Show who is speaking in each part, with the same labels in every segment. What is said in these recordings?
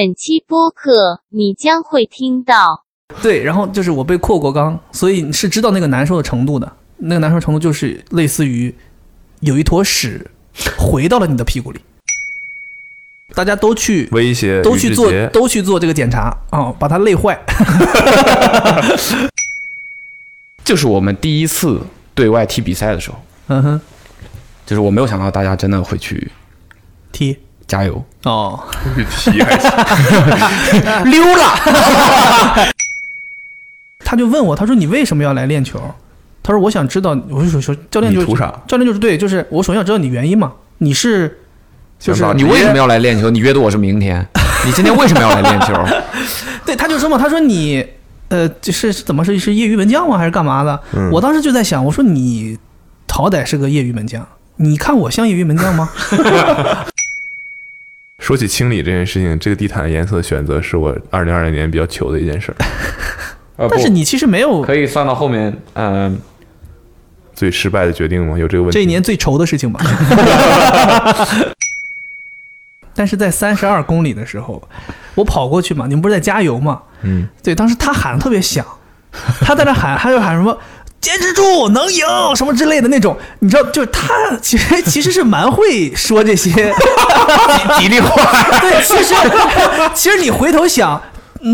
Speaker 1: 本期播客你将会听到。
Speaker 2: 对，然后就是我被扩过肛，所以是知道那个难受的程度的。那个难受程度就是类似于有一坨屎回到了你的屁股里。大家都去
Speaker 3: 威胁
Speaker 2: 都去做
Speaker 3: 于志杰
Speaker 2: 都去做这个检查啊、把它累坏。
Speaker 4: 就是我们第一次对外踢比赛的时候，
Speaker 2: 嗯哼，
Speaker 4: 就是我没有想到大家真的会去
Speaker 2: 踢
Speaker 4: 加油，
Speaker 2: 哦，
Speaker 3: 皮还行
Speaker 4: 溜了。
Speaker 2: 他就问我，他说你为什么要来练球？他说我想知道，我就说说教练就
Speaker 3: 你图啥？
Speaker 2: 教练就是对，就是我首先想知道你原因嘛，你是就是
Speaker 3: 想打
Speaker 4: 你为什么要来练球？你约的我是明天，你今天为什么要来练球？
Speaker 2: 对，他就说嘛，他说你，呃，这是是怎么是是业余门将吗？还是干嘛的？
Speaker 4: 嗯
Speaker 2: 我当时就在想，我说你好歹是个业余门将，你看我像业余门将 吗？
Speaker 4: 啊
Speaker 3: 说起清理这件事情，这个地毯颜色的选择是我二零二零年比较糗的一件事儿，
Speaker 4: 呃
Speaker 2: 但是你其实没有
Speaker 4: 可以算到后面，嗯、
Speaker 3: 最失败的决定吗？有这个问题？
Speaker 2: 这一年最愁的事情 吧。但是在三十二公里的时候，我跑过去嘛，你们不是在加油嘛？
Speaker 3: 嗯，
Speaker 2: 对，当时他喊的特别响，他在那喊， 他就喊什么“坚持住，能赢”什么之类的那种，你知道，就是他其实其实是蛮会说这些
Speaker 4: 吉利话。
Speaker 2: 对，其实其实你回头想，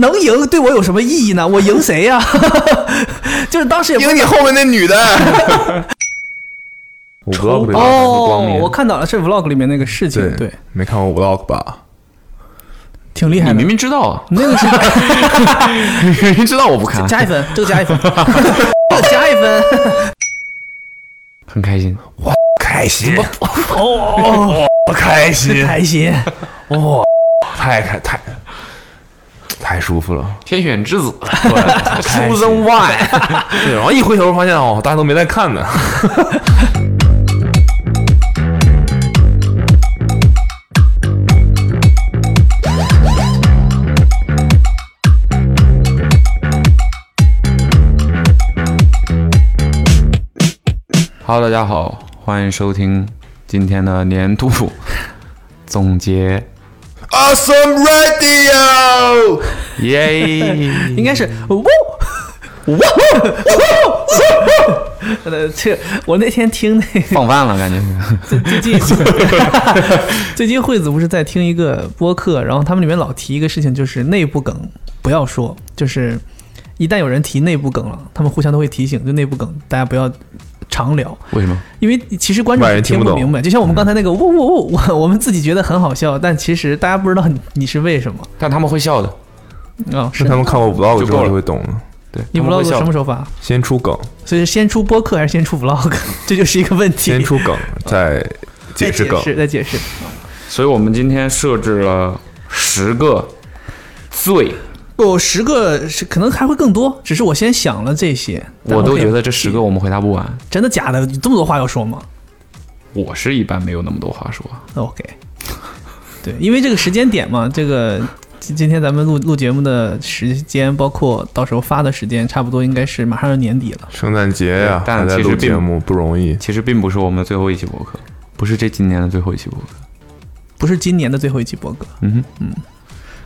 Speaker 2: 能赢对我有什么意义呢？我赢谁呀、就是当时也不
Speaker 3: 你后面那女的。我 vlog 里面来自光
Speaker 2: 哦
Speaker 3: 明，
Speaker 2: 我看到了是 vlog 里面那个事情，对，
Speaker 3: 对，没看过 vlog 吧？
Speaker 2: 挺厉害
Speaker 4: 你
Speaker 2: 的。
Speaker 4: 明明知道啊，
Speaker 2: 那个是
Speaker 4: 你 明明知道我不看，
Speaker 2: 加一分，这个加一分，这个加一分。
Speaker 4: 很开心。
Speaker 3: 开心，
Speaker 2: 哦，
Speaker 3: 开心，
Speaker 2: 开心。
Speaker 3: 太开太太舒服了。
Speaker 4: 天选之 子
Speaker 3: 开心
Speaker 4: ，Chosen One，
Speaker 3: 对，然后一回头发现哦，大家都没在看呢。
Speaker 4: Hello，大家好，欢迎收听今天的年度总结，
Speaker 3: Awesome Radio，
Speaker 4: 耶！
Speaker 2: 应该是呜。呜呜呜！呃，这我那天听那个
Speaker 4: 放饭了，感觉
Speaker 2: 最 近最近惠子不是在听一个播客，然后他们里面老提一个事情，就是内部梗不要说，就是一旦有人提内部梗了，他们互相都会提醒，就内部梗大家不要常聊，
Speaker 4: 为什么？
Speaker 2: 因为其实观众
Speaker 3: 外
Speaker 2: 是
Speaker 3: 人听
Speaker 2: 听
Speaker 3: 不
Speaker 2: 不
Speaker 3: 懂嗯
Speaker 2: 明白。就像我们刚才那个呜呜呜，我我们自己觉得很好笑，但其实大家不知道你你是为什么
Speaker 4: 但他们会笑的，
Speaker 2: 啊、是
Speaker 3: 是他们看过 vlog
Speaker 4: 就
Speaker 3: 之
Speaker 4: 够
Speaker 3: 后
Speaker 4: 了
Speaker 3: 就会懂了。
Speaker 4: 对，
Speaker 2: 你
Speaker 4: 他们
Speaker 2: vlog
Speaker 4: 会笑
Speaker 2: 什
Speaker 4: 的
Speaker 2: 么时候发？
Speaker 3: 先出梗，
Speaker 2: 所以是先出播客还是先出 vlog？这 就是一个问题。
Speaker 3: 先出 梗，再
Speaker 2: 再
Speaker 3: 解释梗。
Speaker 2: 再解释。
Speaker 4: 所以我们今天设置了十个最，
Speaker 2: 有十个是可能还会更多，只是我先想了这些。
Speaker 4: 我
Speaker 2: 但
Speaker 4: 都
Speaker 2: 可以
Speaker 4: 觉得这十个我们回答不完。
Speaker 2: 真的假的？有这么多话要说吗
Speaker 4: 我是一般没有那么多话说，
Speaker 2: ？OK，对，因为这个时间点嘛，这个今今天咱们录录节目的时间，包括到时候发的时间，差不多应该是马上要年底了。
Speaker 3: 圣诞节呀、
Speaker 4: 但
Speaker 3: 还在
Speaker 4: 其实
Speaker 3: 录
Speaker 4: 并
Speaker 3: 节目不容易。
Speaker 4: 其实并不是我们最后一期博客，不是这今年的最后一期博客。
Speaker 2: 不是今年的最后一期播客，
Speaker 4: 嗯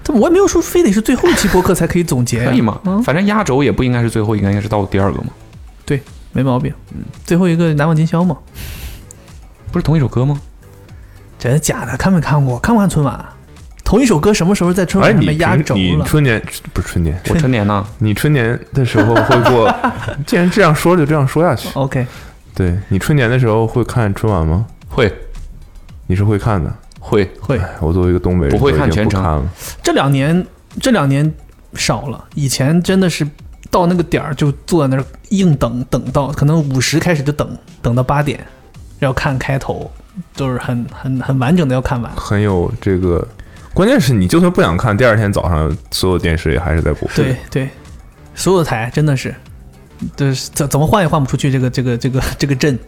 Speaker 2: 但我也没有说非得是最后一期播客才可以总结
Speaker 4: 哼，
Speaker 2: 呀、
Speaker 4: 可以吗？
Speaker 2: 嗯，
Speaker 4: 反正压轴也不应该是最后一个，应该是到第二个嘛。
Speaker 2: 对，没毛病。嗯最后一个难忘今宵嘛，
Speaker 4: 不是同一首歌吗？
Speaker 2: 真的假的？看没看过？看不看春晚？啊同一首歌什么时候在春
Speaker 3: 哎，
Speaker 2: 晚上
Speaker 3: 你
Speaker 2: 面压
Speaker 3: 平
Speaker 2: 轴
Speaker 3: 你
Speaker 2: 了？
Speaker 3: 春年不是春年，
Speaker 4: 我春年呢？
Speaker 3: 你春年的时候会过，既然这样说就这样说下去。
Speaker 2: OK，
Speaker 3: 对你春年的时候会看春晚吗？
Speaker 4: 会
Speaker 3: 你是会看的。
Speaker 4: 会，
Speaker 2: 会。
Speaker 3: 哎我作为一个东北人，
Speaker 4: 不会
Speaker 3: 我已经
Speaker 4: 看全程
Speaker 3: 不看了。
Speaker 2: 这两年这两年少了，以前真的是到那个点儿就坐在那儿硬等，等到可能五十开始就等，等到八点，要看开头，就是很很很完整的要看完。
Speaker 3: 很有这个，关键是你就算不想看，第二天早上所有电视也还是在播。
Speaker 2: 对，对，所有台真的是。就是怎怎么换也换不出去这个这个这个这个阵，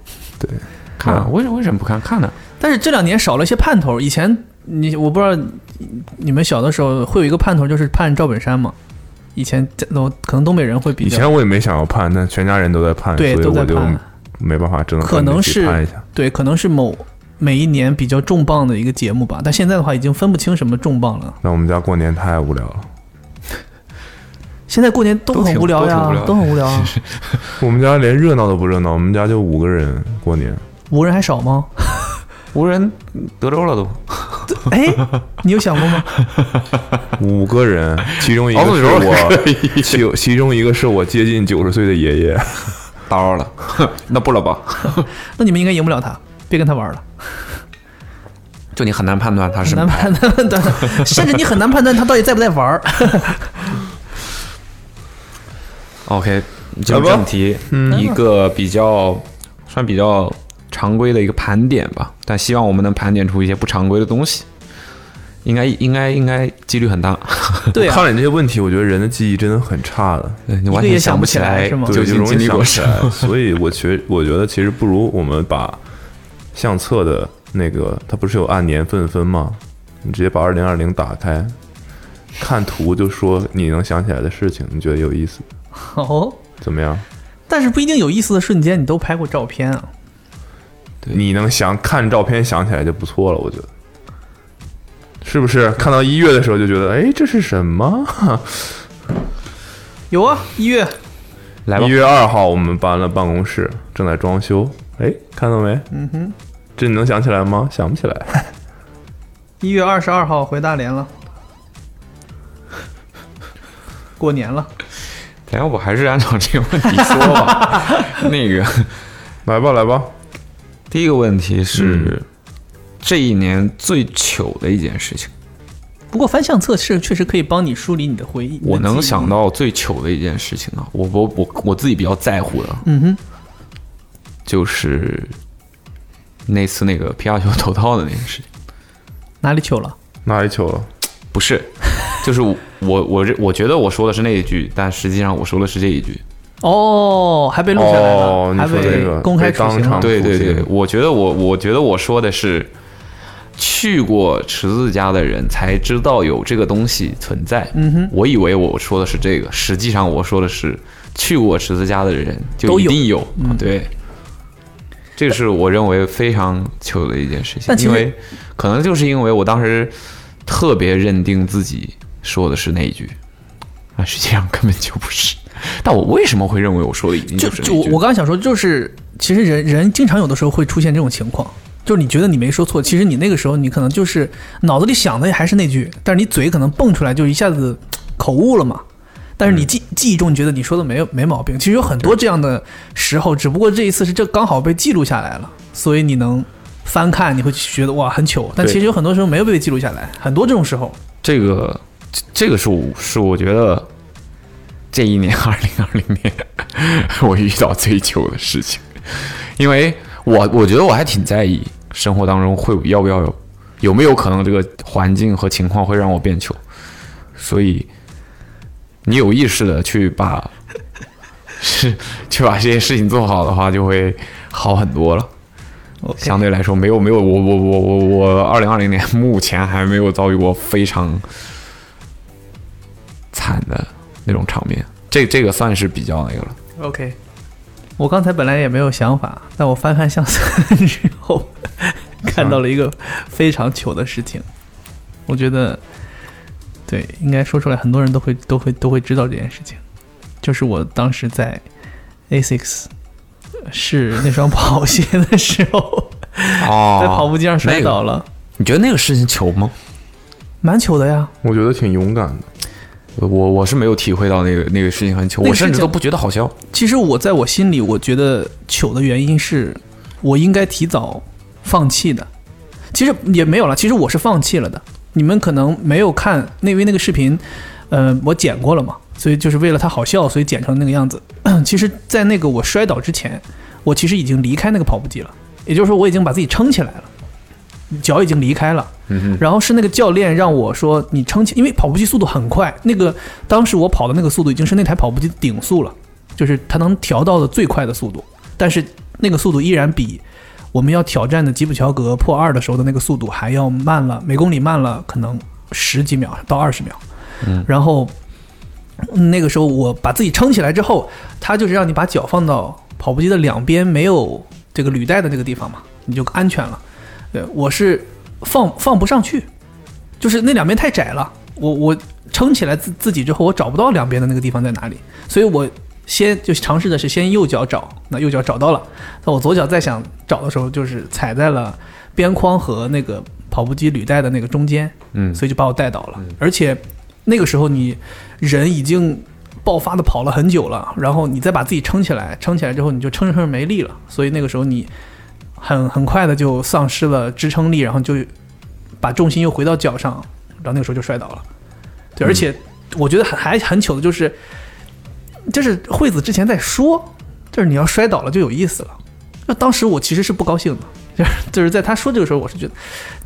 Speaker 4: 看啊
Speaker 3: 嗯
Speaker 4: 为什为什么不看？看呢？
Speaker 2: 但是这两年少了一些盼头。以前你我不知道你你们小的时候会有一个盼头，就是盼赵本山嘛。以前这我可能东北人会比
Speaker 3: 以
Speaker 2: 较
Speaker 3: 前我也没想要盼，但全家人都在盼，所
Speaker 2: 对
Speaker 3: 以
Speaker 2: 都在
Speaker 3: 我就
Speaker 2: 盼，
Speaker 3: 没办法，只能
Speaker 2: 可能
Speaker 3: 跟着一起
Speaker 2: 是
Speaker 3: 盼一下。
Speaker 2: 对，可能是某每一年比较重磅的一个节目吧。但现在的话，已经分不清什么重磅了。
Speaker 3: 那我们家过年太无聊了。
Speaker 2: 现在过年都
Speaker 4: 都
Speaker 2: 很
Speaker 4: 挺
Speaker 2: 无聊
Speaker 4: 都挺无
Speaker 2: 呀
Speaker 4: 聊，
Speaker 2: 都很无聊啊。
Speaker 3: 我们家连热闹都不热闹，我们家就五个人过年。
Speaker 2: 无人还少吗？
Speaker 4: 无人德州了都，
Speaker 2: 哎，你有想过吗？
Speaker 3: 五个人，其中一个
Speaker 4: 熬不
Speaker 3: 是
Speaker 4: 着
Speaker 3: 我，其其中一个是我接近九十岁的爷爷。
Speaker 4: 刀了， 那不了吧？
Speaker 2: 那你们应该赢不了他，别跟他玩了，
Speaker 4: 就你很难判断他
Speaker 2: 很
Speaker 4: 是
Speaker 2: 难判断，甚至你很难判断他到底在不在玩儿。
Speaker 4: OK，进入正题，一个比较算比较常规的一个盘点吧，但希望我们能盘点出一些不常规的东西，应该应该应该几率很大，
Speaker 2: 对
Speaker 3: 我
Speaker 2: 啊
Speaker 3: 看，了你这些问题，我觉得人的记忆真的很差的，
Speaker 4: 对 你
Speaker 2: 个
Speaker 4: 完全
Speaker 2: 也想
Speaker 4: 不
Speaker 2: 不起来
Speaker 4: 来
Speaker 2: 是吗
Speaker 4: 究
Speaker 3: 对，就
Speaker 4: 竟
Speaker 3: 容
Speaker 4: 哦经
Speaker 3: 易
Speaker 4: 历
Speaker 3: 想
Speaker 4: 过
Speaker 3: 不
Speaker 4: 什
Speaker 3: 起
Speaker 4: 么。
Speaker 3: 来。所以我觉我觉得其实不如我们把相册的那个，它不是有按年份分吗？你直接把二零二零打开，看图就说你能想起来的事情，你觉得有意思
Speaker 2: 哦，
Speaker 3: 怎么样？
Speaker 2: 但是不一定有意思的瞬间你都拍过照片啊。
Speaker 4: 对
Speaker 3: 你能想看照片想起来就不错了，我觉得。是不是看到一月的时候就觉得，哎，这是什么？
Speaker 2: 有啊，一月
Speaker 4: 来吧
Speaker 3: 一，月二号我们搬了办公室，正在装修。哎，看到没？嗯
Speaker 2: 哼，
Speaker 3: 这你能想起来吗？想不起来。
Speaker 2: 一月二十二号回大连了，过年了。
Speaker 4: 来吧，哎我还是按照这个问题说 吧。那个
Speaker 3: 来吧，来吧，
Speaker 4: 第一个问题是，这一年最糗的一件事情，
Speaker 2: 不过翻相册是确实可以帮你梳理你的回忆。
Speaker 4: 我能
Speaker 2: 你的记忆
Speaker 4: 想，到最糗的一件事情啊，我我我我自己比较在乎的，啊
Speaker 2: 嗯哼，
Speaker 4: 就是那次那个皮卡丘头套的那个事情，
Speaker 2: 哪里糗了？
Speaker 3: 哪里糗了？
Speaker 4: 不是，就是我我这我觉得我说的是那一句，但实际上我说的是这一句。
Speaker 2: 哦，还被录下来了，
Speaker 3: 哦你
Speaker 2: 还
Speaker 3: 说这个
Speaker 2: 被公开
Speaker 3: 被
Speaker 2: 处
Speaker 3: 当
Speaker 2: 刑了
Speaker 3: 场。
Speaker 4: 对
Speaker 3: 复
Speaker 4: 对对
Speaker 3: 习，
Speaker 4: 我觉得我我觉得我说的是，去过池子家的人才知道有这个东西存在。
Speaker 2: 嗯哼，
Speaker 4: 我以为我说的是这个，实际上我说的是去过池子家的人就
Speaker 2: 都
Speaker 4: 一
Speaker 2: 有嗯
Speaker 4: 定有。啊对，这个是我认为非常糗的一件事情
Speaker 2: 但，其实
Speaker 4: 因为可能就是因为我当时特别认定自己说的是那一句，啊，实际上根本就不是。但我为什么会认为我说的一定
Speaker 2: 就是
Speaker 4: 那
Speaker 2: 就我
Speaker 4: 句
Speaker 2: 我刚刚想说，就是其实人人经常有的时候会出现这种情况，就是你觉得你没说错，其实你那个时候你可能就是脑子里想的还是那句，但是你嘴可能蹦出来就一下子口误了嘛。但
Speaker 3: 嗯
Speaker 2: 是你记记忆中你觉得你说的没有没毛病，其实有很多这样的时候，只不过这一次是这刚好被记录下来了，所以你能翻看，你会觉得哇很糗，但
Speaker 4: 对
Speaker 2: 其实有很多时候没有被记录下来，很多这种时候。
Speaker 4: 这个这这个是我是我觉得这一年二零二零年我遇到最糗的事情，因为我我觉得我还挺在意生活当中会要不要有有没有可能这个环境和情况会让我变糗，所以你有意识的去把 是去把这些事情做好的话，就会好很多了。 相对来说没有没有我我我我我二零二零年目前还没有遭遇过非常惨的那种场面，这这个算是比较那个了。
Speaker 2: OK，我刚才本来也没有想法，但我翻看相册之后，看到了一个非常糗的事情。我觉得，对，应该说出来，很多人都会都会都会知道这件事情。就是我当时在 Asics 试那双跑鞋的时候，
Speaker 4: 哦
Speaker 2: 在跑步机上摔倒了，
Speaker 4: 你觉得那个事情糗吗？
Speaker 2: 蛮糗的呀。
Speaker 3: 我觉得挺勇敢的。
Speaker 4: 我我是没有体会到那个那个事情很糗，
Speaker 2: 那个
Speaker 4: 我甚
Speaker 2: 事
Speaker 4: 至
Speaker 2: 情
Speaker 4: 都不觉得好笑。
Speaker 2: 其实我在我心里，我觉得糗的原因是我应该提早放弃的。其实也没有了，其实我是放弃了的。你们可能没有看那位那个视频，呃，我剪过了嘛，所以就是为了它好笑，所以剪成那个样子。 其实，在那个我摔倒之前，我其实已经离开那个跑步机了，也就是说，我已经把自己撑起来了，脚已经离开了。
Speaker 4: 嗯
Speaker 2: 然后是那个教练让我说你撑起，因为跑步机速度很快，那个当时我跑的那个速度已经是那台跑步机的顶速了，就是它能调到的最快的速度，但是那个速度依然比我们要挑战的吉普乔格破二的时候的那个速度还要慢了，每公里慢了可能十几秒到二十秒。
Speaker 4: 嗯，
Speaker 2: 然后嗯那个时候我把自己撑起来之后，它就是让你把脚放到跑步机的两边没有这个履带的这个地方嘛，你就安全了。对，我是放放不上去，就是那两边太窄了，我我撑起来自自己之后，我找不到两边的那个地方在哪里，所以我先就尝试的是先右脚找，那右脚找到了，那我左脚再想找的时候，就是踩在了边框和那个跑步机履带的那个中间，
Speaker 4: 嗯
Speaker 2: 所以就把我带倒了，而且那个时候你人已经。爆发的跑了很久了，然后你再把自己撑起来，撑起来之后你就撑着撑着没力了，所以那个时候你很很快的就丧失了支撑力，然后就把重心又回到脚上，然后那个时候就摔倒了。对，而且我觉得很还很糗的就是，就是惠子之前在说，就是你要摔倒了就有意思了。那当时我其实是不高兴的，就是 就是在他说这个时候，我是觉得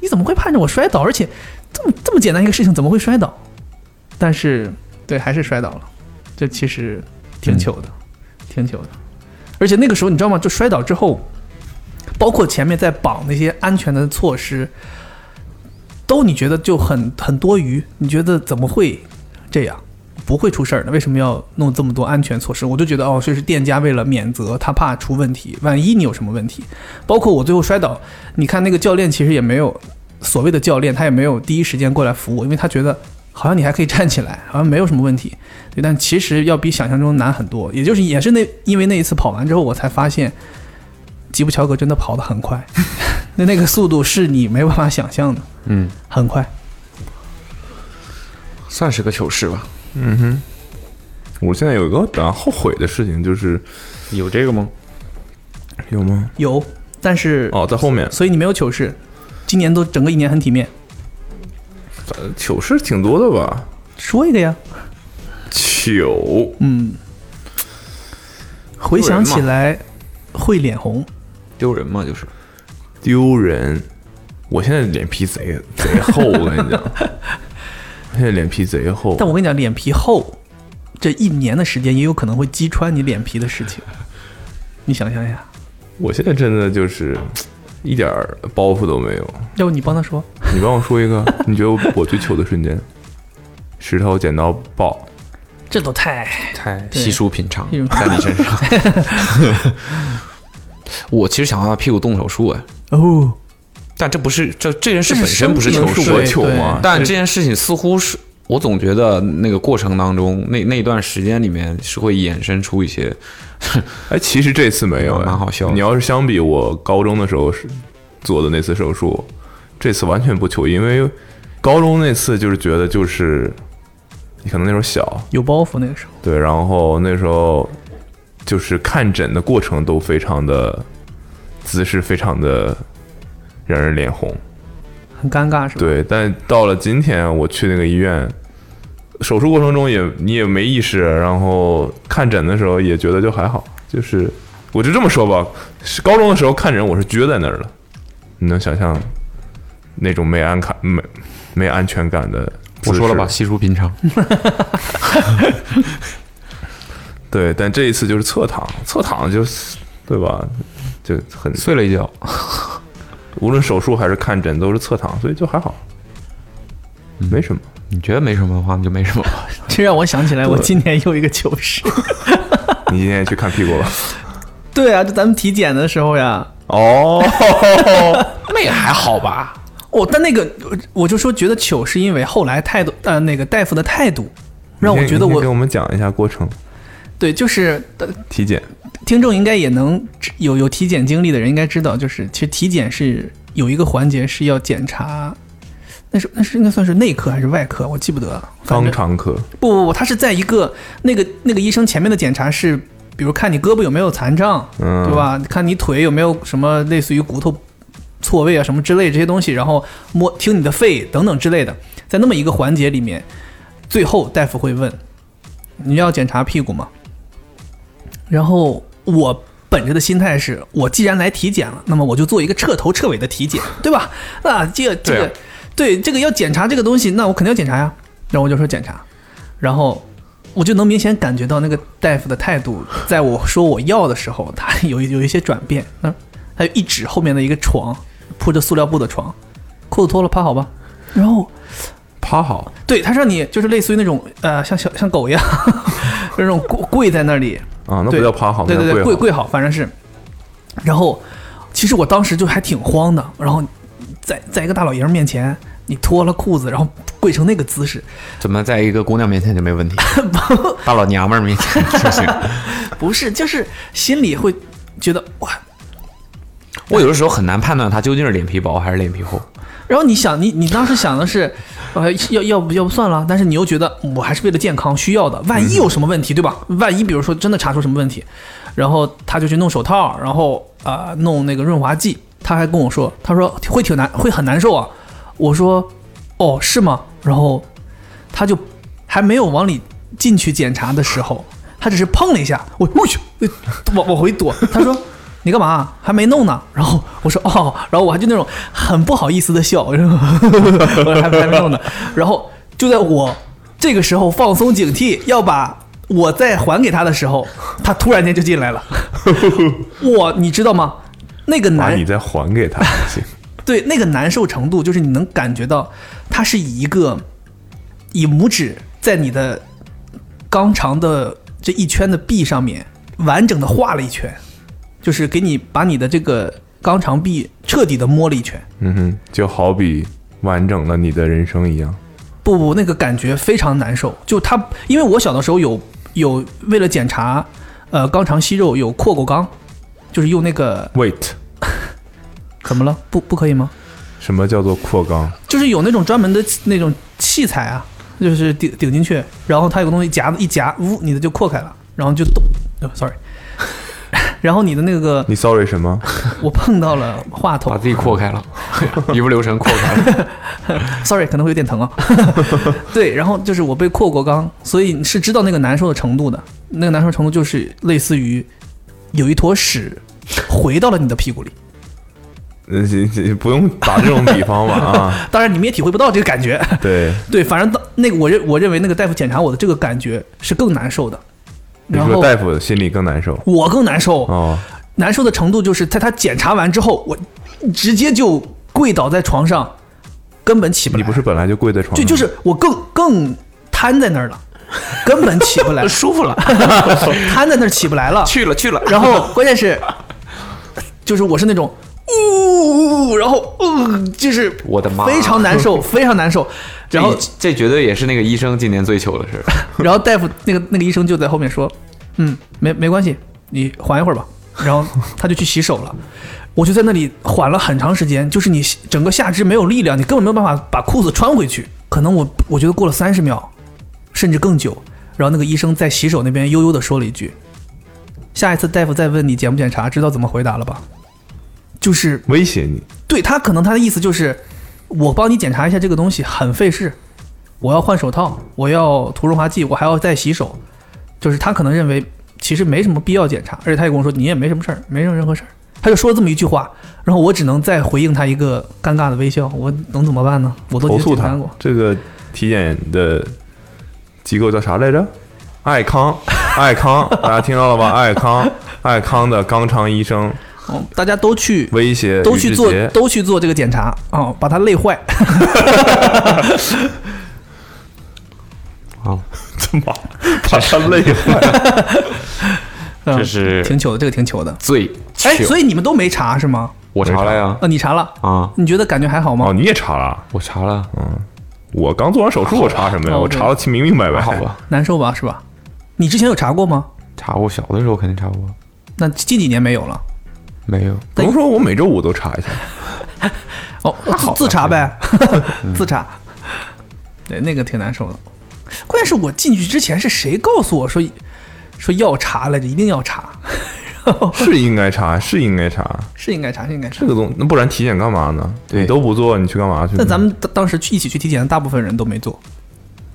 Speaker 2: 你怎么会盼着我摔倒，而且这么这么简单一个事情怎么会摔倒？但是对，还是摔倒了，这其实挺糗的，挺糗的。而且那个时候你知道吗？就摔倒之后，包括前面在绑那些安全的措施，都你觉得就很很多余，你觉得怎么会这样？不会出事儿的，为什么要弄这么多安全措施？我就觉得哦，这是店家为了免责，他怕出问题，万一你有什么问题。包括我最后摔倒，你看那个教练其实也没有所谓的教练，他也没有第一时间过来扶我，因为他觉得好像你还可以站起来，好像没有什么问题。对，但其实要比想象中难很多。也就是也是那因为那一次跑完之后，我才发现吉布乔格真的跑得很快， 那那个速度是你没办法想象的，
Speaker 4: 嗯，
Speaker 2: 很快。
Speaker 4: 算是个糗事吧。
Speaker 3: 嗯哼，我现在有一个比较后悔的事情，就是
Speaker 4: 有这个吗？
Speaker 3: 有吗？
Speaker 2: 有，但是
Speaker 3: 哦，在后面
Speaker 2: 所以你没有糗事，今年都整个一年很体面，
Speaker 3: 呃糗事挺多的吧？
Speaker 2: 说一个呀。
Speaker 3: 糗，
Speaker 2: 嗯，回想起
Speaker 4: 嘛
Speaker 2: 来会脸红，
Speaker 4: 丢人嘛，就是
Speaker 3: 丢人！我现在脸皮贼贼厚，我跟 你讲，我现在脸皮贼厚。
Speaker 2: 但我跟你讲，脸皮厚，这一年的时间也有可能会击穿你脸皮的 事情。你想象一下，
Speaker 3: 我现在真的就是一点儿包袱都没有。
Speaker 2: 要不你帮他说，
Speaker 3: 你帮我说一个，你觉得我最糗的瞬间？石头剪刀布，
Speaker 2: 这都太……
Speaker 4: 太
Speaker 2: 对
Speaker 4: 稀疏平 常
Speaker 2: 稀疏，
Speaker 4: 在你身上。 我其实想要屁股动手术哎，
Speaker 2: 哦，
Speaker 4: 但这不是这这件事
Speaker 2: 这是
Speaker 4: 本身不是
Speaker 2: 生
Speaker 4: 糗
Speaker 2: 病
Speaker 4: 事，
Speaker 2: 对
Speaker 3: 我糗吗？
Speaker 4: 但这件事情似乎是我总觉得那个过程当中，那那一段时间里面是会衍生出一些，
Speaker 3: 哎，其实这次没有，哎
Speaker 4: 哦蛮好笑的
Speaker 3: 你要是相比我高中的时候是做的那次手术，这次完全不糗，因为高中那次就是觉得就是你可能那时候小，
Speaker 2: 有包袱那个时候，
Speaker 3: 对，然后那时候就是看诊的过程都非常的姿势非常的让人脸红，
Speaker 2: 很尴尬是吧？
Speaker 3: 对，但到了今天，我去那个医院，手术过程中也你也没意识，然后看诊的时候也觉得就还好，就是我就这么说吧，是高中的时候看诊我是撅在那儿的，你能想象那种没安感、没没安全感的？
Speaker 4: 我说了吧，，稀疏平常。
Speaker 3: 对，但这一次就是侧躺，侧躺就是对吧？就很
Speaker 4: 睡了一觉，
Speaker 3: 无论手术还是看诊都是侧躺，所以就还好，没什么。
Speaker 4: 你觉得没什么的话，那就没什么吧。
Speaker 2: 这让我想起来，我今年又一个糗事。
Speaker 3: 你今天也去看屁股了？
Speaker 2: 对啊，就咱们体检的时候呀，
Speaker 3: 哦，
Speaker 4: 那也还好吧。
Speaker 2: 哦，但那个我我就说觉得糗，是因为后来态度呃那个大夫的态度，让我觉得
Speaker 3: 你先
Speaker 2: 我
Speaker 3: 给我们讲一下过程
Speaker 2: 对就是呃
Speaker 3: 体检。
Speaker 2: 听众应该也能知有有体检经历的人应该知道，就是其实体检是有一个环节是要检查，那是那是应该算是内科还是外科，我记不得了。反
Speaker 3: 肛
Speaker 2: 正
Speaker 3: 肠科，
Speaker 2: 不不不，他是在一个那个那个医生前面的检查是，比如看你胳膊有没有残障，
Speaker 3: 嗯，
Speaker 2: 对？吧？看你腿有没有什么类似于骨头错位啊什么之类这些东西，然后摸听你的肺等等之类的，在那么一个环节里面，最后大夫会问你要检查屁股吗？然后我本着的心态是我既然来体检了，那么我就做一个彻头彻尾的体 检，对吧？啊，这个这
Speaker 4: 对
Speaker 2: 个
Speaker 4: 啊
Speaker 2: 对这个要检查这个东西，那我肯定要检查呀。然后我就说检查，然后我就能明显感觉到那个大夫的态度，在我说我要的时候，他有一有一些转变。那还有一指后面的一个床，铺着塑料布的床，裤子脱了趴好吧。然后
Speaker 3: 趴好，
Speaker 2: 对他让你就是类似于那种呃像小像狗一样，那种跪跪在那里，
Speaker 3: 啊，那不
Speaker 2: 对
Speaker 3: 叫趴好，
Speaker 2: 对对
Speaker 3: 那
Speaker 2: 对，
Speaker 3: 叫
Speaker 2: 跪
Speaker 3: 跪好。
Speaker 2: 跪好，反正是。然后其实我当时就还挺慌的，然后在在一个大老爷们面前，你脱了裤子，然后跪成那个姿势，
Speaker 4: 怎么在一个姑娘面前就没问题？大老娘们儿面前就 行。
Speaker 2: 不是，就是心里会觉得哇。
Speaker 4: 我有的时候很难判断她究竟是脸皮薄还是脸皮厚。
Speaker 2: 然后你想，你你当时想的是，呃，要要不要不算了？但是你又觉得嗯我还是为了健康需要的，万一有什么问题，对吧？万一比如说真的查出什么问题，然后他就去弄手套，然后啊、呃弄那个润滑剂。他还跟我说，他说会挺难，会很难受啊。我说哦是吗？然后他就还没有往里进去检查的时候，他只是碰了一下，我我去，呃往往回躲。他说你干嘛？还没弄呢。然后我说哦，然后我还就那种很不好意思的笑，我说我还没还没弄呢。然后就在我这个时候放松警惕，要把。我再还给他的时候，他突然间就进来了。 哇，你知道吗？那个
Speaker 3: 把
Speaker 2: 男
Speaker 3: 你再还给他才行。
Speaker 2: 对，那个难受程度就是你能感觉到，它是以一个以拇指在你的肛肠的这一圈的壁上面完整的画了一圈，就是给你把你的这个肛肠壁彻底的摸了一圈。
Speaker 3: 嗯哼，就好比完整了你的人生一样。
Speaker 2: 不不，那个感觉非常难受。就它，因为我小的时候有有为了检查，呃，肛肠息肉有扩过肛，就是用那个
Speaker 3: Wait，
Speaker 2: 怎么了？不不可以吗？
Speaker 3: 什么叫做扩肛？
Speaker 2: 就是有那种专门的那种器材啊，就是顶顶进去，然后它有个东西夹子一夹，呜，你的就扩开了，然后就动、哦、，sorry，然后你的那个
Speaker 3: 你 sorry 什么？
Speaker 2: 我碰到了话
Speaker 4: 把
Speaker 2: 筒
Speaker 4: 自己扩开了， 一不留神扩开 了。，
Speaker 2: ，sorry 可能会有点疼啊， 对，然后就是我被扩过肛，所以是知道那个难受的程度的，那个难受程度就是类似于有一坨屎回到了你的屁股里，
Speaker 3: 呃行行不用打这种比方吧啊。
Speaker 2: 当然你们也体会不到这个感觉，
Speaker 3: 对，
Speaker 2: 对，反正当那个我认我认为那个大夫检查我的这个感觉是更难受的，
Speaker 3: 你
Speaker 2: 然
Speaker 3: 说
Speaker 2: 后。
Speaker 3: 大夫心里更难受
Speaker 2: 我更难受，
Speaker 3: 哦，
Speaker 2: 难受的程度就是在他检查完之后，我直接就跪倒在床上，根本起不来。
Speaker 3: 你不是本来就跪在床
Speaker 2: 就
Speaker 3: 上，
Speaker 2: 就是我更更瘫在那儿了，根本起不来
Speaker 4: 舒服了，
Speaker 2: 瘫在那儿起不来了。
Speaker 4: 去了去了。
Speaker 2: 然后关键是，就是我是那种呜、然后嗯、就是
Speaker 4: 我的妈
Speaker 2: 非常难 受，非常难受。然后
Speaker 4: 这这绝对也是那个医生今年最糗 的事儿。
Speaker 2: 然后大夫那个那个医生就在后面说，嗯，没没关系，你缓一会儿吧。然后他就去洗手了，我就在那里缓了很长时间，就是你整个下肢没有力量，你根本没有办法把裤子穿回去。可能我我觉得过了三十秒，甚至更久。然后那个医生在洗手那边悠悠的说了一句：“下一次大夫再问你检不检查，知道怎么回答了吧？”就是
Speaker 3: 威胁你。
Speaker 2: 对他可能他的意思就是，我帮你检查一下这个东西很费事，我要换手套，我要涂润滑剂，我还要再洗手，就是他可能认为其实没什么必要检查，而且他也跟我说你也没什么事儿，没有任何事儿，他就说了这么一句话，然后我只能再回应他一个尴尬的微笑，我能怎么办呢？我都
Speaker 3: 投
Speaker 2: 已经
Speaker 3: 诉
Speaker 2: 检查
Speaker 3: 他
Speaker 2: 过，
Speaker 3: 这个体检的机构叫啥来着？爱康，爱康，大家听到了吧？爱康，爱康的肛肠医生
Speaker 2: 嗯，大家都去
Speaker 3: 威胁
Speaker 2: 都
Speaker 3: 于
Speaker 2: 去
Speaker 3: 志
Speaker 2: 做
Speaker 3: 杰
Speaker 2: 都去做这个检查啊、把他累坏。
Speaker 4: 啊，
Speaker 3: 他妈把他累坏了。
Speaker 2: 嗯、
Speaker 4: 这是
Speaker 2: 挺糗的，这个挺糗的。
Speaker 4: 最
Speaker 2: 哎，
Speaker 4: 糗
Speaker 2: 所以你们都没查是吗？
Speaker 4: 我查了呀
Speaker 2: 啊，你查了，
Speaker 4: 啊，哎
Speaker 2: 你觉得感觉还好吗？
Speaker 3: 哦，你也查了？
Speaker 4: 我查了，
Speaker 3: 我刚做完手术，我查什么呀？
Speaker 2: 哦
Speaker 3: 我查的明明白白。
Speaker 4: 还好，吧？
Speaker 2: 难受吧，是吧？你之前有查过吗？
Speaker 4: 查过，小的时候肯定查过，
Speaker 2: 那近几年没有了。
Speaker 4: 没有。
Speaker 3: 不用说，我每周五都查一下。
Speaker 2: 哦，自自查呗， 自查。对，那个挺难受的。关键是我进去之前是谁告诉我说说要查来着，一定要查，
Speaker 3: 是应该查，是应该查。
Speaker 2: 是应该查，是应该查
Speaker 3: 这。个东，那不然体检干嘛呢？
Speaker 4: 对
Speaker 3: 你都不做，你去干嘛去呢？
Speaker 2: 那咱们当当时去一起去体检的大部分人都没做，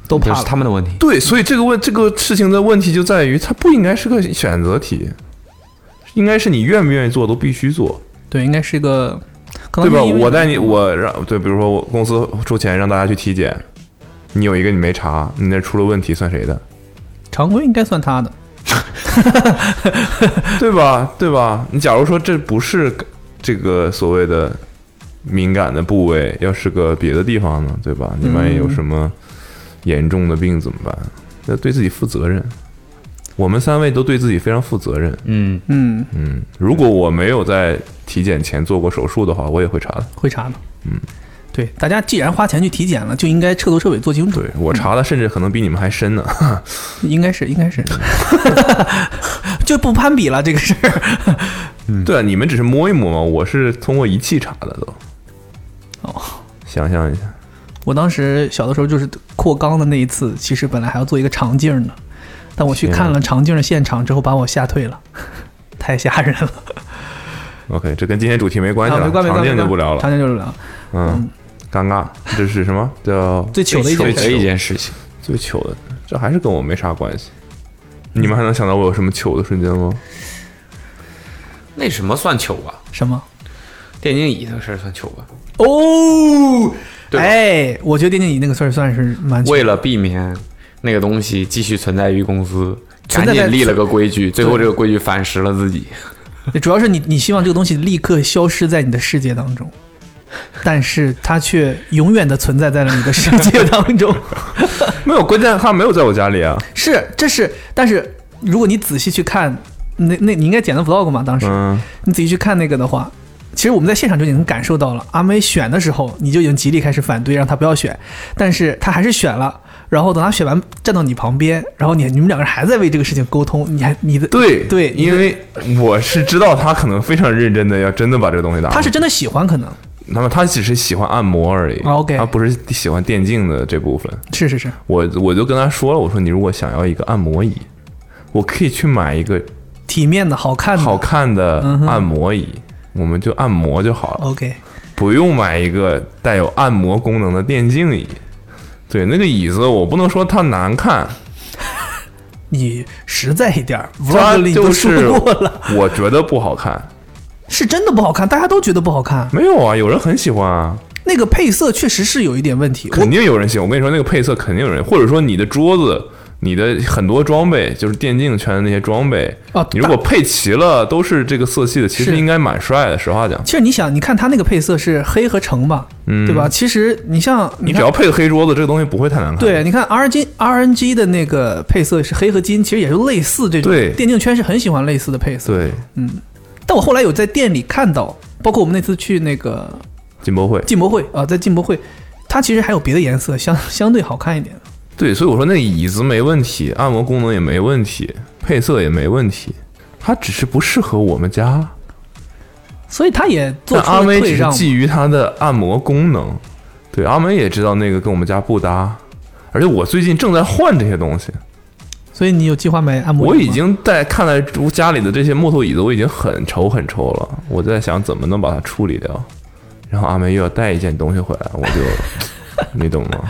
Speaker 2: 都
Speaker 4: 这
Speaker 2: 怕
Speaker 4: 是
Speaker 2: 了。
Speaker 4: 他们的问题，
Speaker 3: 对，所以这个问这个事情的问题就在于，它不应该是个选择题，应该是你愿不愿意做都必须做，
Speaker 2: 对，应该是一个，可
Speaker 3: 对
Speaker 2: 能
Speaker 3: 吧？
Speaker 2: 是哦因为
Speaker 3: 我带你，我让对，比如说我公司出钱让大家去体检，你有一个你没查，你那出了问题算谁的？
Speaker 2: 常规应该算他的。
Speaker 3: 对吧？对吧？你假如说这不是这个所谓的敏感的部位，要是个别的地方呢，对吧？你
Speaker 2: 嗯
Speaker 3: 万一有什么严重的病怎么办？要对自己负责任。我们三位都对自己非常负责任。
Speaker 4: 嗯，
Speaker 2: 嗯，
Speaker 3: 嗯，如果我没有在体检前做过手术的话，我也会查的。
Speaker 2: 会查的。嗯，对，大家既然花钱去体检了，就应该彻头彻尾做清楚
Speaker 3: 对。我查的，甚至可能比你们还深呢。
Speaker 2: 应该是，应该是， 就不攀比了这个事儿。
Speaker 3: 对啊，你们只是摸一摸嘛，我是通过仪器查的都。
Speaker 2: 哦，
Speaker 3: 想象一下，
Speaker 2: 我当时小的时候就是扩肛的那一次，其实本来还要做一个肠镜呢，但我去
Speaker 3: 天啊
Speaker 2: 看了肠镜的现场之后，把我吓退了， 太吓人了。
Speaker 3: OK，这跟今天主题没关系
Speaker 2: 啊
Speaker 3: 了，
Speaker 2: 没关没
Speaker 3: 常
Speaker 2: 关
Speaker 3: 见
Speaker 2: 没
Speaker 3: 就
Speaker 2: 关
Speaker 3: 不聊了
Speaker 2: 常。见就不聊。
Speaker 3: 嗯，尴尬，这是什么叫
Speaker 2: 最糗的一件
Speaker 4: 最糗
Speaker 2: 事
Speaker 4: 的一件事情，
Speaker 3: 最糗的？这还是跟我没啥关系。你们还能想到我有什么糗的瞬间吗？
Speaker 4: 那什么算糗吧？
Speaker 2: 什么？
Speaker 4: 电竞椅的事儿算糗吧？
Speaker 2: 哦，
Speaker 4: 对吧
Speaker 2: 哎，我觉得电竞椅那个事儿算是蛮
Speaker 4: 为了避免那个东西继续存在于公司，
Speaker 2: 存
Speaker 4: 赶
Speaker 2: 在在
Speaker 4: 紧立了个规矩，最后这个规矩反噬了自己。
Speaker 2: 主要是你你希望这个东西立刻消失在你的世界当中，但是它却永远的存在在了你的世界当中。
Speaker 3: 没有，关键他没有在我家里啊。
Speaker 2: 是，这是，但是如果你仔细去看，那那你应该剪的 vlog 嘛，当时、
Speaker 3: 嗯，
Speaker 2: 你仔细去看那个的话。其实我们在现场就已经感受到了，阿梅选的时候，你就已经极力开始反对，让她不要选，但是她还是选了。然后等她选完，站到你旁边，然后你你们两个人还在为这个事情沟通，你还你的
Speaker 3: 对
Speaker 2: 对，
Speaker 3: 因为我是知道他可能非常认真的要真的把这个东西打。
Speaker 2: 他是真的喜欢，可能
Speaker 3: 那么他只是喜欢按摩而已。
Speaker 2: 啊，OK
Speaker 3: 他不是喜欢电竞的这部分。
Speaker 2: 是是是，
Speaker 3: 我我就跟他说了，我说你如果想要一个按摩椅，我可以去买一个
Speaker 2: 体面的好看的
Speaker 3: 好看的
Speaker 2: 嗯哼哦
Speaker 3: 按摩椅，我们就按摩就好了，
Speaker 2: OK，
Speaker 3: 不用买一个带有按摩功能的电竞椅。对，那个椅子我不能说它难看，
Speaker 2: 你实在一点儿
Speaker 3: 它
Speaker 2: ，vlog 里你
Speaker 3: 就
Speaker 2: 都说
Speaker 3: 是
Speaker 2: 过了，
Speaker 3: 我觉得不好看。
Speaker 2: 是真的不好看，大家都觉得不好看。
Speaker 3: 没有啊，有人很喜欢啊，
Speaker 2: 那个配色确实是有一点问题，
Speaker 3: 肯定有人喜欢。我跟你说，那个配色肯定有人，或者说你的桌子、你的很多装备，就是电竞圈的那些装备，
Speaker 2: 我哦，
Speaker 3: 你如
Speaker 2: 大
Speaker 3: 果配齐了都是这个色系的，其实
Speaker 2: 是
Speaker 3: 应该蛮帅的。实话讲，
Speaker 2: 其实你想，你看它那个配色是黑和橙吧，
Speaker 3: 嗯，
Speaker 2: 对吧？？其实你像
Speaker 3: 你
Speaker 2: 你
Speaker 3: 只
Speaker 2: 看
Speaker 3: 要配个黑桌子，这个东西不会太难看。
Speaker 2: 对，你看 RNG RNG 的那个配色是黑和金，其实也就类似这种。
Speaker 3: 对
Speaker 2: 电竞圈是很喜欢类似的配色。
Speaker 3: 对，
Speaker 2: 但我后来有在店里看到，包括我们那次去那个
Speaker 3: 进博会。
Speaker 2: 进博会啊，在进博会，它其实还有别的颜色相相对好看一点。
Speaker 3: 对，所以我说那椅子没问题，按摩功能也没问题，配色也没问题，它只是不适合我们家。
Speaker 2: 所以他也做
Speaker 3: 但
Speaker 2: 出
Speaker 3: 阿
Speaker 2: 了
Speaker 3: 威
Speaker 2: 退
Speaker 3: 只是
Speaker 2: 让嘛。
Speaker 3: 基于它的按摩功能，对，阿梅也知道那个跟我们家不搭，而且我最近正在换这些东西，
Speaker 2: 所以你有计划买按摩？
Speaker 3: 我已，经在看待家里的这些木头椅子，我已经很愁很愁了，我在想怎么能把它处理掉。然后阿梅又要带一件东西回来，我就 你懂吗？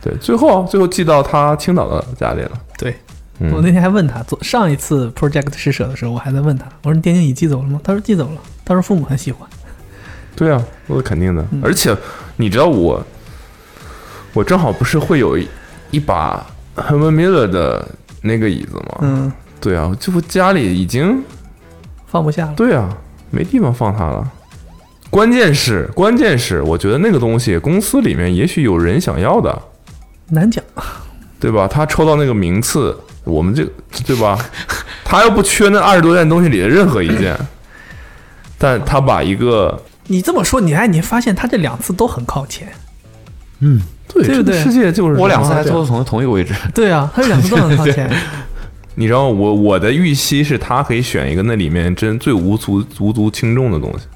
Speaker 3: 对，最后最后寄到她青岛的家里了。
Speaker 2: 对
Speaker 3: 嗯，
Speaker 2: 我那天还问他，做上一次 project 施舍的时候，我还在问他，我说你电竞椅寄走了吗？他说寄走了，他说父母很喜欢。
Speaker 3: 对啊，那是肯定的。
Speaker 2: 嗯
Speaker 3: 而且你知道我，我正好不是会有一一把 h e r m a Miller 的那个椅子吗？
Speaker 2: 嗯，
Speaker 3: 对啊，这不家里已经
Speaker 2: 放不下了。
Speaker 3: 对啊，没地方放它了。关键是，关键是，我觉得那个东西公司里面也许有人想要的，
Speaker 2: 难讲，
Speaker 3: 对吧？他抽到那个名次，我们这个对吧？他又不缺那二十多件东西里的任何一件，但他把一个
Speaker 2: 你这么说，你哎，你发现他这两次都很靠前。对
Speaker 3: 对
Speaker 2: 不
Speaker 3: 这个
Speaker 2: 对
Speaker 3: 世界就是
Speaker 4: 我两次
Speaker 3: 他妈
Speaker 4: 还
Speaker 3: 这样
Speaker 4: 坐同同一个位置，
Speaker 2: 对 啊，他这两次都很靠前。
Speaker 3: 你知道我我的预期是他可以选一个那里面真最无足无足轻重的东西，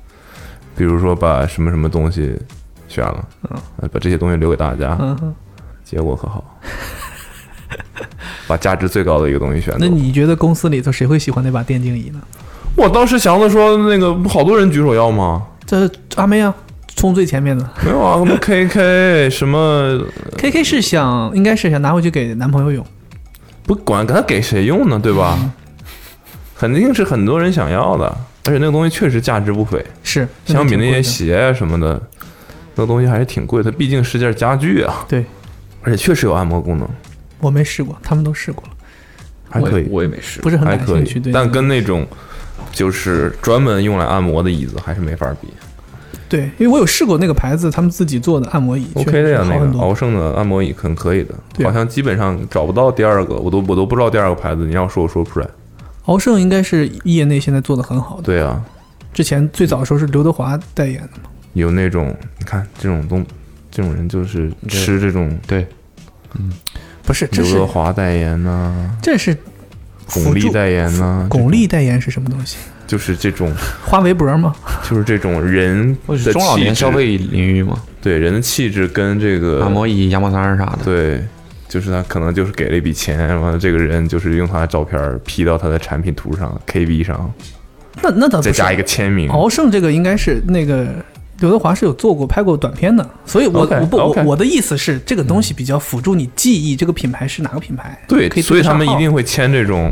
Speaker 3: 比如说把什么什么东西选了，嗯，把这些东西留给大家，
Speaker 2: 嗯哼，
Speaker 3: 结果可好， 把价值最高的一个东西选
Speaker 2: 那
Speaker 3: 走。
Speaker 2: 你觉得公司里头谁会喜欢那把电竞椅呢？
Speaker 3: 我当时祥子说那个好多人举手要 吗？
Speaker 2: 这阿妹啊，冲最前面的。
Speaker 3: 没有啊，什么 KK 什么
Speaker 2: K K 是想，应该是想拿回去给男朋友用。
Speaker 3: 不管给他给谁用呢，对吧？
Speaker 2: 嗯
Speaker 3: 肯定是很多人想要的，而且那个东西确实价值不菲。
Speaker 2: 是，
Speaker 3: 相比那些
Speaker 2: 挺
Speaker 3: 鞋啊什么的，那东西还是挺贵，它毕竟是件家具啊，
Speaker 2: 贵的，对
Speaker 3: 而且确实有按摩功能，
Speaker 2: 我没试过，他们都试过了，
Speaker 3: 还可以，
Speaker 4: 我也没试。
Speaker 2: 不是很
Speaker 3: 还
Speaker 2: 感
Speaker 3: 可
Speaker 2: 兴趣。
Speaker 3: 以
Speaker 2: 对，，
Speaker 3: 但跟那种就是专门用来按摩的椅子还是没法比。
Speaker 2: 对，因为我有试过那个牌子他们自己做的按摩椅
Speaker 3: OK
Speaker 2: 确
Speaker 3: 的
Speaker 2: 实
Speaker 3: 呀，
Speaker 2: 好
Speaker 3: 那
Speaker 2: 很
Speaker 3: 个
Speaker 2: 多。
Speaker 3: 敖胜的按摩椅很可以的，
Speaker 2: 对啊
Speaker 3: 好像基本上找不到第二个，我都我都不知道第二个牌子，你要说我说不出来。
Speaker 2: 嗯敖胜应该是业内现在做的很好的，
Speaker 3: 对啊，
Speaker 2: 之前最早的时候是刘德华代言的嘛，
Speaker 3: 有那种你看这种东，这种人就是吃这种
Speaker 4: 对，
Speaker 2: 不是，这
Speaker 3: 刘德
Speaker 2: 是
Speaker 3: 华代言呐、
Speaker 2: 这是
Speaker 3: 巩俐代言呐、这种
Speaker 2: 巩俐代言是什么东西？
Speaker 3: 就是这 种
Speaker 2: 花围脖吗？
Speaker 3: 就是这种人
Speaker 4: 或
Speaker 3: 的
Speaker 4: 者是中老年
Speaker 3: 气质
Speaker 4: 消费领域嘛，
Speaker 3: 对人的气质跟这个
Speaker 4: 按摩椅、羊毛衫儿啥的。
Speaker 3: 对，就是他可能就是给了一笔钱，完了这个人就是用他的照片儿 P 到他的产品图上、KB 上，
Speaker 2: 那那啊倒不
Speaker 3: 再
Speaker 2: 是。哦
Speaker 3: 加一个签名。
Speaker 2: 敖胜这个应该是那个刘德华是有做过拍过短片的，所以我
Speaker 3: OK，
Speaker 2: 我不我
Speaker 3: OK
Speaker 2: 我的意思是这个东西比较辅助你记忆这个品牌是哪个品牌，
Speaker 3: 对
Speaker 2: 可，以
Speaker 3: 所以
Speaker 2: 对
Speaker 3: 他
Speaker 2: 上
Speaker 3: 们一
Speaker 2: 号
Speaker 3: 定会签这种，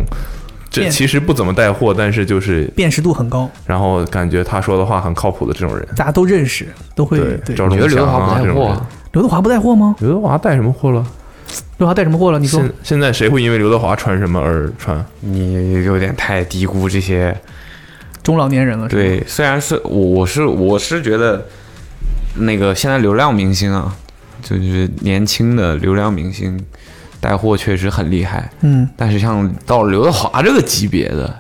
Speaker 3: 这
Speaker 2: 店
Speaker 3: 其实不怎么带货，但是就是
Speaker 2: 辨识度很高，
Speaker 3: 然后感觉他说的话很靠谱的这种人。
Speaker 2: 大家都认识，都会对。
Speaker 3: 赵
Speaker 4: 我觉得刘
Speaker 3: 忠
Speaker 4: 德
Speaker 3: 祥
Speaker 4: 华
Speaker 3: 啊
Speaker 4: 不
Speaker 3: 这
Speaker 4: 带
Speaker 3: 种
Speaker 4: 货
Speaker 3: 人
Speaker 4: 啊。，
Speaker 2: 刘德华不带货吗？
Speaker 3: 刘德华带什么货了？
Speaker 2: 刘德华带什么货了？你说
Speaker 3: 现现在谁会因为刘德华穿什么而穿？
Speaker 4: 你有点太低估这些
Speaker 2: 中老年人了，是吧，
Speaker 4: 对，虽然是我，我是我是觉得，那个现在流量明星啊，就是年轻的流量明星，带货确实很厉害。
Speaker 2: 嗯，
Speaker 4: 但是像到刘德华这个级别的，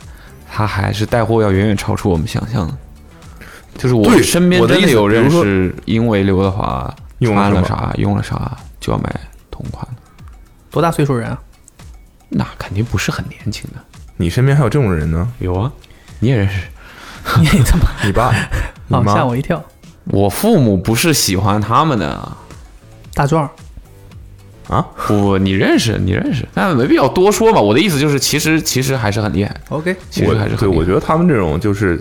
Speaker 4: 他还是带货要远远超出我们想象的。就是我
Speaker 3: 对
Speaker 4: 身边
Speaker 3: 我的
Speaker 4: 真
Speaker 3: 意
Speaker 4: 的
Speaker 3: 思
Speaker 4: 有
Speaker 3: 比如
Speaker 4: 人
Speaker 3: 说
Speaker 4: 是因为刘德华
Speaker 3: 用了
Speaker 4: 穿
Speaker 3: 什
Speaker 4: 了
Speaker 3: 么
Speaker 4: 啥用了啥就要买同款的，
Speaker 2: 多大岁数人 啊？
Speaker 4: 那肯定不是很年轻的。
Speaker 3: 你身边还有这种人呢？
Speaker 4: 有啊，你也认识。
Speaker 2: 你他妈
Speaker 3: 你爸、你
Speaker 2: 啊，吓
Speaker 3: 妈
Speaker 2: 我一跳！
Speaker 4: 我父母不是喜欢他们的，啊
Speaker 2: 大壮儿，
Speaker 3: 啊？
Speaker 4: 不，你认识，你认识，但没必要多说嘛。我的意思就是，其实其实还是很厉害，
Speaker 2: ，OK，
Speaker 4: 其
Speaker 3: 我
Speaker 4: 实还是
Speaker 3: 对，
Speaker 4: 很厉
Speaker 3: 我
Speaker 4: 害。
Speaker 3: 觉得他们这种就是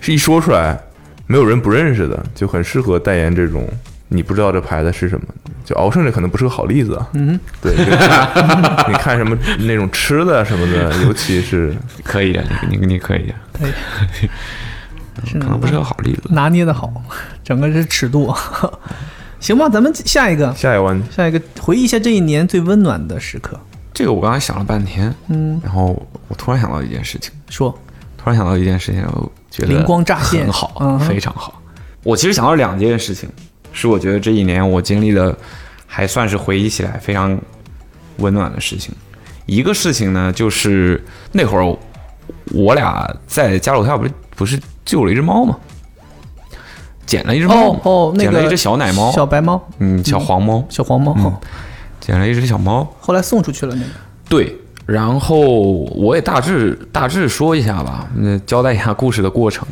Speaker 3: 是一说出来，没有人不认识的，就很适合代言这种。你不知道这牌子是什么，就敖胜这可能不是个好例子啊。
Speaker 2: 嗯，
Speaker 3: 对，就 你看什么那种吃的什么的，尤其是
Speaker 4: 可以的，啊你你你可以的，
Speaker 2: 可 以，是
Speaker 4: 可能不是个好例子。
Speaker 2: 拿捏的好，整个是尺度。 行吧，咱们下一个，
Speaker 3: 下一弯
Speaker 2: 下一个，回忆一下这一年最温暖的时刻。
Speaker 4: 这个我刚才想了半天，
Speaker 2: 嗯，
Speaker 4: 然后我突然想到一件事情，
Speaker 2: 说
Speaker 4: 突然想到一件事情，我觉得
Speaker 2: 灵光乍现
Speaker 4: 很好，
Speaker 2: 嗯哼
Speaker 4: 非常好。我其实想到两件事情，是我觉得这一年我经历了，还算是回忆起来非常温暖的事情。一个事情呢，就是那会儿我俩在家楼下不是不是救了一只猫吗？捡了一只猫
Speaker 2: 哦哦，那
Speaker 4: 捡了一
Speaker 2: 个
Speaker 4: 只小奶猫，
Speaker 2: 小白猫、
Speaker 4: 嗯，小黄猫，
Speaker 2: 小黄猫，哦
Speaker 4: 捡了一只小猫。
Speaker 2: 后来送出去了那个。
Speaker 4: 对，然后我也大致大致说一下吧，那交代一下故事的过程。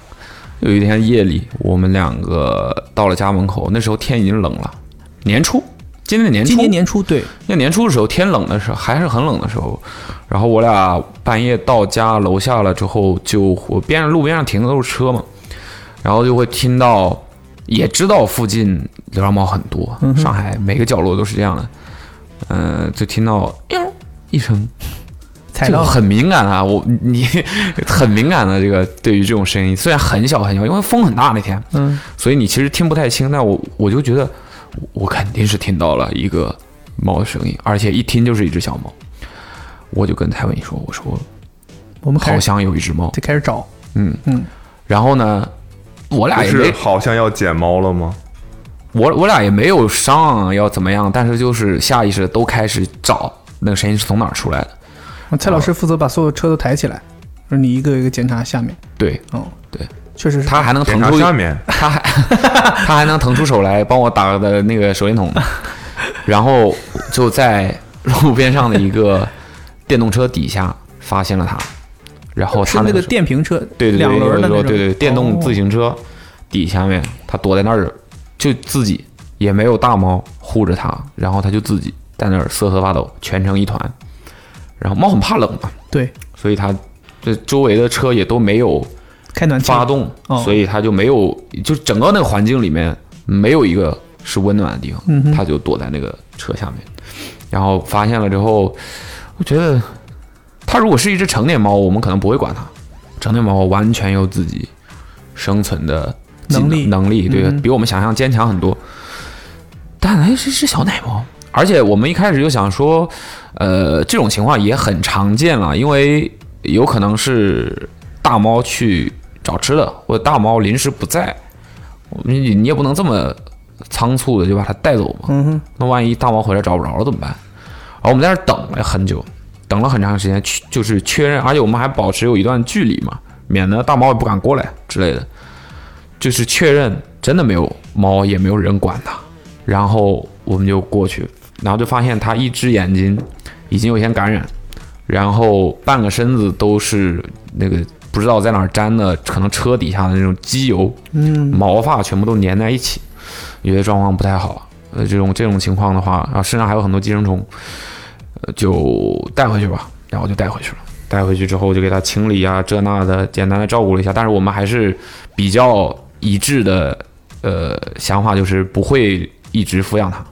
Speaker 4: 有一天夜里，我们两个到了家门口，那时候天已经冷了，年初，今年的年初，
Speaker 2: 今年年初，对，
Speaker 4: 那年初的时候，天冷的时候还是很冷的时候，然后我俩半夜到家楼下了之后，就我边上路边上停的都是车嘛，然后就会听到，也知道附近流浪猫很多，上海每个角落都是这样的，嗯、就听到喵一声，
Speaker 2: 踩
Speaker 4: 这个
Speaker 2: 到了
Speaker 4: 很敏感啊，我你 很敏感的这个对于这种声音，虽然很小很小，因为风很大那天，
Speaker 2: 嗯，
Speaker 4: 所以你其实听不太清。但我我就觉得我我肯定是听到了一个猫的声音，而且一听就是一只小猫。我就跟蔡文说，我说
Speaker 2: 我们开
Speaker 4: 好
Speaker 2: 始
Speaker 4: 像有一只猫，
Speaker 2: 就开始找，
Speaker 4: 嗯
Speaker 2: 嗯，
Speaker 4: 然后呢，我
Speaker 3: 不
Speaker 2: 哎
Speaker 4: 俩也
Speaker 3: 是
Speaker 4: 没
Speaker 3: 好像要捡猫了吗？
Speaker 4: 我我俩也没有商要怎么样，但是就是下意识地都开始找那个声音是从哪儿出来的。
Speaker 2: 蔡
Speaker 4: 啊
Speaker 2: 老师负责把所有车都抬起来，说你一个一个检查下面，
Speaker 4: 对
Speaker 2: 哦，
Speaker 4: 对，
Speaker 2: 确实是
Speaker 4: 他还能
Speaker 3: 检
Speaker 4: 腾
Speaker 3: 查
Speaker 4: 出
Speaker 3: 下面，
Speaker 4: 他还他还能腾出手来帮我打的那个手电筒，然后就在路边上的一个电动车底下发现了它，然后
Speaker 2: 是
Speaker 4: 他
Speaker 2: 那
Speaker 4: 个
Speaker 2: 个
Speaker 4: 时候
Speaker 2: 电瓶车，
Speaker 4: 对对对
Speaker 2: 两轮的那
Speaker 4: 对
Speaker 2: 种，哦
Speaker 4: 对对电动自行车底下面，他躲在那儿就自己也没有大猫护着他，然后他就自己在那儿瑟瑟发抖，蜷成一团，然后猫很怕冷嘛，
Speaker 2: 哦，对，
Speaker 4: 所以它这周围的车也都没有
Speaker 2: 开暖气，
Speaker 4: 发动
Speaker 2: 哦，
Speaker 4: 所以它就没有，就整个那个环境里面没有一个是温暖的地方，
Speaker 2: 嗯哼
Speaker 4: 它就躲在那个车下面，然后发现了之后，我觉得它如果是一只成年猫，我们可能不会管它，成年猫完全有自己生存的技
Speaker 2: 能力
Speaker 4: 能力对，
Speaker 2: 嗯哼
Speaker 4: 比我们想象坚强很多，但还是一只小奶猫。而且我们一开始就想说，呃，这种情况也很常见了，因为有可能是大猫去找吃的，或者大猫临时不在，你你也不能这么仓促的就把它带走嘛。
Speaker 2: 嗯哼，
Speaker 4: 那万一大王回来找不着了怎么办？然后我们在那儿等了很久，等了很长时间，确就是确认，而且我们还保持有一段距离嘛，免得大猫也不敢过来之类的。就是确认真的没有猫，也没有人管它，然后我们就过去，然后就发现它一只眼睛已经有些感染，然后半个身子都是那个不知道在哪儿沾的，可能车底下的那种机油，
Speaker 2: 嗯，
Speaker 4: 毛发全部都粘在一起，有些状况不太好。呃，这种这种情况的话，啊，身上还有很多寄生虫，呃就带回去吧。然后就带回去了。带回去之后就给它清理啊，这那的，简单的照顾了一下。但是我们还是比较一致的，呃，想法就是不会一直抚养它，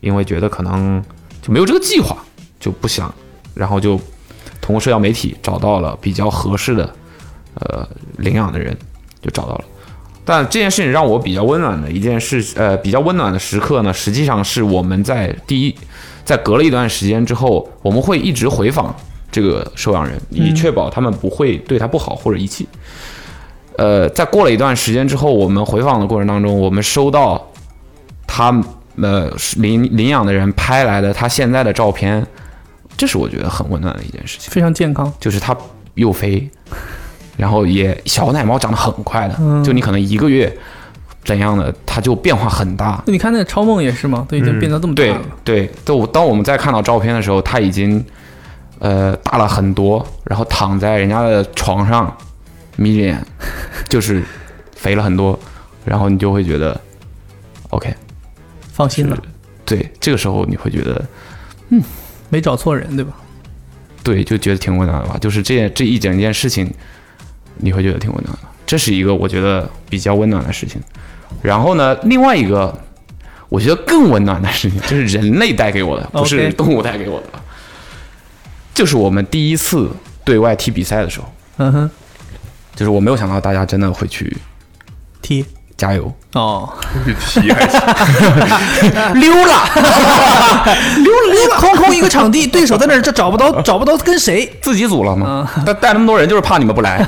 Speaker 4: 因为觉得可能就没有这个计划，就不想。然后就通过社交媒体找到了比较合适的，呃，领养的人，就找到了。但这件事情让我比较温暖的一件事，呃，比较温暖的时刻呢，实际上是我们在第一，在隔了一段时间之后，我们会一直回访这个收养人，以确保他们不会对他不好或者遗弃。呃，在过了一段时间之后，我们回访的过程当中，我们收到他呃领领养的人拍来的他现在的照片，这是我觉得很温暖的一件事情。
Speaker 2: 非常健康，
Speaker 4: 就是它又肥，然后也小奶猫长得很快的，就你可能一个月怎样的，它就变化很大。
Speaker 2: 那你看那个超梦也是嘛，都已经变得这么大
Speaker 4: 嗯对
Speaker 2: 了，
Speaker 4: 对，都我当我们在看到照片的时候，它已经呃大了很多，然后躺在人家的床上眯着眼，就是肥了很多，然后你就会觉得 OK，
Speaker 2: 放心了，
Speaker 4: 对，这个时候你会觉得。
Speaker 2: 没找错人，对吧？
Speaker 4: 对，就觉得挺温暖的吧。就是这这一整件事情，你会觉得挺温暖的。这是一个我觉得比较温暖的事情。然后呢，另外一个我觉得更温暖的事情， 就是人类带给我的，不是
Speaker 2: OK
Speaker 4: 动物带给我的。就是我们第一次对外踢比赛的时候，
Speaker 2: 嗯哼，
Speaker 4: 就是我没有想到大家真的会去
Speaker 2: 踢
Speaker 4: 加油，
Speaker 2: 哦，
Speaker 3: 皮还行，
Speaker 4: 溜了，溜了，溜了，
Speaker 2: 空空一个场地，对手在那儿这找不到，找不到跟谁，
Speaker 4: 自己组了嘛。但带那么多人就是怕你们不来。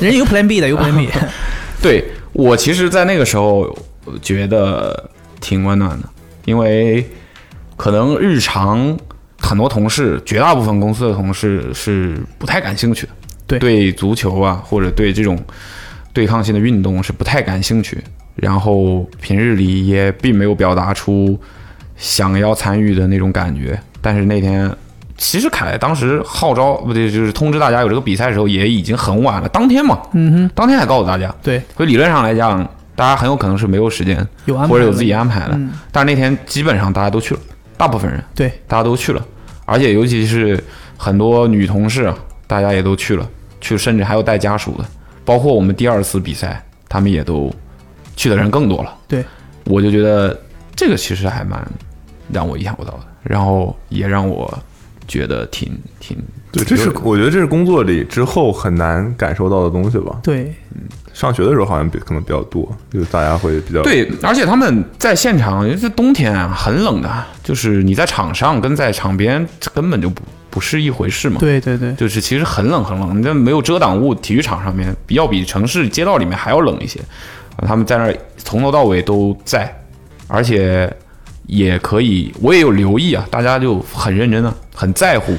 Speaker 2: 人有 Plan B 的，有 Plan B，
Speaker 4: 对我其实，在那个时候呃觉得挺温暖的，因为可能日常很多同事，绝大部分公司的同事是不太感兴趣的，
Speaker 2: 对
Speaker 4: 对足球啊，或者对这种对抗性的运动是不太感兴趣，然后平日里也并没有表达出想要参与的那种感觉。但是那天，其实凯当时号召不对，就是通知大家有这个比赛的时候，也已经很晚了，当天嘛，嗯哼，当天还告诉大家，
Speaker 2: 对，
Speaker 4: 所以理论上来讲，大家很有可能是没有时间，
Speaker 2: 有安排的
Speaker 4: 或者有自己安排的。
Speaker 2: 嗯
Speaker 4: 但是那天基本上大家都去了，大部分人
Speaker 2: 对，
Speaker 4: 大家都去了，而且尤其是很多女同事，啊大家也都去了，去甚至还有带家属的，包括我们第二次比赛，他们也都去的人更多了。
Speaker 2: 对，
Speaker 4: 我就觉得这个其实还蛮让我意想不到的，然后也让我觉得挺挺
Speaker 3: 对，这是我觉得这是工作里之后很难感受到的东西吧。
Speaker 2: 对，
Speaker 3: 上学的时候好像比可能比较多，就是大家会比较
Speaker 4: 对，而且他们在现场，因为这冬天啊，很冷的，就是你在场上跟在场边这根本就不不是一回事嘛。，
Speaker 2: 对对对，
Speaker 4: 就是其实很冷很冷，那没有遮挡物，体育场上面要比城市街道里面还要冷一些。啊他们在那儿从头到尾都在，而且也可以，我也有留意啊，大家就很认真啊，很在乎，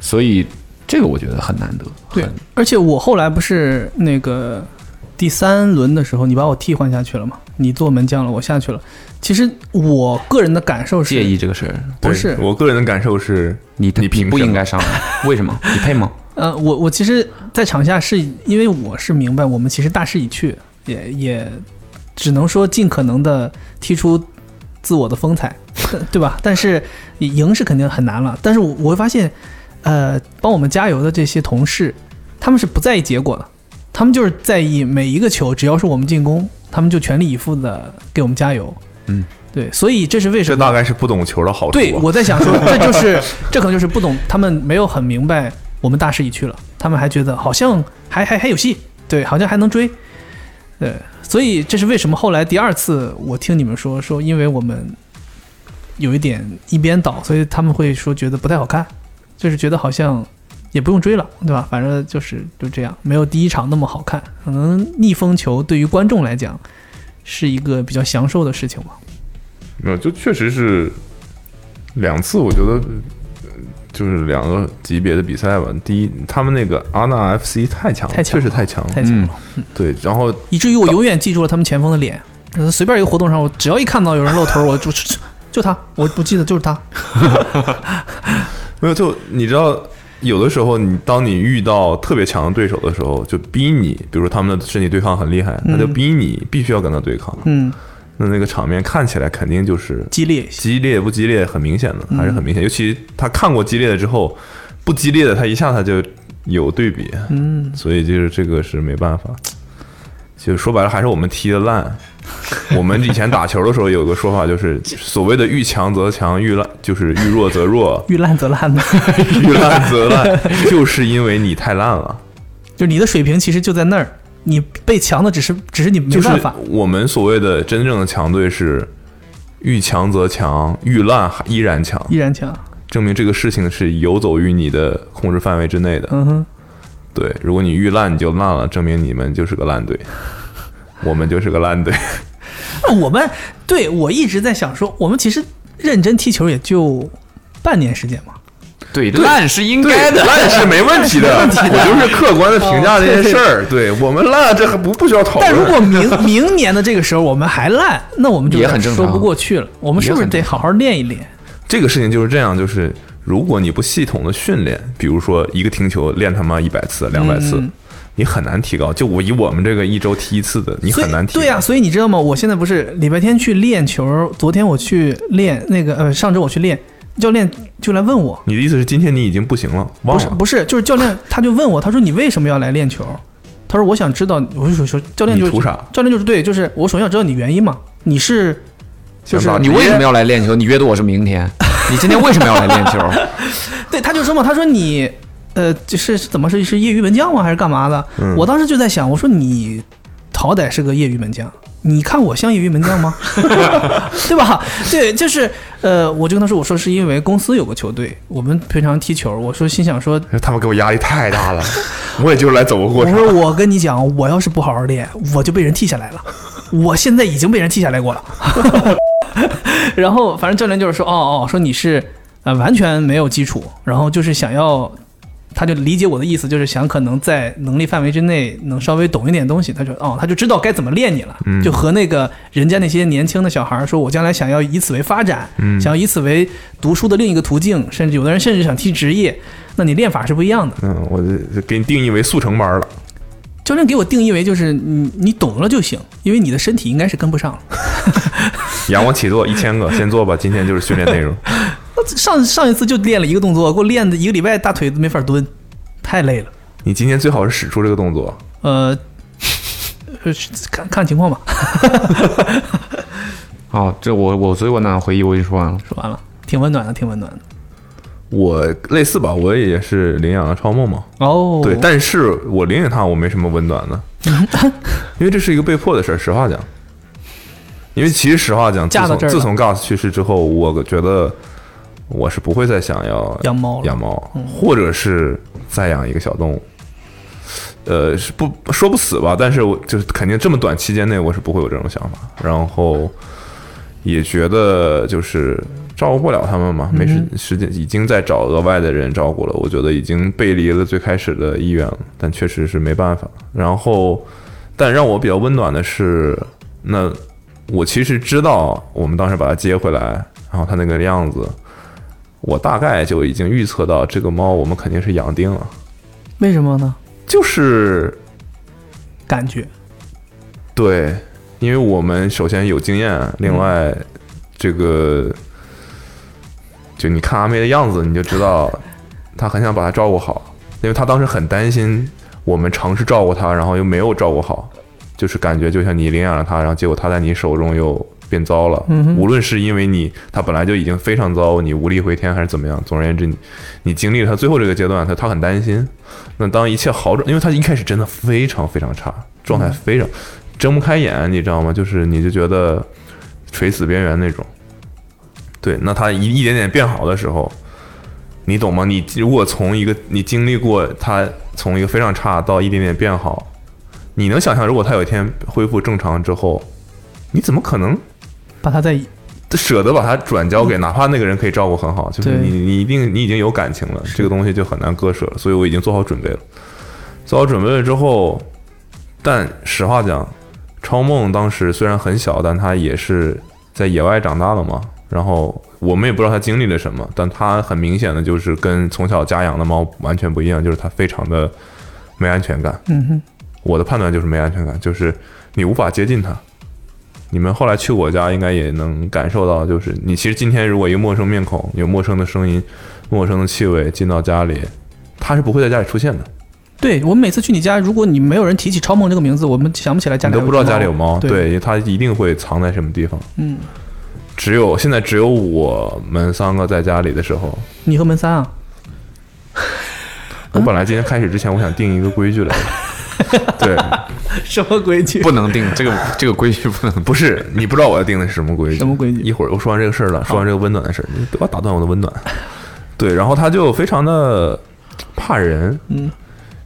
Speaker 4: 所以这个我觉得很难得，
Speaker 2: 对
Speaker 4: 很，
Speaker 2: 而且我后来不是那个第三轮的时候，你把我替换下去了嘛？你做门将了，我下去了。其实我个人的感受是，
Speaker 4: 介意这个事儿。
Speaker 3: 对
Speaker 2: 不是
Speaker 3: 我个人的感受是，
Speaker 4: 你
Speaker 3: 你凭
Speaker 4: 不
Speaker 3: 什么
Speaker 4: 应该上来，为什么？你配吗？
Speaker 2: 呃，我我其实，在场下是因为我是明白，我们其实大势已去，也也只能说尽可能的踢出自我的风采， 对吧？但是赢是肯定很难了。但是我我会发现，呃，帮我们加油的这些同事，他们是不在意结果的，他们就是在意每一个球，只要是我们进攻，他们就全力以赴的给我们加油。
Speaker 4: 嗯，
Speaker 2: 对，所以这是为什
Speaker 3: 这
Speaker 2: 么？
Speaker 3: 大概是不懂球的好处、啊。
Speaker 2: 对，我在想说，这就是这可能就是不懂，他们没有很明白我们大势已去了，他们还觉得好像还还还有戏，对，好像还能追，对，所以这是为什么后来第二次我听你们说说，因为我们有一点一边倒，所以他们会说觉得不太好看，就是觉得好像。也不用追了，对吧？反正就是就这样，没有第一场那么好看。可能逆风球对于观众来讲，是一个比较享受的事情吗？
Speaker 3: 没有，就确实是两次，我觉得呃就是两个级别的比赛吧。第一，他们那个阿纳 FC 太强了，
Speaker 2: 太强
Speaker 3: 确
Speaker 2: 了
Speaker 3: 实太强了，嗯
Speaker 2: 太强了，
Speaker 3: 对。然后
Speaker 2: 以至于我永远记住了他们前锋的脸。呃随便一个活动上，我只要一看到有人露头，我就 就就他，我我记得就是他。
Speaker 3: 没有，就你知道，有的时候你当你遇到特别强的对手的时候，就逼你，比如说他们的身体对抗很厉害，他就逼你必须要跟他对抗。
Speaker 2: 嗯，
Speaker 3: 那那个场面看起来肯定就是
Speaker 2: 激烈一嗯些。，
Speaker 3: 激烈不激烈，很明显的，还是很明显。尤其他看过激烈的之后，不激烈的他一下他就有对比，嗯，所以就是这个是没办法。其实说白了，还是我们踢的烂。我们以前打球的时候有个说法，就是所谓的“遇强则强，遇烂就是遇弱则弱
Speaker 2: 遇烂则烂的，
Speaker 3: 遇烂则烂”， 就是因为你太烂了。
Speaker 2: 就是你的水平其实就在那儿，你被强的只是只是你没
Speaker 3: 就是
Speaker 2: 办法。
Speaker 3: 我们所谓的真正的强队是遇强则强，遇烂还依然强。
Speaker 2: 依然强。
Speaker 3: 证明这个事情是游走于你的控制范围之内的。
Speaker 2: 嗯哼，
Speaker 3: 对，如果你遇烂你就烂了，证明你们就是个烂队， 我们就是个烂队。
Speaker 2: 那我们对我一直在想说，我们其实认真踢球也就半年时间嘛。
Speaker 4: 对，烂是应该的。
Speaker 3: 烂是没问 题的，我就是客观的评价这件事儿。对我们烂，这还不不需要
Speaker 2: 哦
Speaker 3: 讨
Speaker 2: 但
Speaker 3: 论。
Speaker 2: 如果明明年的这个时候我们还烂，那我们就
Speaker 4: 也很正常
Speaker 2: 说不过去了。我们是不
Speaker 4: 也
Speaker 2: 是
Speaker 4: 很
Speaker 2: 得
Speaker 4: 正
Speaker 2: 好好练一练？
Speaker 3: 这个事情就是这样，就是如果你不系统的训练，比如说一个停球练他妈一百次、两百次。
Speaker 2: 嗯
Speaker 3: 你很难提高，就我以我们这个一周踢一次的，你
Speaker 2: 所以
Speaker 3: 很难提高。
Speaker 2: 对啊呀、所以你知道吗？我现在不是礼拜天去练球，昨天我去练那个呃，上周我去练，教练就来问我，
Speaker 3: 你的意思是今天你已经不行了，忘
Speaker 2: 不是
Speaker 3: 了
Speaker 2: 不是，就是教练他就问我，他说你为什么要来练球？他说我想知道，我就说说教练就
Speaker 3: 你图啥
Speaker 2: 教练就是对，就是我首先要知道你原因嘛，你是就是
Speaker 3: 想打
Speaker 4: 你为什么要来练球？你约的我是明 天，你今天为什么要来练球？
Speaker 2: 对，他就说嘛，他说你，呃，就是是怎么是是业余门将吗？还是干嘛的？
Speaker 3: 嗯
Speaker 2: 我当时就在想，我说你好歹是个业余门将，你看我像业余门将吗？ 对吧？对，就是呃，我就跟他说，我说是因为公司有个球队，我们平常踢球，我说心想说。
Speaker 3: 他们给我压力太 大了，我也就是来走个过
Speaker 2: 我说我跟你讲，我要是不好好练，我就被人踢下来了。我现在已经被人踢下来过了。 然后反正教练就是说，哦哦，说你是呃完全没有基础，然后就是想要，他就理解我的意思，就是想可能在能力范围之内能稍微懂一点东西，他就哦，他就知道该怎么练你了，
Speaker 3: 嗯
Speaker 2: 就和那个人家那些年轻的小孩儿说，我将来想要以此为发展，
Speaker 3: 嗯
Speaker 2: 想要以此为读书的另一个途径，甚至有的人甚至想踢职业，那你练法是不一样的。
Speaker 3: 嗯，我这给你定义为速成班了。
Speaker 2: 教练给我定义为就是你你懂了就行，因为你的身体应该是跟不上了。
Speaker 3: 仰卧起坐一 千个，先做吧。今天就是训练内容。
Speaker 2: 那上上一次就练了一个动作，给我练的一个礼拜大腿都没法蹲，太累了。
Speaker 3: 你今天最好是使出这个动作。
Speaker 2: 呃， 呃看看情况吧，
Speaker 4: 哦，这我我所以我那回忆我已经说完了。
Speaker 2: 说完了，挺温暖的，挺温暖的。
Speaker 3: 我类似吧，我也是领养了超梦嘛。
Speaker 2: 哦，
Speaker 3: 对，但是我领养他，我没什么温暖 的，因为这是一个被迫的事儿。实话讲，因为其实实话讲，自
Speaker 2: 嫁到
Speaker 3: 从
Speaker 2: 这儿了
Speaker 3: 自从 Gus 去世之后，我觉得我是不会再想要
Speaker 2: 养猫了
Speaker 3: 养猫，或者是再养一个小动物。呃，是不说不死吧，但是我就是肯定这么短期间内我是不会有这种想法，然后也觉得就是照顾不了他们嘛，没
Speaker 2: 嗯
Speaker 3: 时时间已经在找额外的人照顾了，我觉得已经背离了最开始的意愿了，但确实是没办法。然后，但让我比较温暖的是，那我其实知道我们当时把它接回来，然后它那个样子，我大概就已经预测到这个猫我们肯定是养定了，
Speaker 2: 为什么呢？
Speaker 3: 就是
Speaker 2: 感觉
Speaker 3: 对，因为我们首先有经验，另外这个就你看阿妹的样子，你就知道她很想把它照顾好，因为她当时很担心我们尝试照顾她，然后又没有照顾好，就是感觉就像你领养了它，然后结果它在你手中又变糟了。
Speaker 2: 嗯哼
Speaker 3: 无论是因为你它本来就已经非常糟，你无力回天，还是怎么样，总而言之，你你经历了它最后这个阶段，它它很担心。那当一切好转，因为它一开始真的非常非常差，状
Speaker 2: 嗯
Speaker 3: 态非常睁不开眼，你知道吗？就是你就觉得垂死边缘那种。对，那它一一点点变好的时候，你懂吗？你如果从一个你经历过它从一个非常差到一点点变好，你能想象如果它有一天恢复正常之后，你怎么可能
Speaker 2: 把它在
Speaker 3: 舍得把它转交给，哪怕那个人可以照顾很好，就是
Speaker 2: 对
Speaker 3: 你你一定你已经有感情了，这个东西就很难割舍了，所以我已经做好准备了。做好准备了之后，但实话讲，超梦当时虽然很小，但他也是在野外长大了嘛。然后我们也不知道他经历了什么，但他很明显的就是跟从小家养的猫完全不一样，就是他非常的没安全感。
Speaker 2: 嗯哼，
Speaker 3: 我的判断就是没安全感，就是你无法接近它。你们后来去我家，应该也能感受到，就是你其实今天如果一个陌生面孔、有陌生的声音、陌生的气味进到家里，它是不会在家里出现的。
Speaker 2: 对我们每次去你家，如果你没有人提起超梦这个名字，我们想不起来家
Speaker 3: 你
Speaker 2: 里
Speaker 3: 都不知道家里有猫，
Speaker 2: 对，
Speaker 3: 对，它一定会藏在什么地方。
Speaker 2: 嗯，
Speaker 3: 只有现在只有我们三个在家里的时候，
Speaker 2: 你和门三啊，
Speaker 3: 我本来今天开始之前，我想定一个规矩来 着。对，
Speaker 2: 什么规矩？
Speaker 4: 不能定 这个这个规矩不能
Speaker 3: 不是你不知道我要定的是什么规矩？
Speaker 2: 什么规矩
Speaker 3: 一会儿我说完这个事儿了，说完这个温暖的事儿，你不要打断我的温暖。对，然后他就非常的怕人，
Speaker 2: 嗯，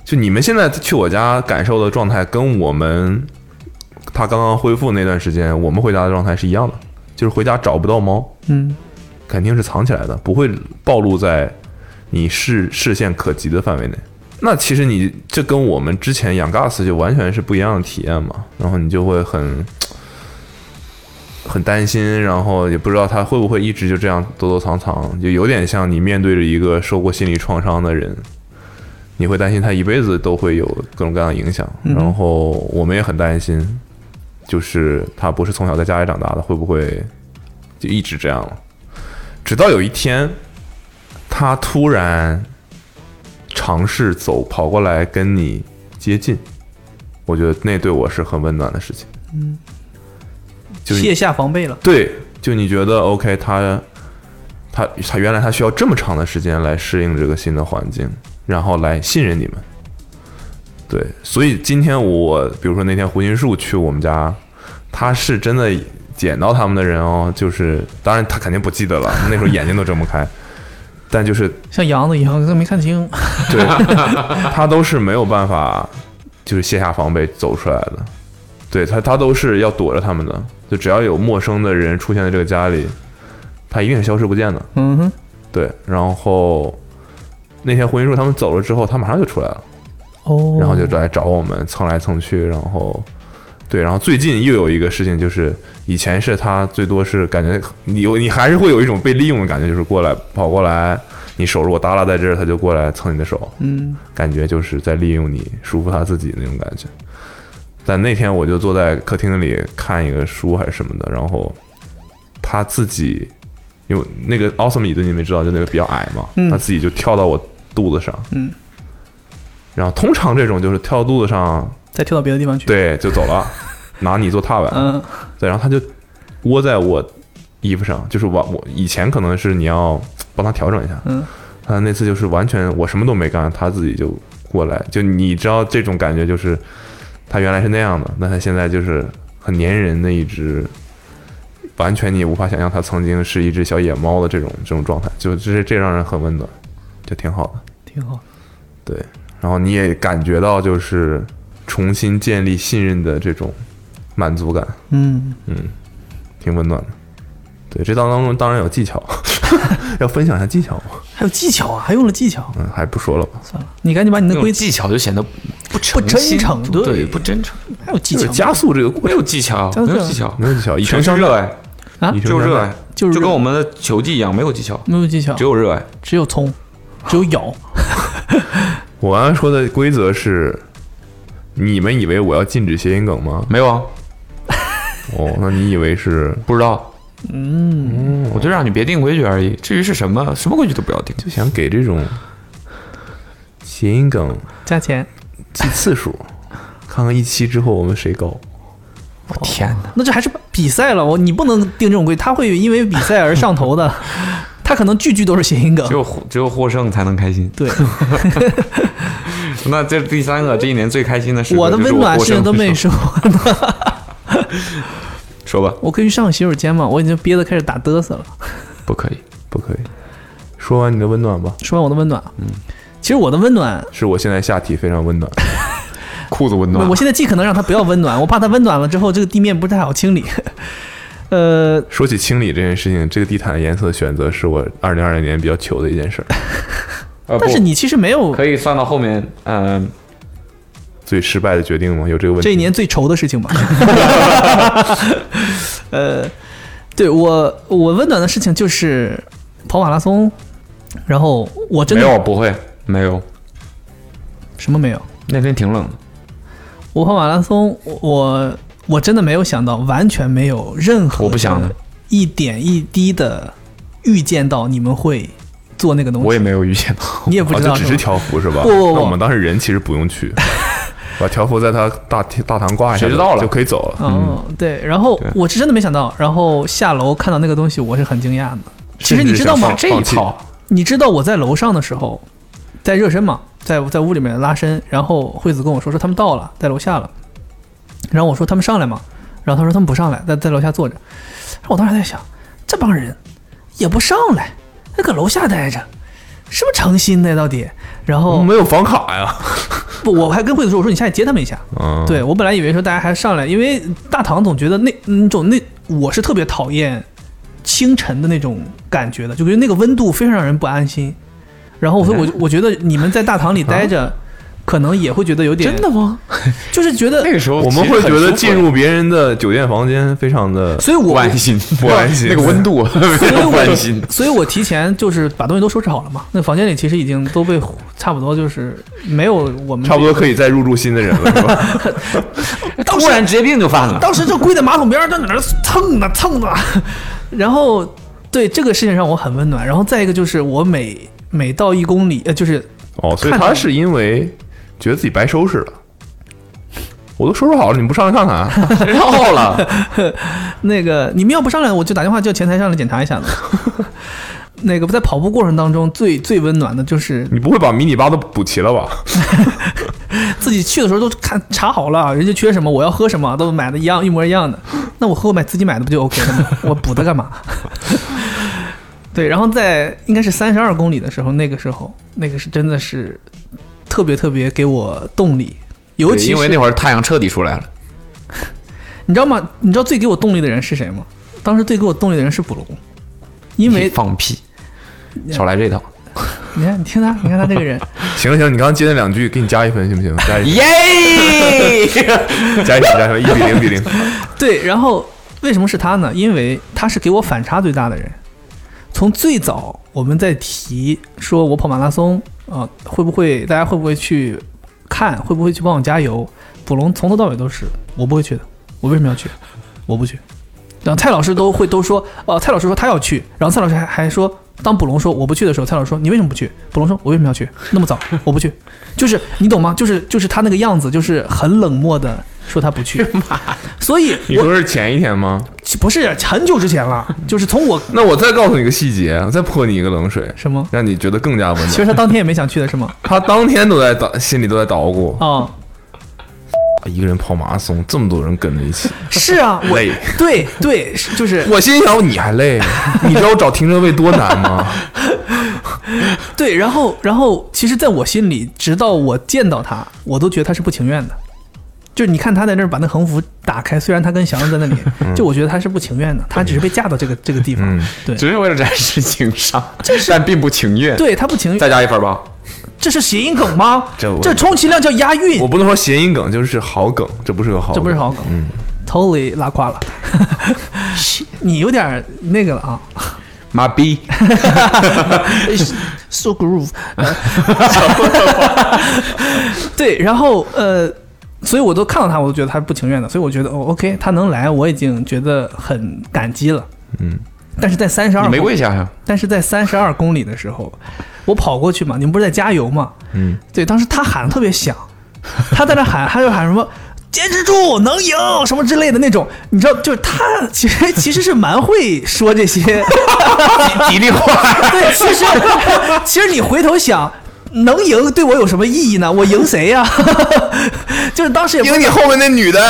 Speaker 3: 就你们现在去我家感受的状态，跟我们他刚刚恢复那段时间我们回家的状态是一样的，就是回家找不到猫，
Speaker 2: 嗯，
Speaker 3: 肯定是藏起来的，不会暴露在你视视线可及的范围内。那其实你这跟我们之前养 gas 就完全是不一样的体验嘛，然后你就会很很担心，然后也不知道他会不会一直就这样躲躲藏藏，就有点像你面对着一个受过心理创伤的人，你会担心他一辈子都会有各种各样的影响。
Speaker 2: 嗯
Speaker 3: 然后我们也很担心，就是他不是从小在家里长大的，会不会就一直这样了？直到有一天，他突然尝试走跑过来跟你接近，我觉得那对我是很温暖的事情。嗯，就是
Speaker 2: 卸下防备了，
Speaker 3: 对，就你觉得 OK，他他他原来他需要这么长的时间来适应这个新的环境，然后来信任你们。对，所以今天我比如说那天胡金树去我们家，他是真的捡到他们的人哦，就是当然他肯定不记得了，那时候眼睛都睁不开， 但就是
Speaker 2: 像羊子一样，都没看清。
Speaker 3: 对他都是没有办法，就是卸下防备走出来的。对他，他都是要躲着他们的。就只要有陌生的人出现在这个家里，他一定是消失不见的。
Speaker 2: 嗯哼，
Speaker 3: 对，然后那天胡云树他们走了之后，他马上就出来了，
Speaker 2: 哦，
Speaker 3: 然后就来找我们蹭来蹭去，然后。对，然后最近又有一个事情，就是以前是他最多是感觉你有你还是会有一种被利用的感觉，就是过来跑过来，你手如果耷拉在这儿，他就过来蹭你的手，
Speaker 2: 嗯，
Speaker 3: 感觉就是在利用你舒服他自己那种感觉。但那天我就坐在客厅里看一个书还是什么的，然后他自己，因为那个 awesome 椅子你们知道，就那个比较矮嘛，
Speaker 2: 嗯
Speaker 3: 他自己就跳到我肚子上，
Speaker 2: 嗯，
Speaker 3: 然后通常这种就是跳肚子上，
Speaker 2: 再跳到别的地方去。，
Speaker 3: 对，就走了， 拿你做踏板，
Speaker 2: 嗯，
Speaker 3: 对，然后他就窝在我衣服上，就是往我以前可能是你要帮他调整一下，
Speaker 2: 嗯，
Speaker 3: 他那次就是完全我什么都没干，他自己就过来，就你知道这种感觉就是他原来是那样的，那他现在就是很粘人的一只，完全你无法想象他曾经是一只小野猫的这种这种状态，就这这让人很温暖，就挺好的。
Speaker 2: 挺好。
Speaker 3: 对，然后你也感觉到就是重新建立信任的这种满足感，
Speaker 2: 嗯，
Speaker 3: 挺温暖的。对，这当当中当然有技巧， 要分享一下技巧嘛。
Speaker 2: 还有技巧啊，还用了技巧。
Speaker 3: 嗯，还不说了吧。
Speaker 2: 算了，你赶紧把你的
Speaker 4: 那
Speaker 2: 规
Speaker 4: 种
Speaker 2: 矩，
Speaker 4: 技巧就显得不诚
Speaker 2: 不真
Speaker 4: 心
Speaker 2: 诚对
Speaker 4: 对不真诚，
Speaker 2: 还有技
Speaker 3: 就是
Speaker 2: 巧，
Speaker 3: 加速这个过
Speaker 4: 没
Speaker 3: 程，
Speaker 4: 有技巧，
Speaker 2: 真
Speaker 4: 没
Speaker 2: 的
Speaker 4: 有技巧，
Speaker 3: 没有技巧，一
Speaker 4: 全是
Speaker 3: 程相
Speaker 4: 热爱，
Speaker 2: 啊
Speaker 3: 一程
Speaker 4: 就是
Speaker 3: 相
Speaker 4: 热
Speaker 3: 待
Speaker 4: 爱，
Speaker 2: 就是热
Speaker 4: 就跟
Speaker 2: 爱
Speaker 4: 我们的球技一样，没有技巧，
Speaker 2: 没有技巧，
Speaker 4: 只有热爱。
Speaker 2: 只有葱，只有咬。
Speaker 3: 我刚才说的规则是，你们以为我要禁止谐音梗吗？
Speaker 4: 没有啊，
Speaker 3: 哦，那你以为是？
Speaker 4: 不知道。嗯，我就让你别定规矩而已。至于是什么，什么规矩都不要定。
Speaker 3: 就想给这种谐音梗
Speaker 2: 加钱，
Speaker 3: 记次数，看看一期之后我们谁高。
Speaker 4: 我天哪！
Speaker 2: 那这还是比赛了，我你不能定这种规矩，他会因为比赛而上头的，他可能句句都是谐音梗
Speaker 4: 只。有获只有获胜才能开心。
Speaker 2: 对，
Speaker 4: 那这第三个，这一年最开心的时刻
Speaker 2: 我的
Speaker 4: 就是
Speaker 2: 温暖
Speaker 4: 获
Speaker 2: 事情
Speaker 4: 胜
Speaker 2: 都没
Speaker 4: 的时
Speaker 2: 说，
Speaker 4: 候说吧，
Speaker 2: 我可以去上个洗手间吗？我已经憋得开始打嘚瑟了。
Speaker 4: 不可以。
Speaker 3: 不可以，说完你的温暖吧，
Speaker 2: 说完我的温暖，嗯，其实我的温暖
Speaker 3: 是我现在下体非常温暖。
Speaker 4: 裤子温暖
Speaker 2: 我。我现在尽可能让它不要温暖，我怕它温暖了之后，这个地面不太好清理。 呃，
Speaker 3: 说起清理这件事情，这个地毯的颜色选择是我二零二零年比较糗的一件事儿，
Speaker 4: 呃
Speaker 2: 但是
Speaker 4: 不
Speaker 2: 你其实没有
Speaker 4: 可以算到后面，嗯、
Speaker 3: 最失败的决定吗？有这个问题？
Speaker 2: 这一年最愁的事 情吧。呃，对我我温暖的事情就是跑马拉松，然后我真
Speaker 4: 没有
Speaker 2: 的
Speaker 4: 不会没有，
Speaker 2: 什么没有，
Speaker 4: 那天挺冷的，
Speaker 2: 我跑马拉松，我我真的没有想到，完全没有任何
Speaker 4: 我不想的，
Speaker 2: 一点一滴的预见到你们会做那个东西，
Speaker 4: 我也没有遇哦见 到。
Speaker 2: 你也不
Speaker 3: 啊，
Speaker 2: 知
Speaker 3: 就
Speaker 2: 道
Speaker 3: 只
Speaker 2: 吗，
Speaker 3: 是条幅是吧？
Speaker 2: 不不不
Speaker 3: 那我们当时人其实不 用去，把条幅在他大大堂挂一下，
Speaker 4: 谁知道了
Speaker 3: 就可以走了。
Speaker 2: 哦，对，然后
Speaker 4: 嗯对
Speaker 2: 我是真的没想到，然后下楼看到那个东西，我是很惊讶的。其实
Speaker 3: 甚
Speaker 2: 你
Speaker 3: 至
Speaker 2: 知道
Speaker 3: 想
Speaker 2: 吗
Speaker 3: 放？
Speaker 4: 这一套
Speaker 2: 你知道我在楼上的时候，在热身嘛，在在屋里面拉伸，然后惠子跟我说说他们到了，在楼下了，然后我说他们上来嘛，然后他说他们不上来，在在楼下坐着，然后我当时还在想，这帮人也不上来，还搁楼下待着，是不是诚心的呀到底？然后
Speaker 3: 没有房卡呀，
Speaker 2: 不，我还跟惠子说，我说你下去接他们一下，
Speaker 3: 嗯，
Speaker 2: 对我本来以为说大家还上来，因为大堂总觉得那那种那我是特别讨厌清晨的那种感觉的，就觉得那个温度非常让人不安心。然后所以
Speaker 4: 嗯
Speaker 2: 我就我觉得你们在大堂里待着，可能也会觉得有点，
Speaker 4: 吗？
Speaker 2: 就是觉得
Speaker 4: 那，个时候
Speaker 3: 我们会觉得进入别人的酒店房间非常的
Speaker 2: 所以
Speaker 4: 不
Speaker 2: 我
Speaker 4: 安心，
Speaker 3: 不安心
Speaker 4: 那个温度
Speaker 2: 所以
Speaker 4: 不安心
Speaker 2: 我。所以我提前就是把东西都收拾好了嘛。那房间里其实已经都被差不多就是没有我们
Speaker 3: 差不多可以再入住新的人了，是吧？
Speaker 4: 突然职业病就犯了，
Speaker 2: 当时就跪在马桶边儿，在那儿蹭呢蹭呢， 然后对这个事情让我很温暖。然后再一个就是我每每到一公里，呃，就是
Speaker 3: 哦，所以
Speaker 2: 看
Speaker 3: 他
Speaker 2: 到
Speaker 3: 是因为觉得自己白收拾了。我都收拾好了，你们不上来看看啊？
Speaker 4: 绕了，
Speaker 2: 那个你们要不上来，我就打电话叫前台上来检查一下呢。 那个在跑步过程当中最最温暖的就是
Speaker 3: 你不会把迷你吧都补齐了吧？
Speaker 2: 自己去的时候都看查好了，人家缺什么，我要喝什么，都买的一样一模一样的。那我喝我买自己买的不就 OK 了吗？ 我补它干嘛？ 对，然后在应该是三十二公里的时候，那个时候那个是真的是特别特别给我动力，尤其
Speaker 4: 因为
Speaker 2: 是
Speaker 4: 那会儿太阳彻底出来了。
Speaker 2: 你知道吗？你知道最给我动力的人是谁吗？当时最给我动力的人是卜龙， 因为
Speaker 4: 放屁，少来 这套。
Speaker 2: 你看你听他，你看他这个人，
Speaker 3: 行了行了，你刚刚接那两句，给你加一分行不行？加一
Speaker 4: 耶！
Speaker 3: 分， 加一分，加一分，一比零比零。
Speaker 2: 对，然后为什么是他呢？因为他是给我反差最大的人。从最早我们在提说我跑马拉松啊、呃会不会大家会不会去看，会不会去帮我加油？卜龙从头到尾都是我不会去的，我为什么要去？我不去。然后蔡老师都会都说，呃，蔡老师说他要去，然后蔡老师还还说，当卜龙说我不去的时候，蔡老师说你为什么不去？卜龙说我为什么要去？那么早我不去，就是你懂吗？就是就是他那个样子，就是很冷漠的说他不去，所以
Speaker 3: 你
Speaker 2: 我
Speaker 3: 说是前一天吗？
Speaker 2: 不是很久之前了， 就是从我
Speaker 3: 那我再告诉你个细节，再泼你一个冷水，
Speaker 2: 什么？
Speaker 3: 让你觉得更加温
Speaker 2: 其
Speaker 3: 暖。
Speaker 2: 实他当天也没想去的是 吗？
Speaker 3: 他当天都在捣，心里都在捣鼓
Speaker 2: 啊、，
Speaker 3: 一个人跑马拉松，这么多人跟着一起，
Speaker 2: 是啊， 我
Speaker 3: 累。
Speaker 2: 对对，是就是
Speaker 3: 我心想你 还累，你知道找停车位多难吗？
Speaker 2: 对，然后然后，其实在我心里，直到我见到他，我都觉得他是不情愿的。就是你看他在那儿把那横幅打开，虽然他跟祥子在那 里，就我觉得他是不情愿的，他只是被架到这个这个地方，
Speaker 3: 嗯
Speaker 2: 对
Speaker 4: 只是为了展示情商，但并不情愿。
Speaker 2: 对他不情
Speaker 4: 再
Speaker 2: 愿，
Speaker 4: 加一分吧。
Speaker 2: 这是谐音梗吗？
Speaker 3: 这我
Speaker 2: 这充其量叫押韵
Speaker 3: 我，不能说谐音梗，就是好梗，这不是个好，
Speaker 2: 这不是好。梗，头里拉胯了， 你有点儿那个了啊。
Speaker 4: 妈逼！
Speaker 2: so groove，对，然后呃，所以我都看到他，我都觉得他不情愿的，所以我觉得哦，OK，他能来，我已经觉得很感激了。
Speaker 3: 嗯，
Speaker 2: 但是在三十
Speaker 4: 你
Speaker 2: 二，
Speaker 4: 没跪下呀？
Speaker 2: 但是在三十二公里的时候，我跑过去嘛，你们不是在加油嘛？
Speaker 3: 嗯，
Speaker 2: 对，当时他喊的特别响，他在那喊，他就喊什么。坚持住，能赢什么之类的那种，你知道，就是他其实其实是蛮会说这些
Speaker 4: 吉利话，
Speaker 2: 对，其实其实你回头想，能赢对我有什么意义呢？我赢谁呀、 就是当时也不
Speaker 3: 因为你后面那女的，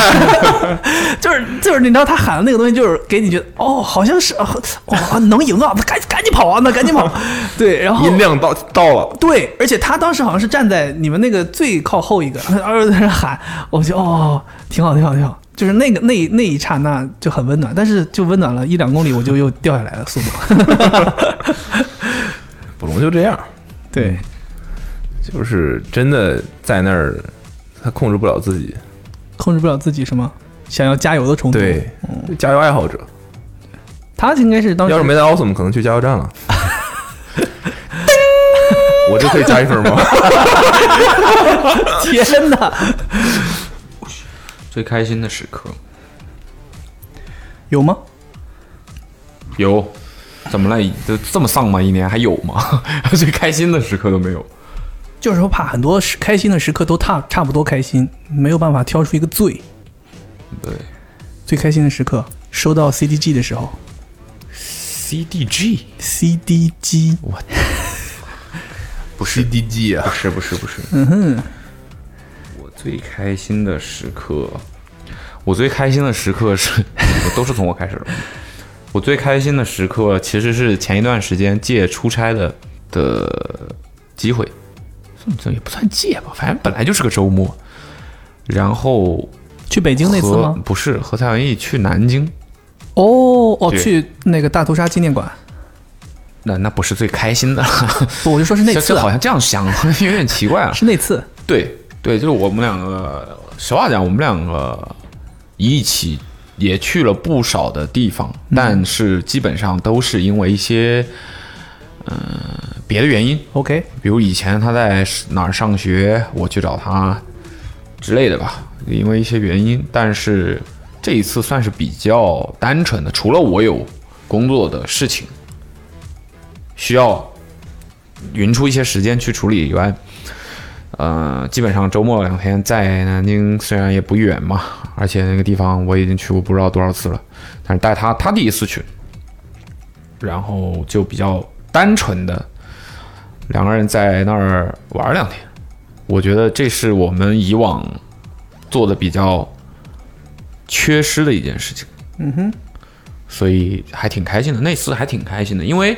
Speaker 2: 就是就是你知道他喊的那个东西，就是给你觉得哦，好像是啊，哦能赢啊，那赶赶紧跑啊，那赶紧跑。对，然后
Speaker 4: 音量到到了，
Speaker 2: 对，而且他当时好像是站在你们那个最靠后一个，然后在那喊，我就哦，挺好，挺好，挺好。就是那个那那一刹那就很温暖，但是就温暖了一两公里，我就又掉下来了速度。
Speaker 3: 捕龙就这样，
Speaker 2: 对，
Speaker 3: 就是真的在那儿，他控制不了自己。
Speaker 2: 控制不了自己是吗？想要加油的冲动。
Speaker 3: 对，
Speaker 2: 嗯
Speaker 3: 加油爱好者，
Speaker 2: 他应该是当时
Speaker 3: 要是没在 Awesome，可能去加油站 了。我这可以加一分吗？
Speaker 2: 天哪，
Speaker 4: 最开心的时刻
Speaker 2: 有吗？
Speaker 4: 有，怎么了？都这么丧吗？一年还有吗？ 最开心的时刻都没有。
Speaker 2: 就是说怕很多时开心的时刻都差差不多开心，没有办法挑出一个最
Speaker 4: 对
Speaker 2: 最开心的时刻。收到 CDG 的时候
Speaker 4: ，CDG
Speaker 2: ，CDG
Speaker 3: 不是 DG 啊
Speaker 4: 不，是不是不是，
Speaker 2: 嗯哼，
Speaker 4: 我最开心的时刻，我最开心的时刻是， 我都是从我开始的。我最开心的时刻其实是前一段时间借出差的的机会，算不算也不算借吧，反正本来就是个周末。然后
Speaker 2: 去北京那次
Speaker 4: 和
Speaker 2: 吗？
Speaker 4: 不是和蔡文艺去南京，
Speaker 2: 哦哦，
Speaker 4: 对
Speaker 2: 去那个大屠杀纪念馆，
Speaker 4: 那那不是最开心的，
Speaker 2: 不，我就说是那
Speaker 4: 这
Speaker 2: 次
Speaker 4: 这好
Speaker 2: 啊，
Speaker 4: 像这样想有点 奇怪啊。
Speaker 2: 是那次，
Speaker 4: 对对，就是我们两个，实话讲，我们两个一起也去了不少的地方，
Speaker 2: 嗯
Speaker 4: 但是基本上都是因为一些嗯、呃别的原因，
Speaker 2: OK，
Speaker 4: 比如以前他在哪儿上学，我去找他之类的吧，因为一些原因。但是这一次算是比较单纯的，除了我有工作的事情需要匀出一些时间去处理以外，呃，基本上周末两天在南京，虽然也不远嘛，而且那个地方我已经去过不知道多少次了，但是带他他第一次去，然后就比较单纯的两个人在那儿玩两天。我觉得这是我们以往做的比较缺失的一件事情。嗯哼，所以还挺开心的，那次还挺开心的，因为，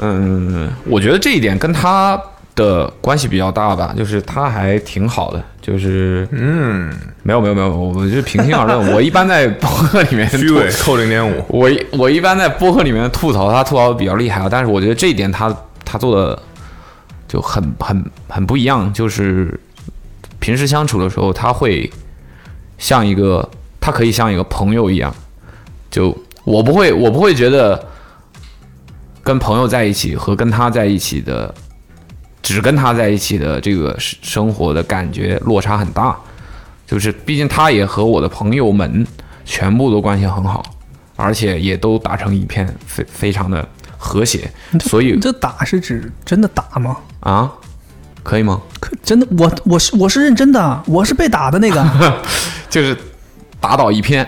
Speaker 4: 嗯，我觉得这一点跟他的关系比较大吧，就是他还挺好的，就是嗯，没有没有没有，我就平心而论，我一般在博客里面
Speaker 3: 虚伪 扣零点五，
Speaker 4: 我一我一般在播客里面吐槽他吐槽的比较厉害啊，但是我觉得这一点他他做的就很很很不一样，就是平时相处的时候，他会像一个他可以像一个朋友一样，就我不会我不会觉得跟朋友在一起和跟他在一起的只跟他在一起的这个生生活的感觉落差很大，就是毕竟他也和我的朋友们全部都关系很好，而且也都打成一片，非非常的和谐，所以
Speaker 2: 你这打是指真的打吗？
Speaker 4: 啊，可以吗？
Speaker 2: 可真的，我我是我是认真的，啊我是被打的那个，啊
Speaker 4: 就是打倒一片，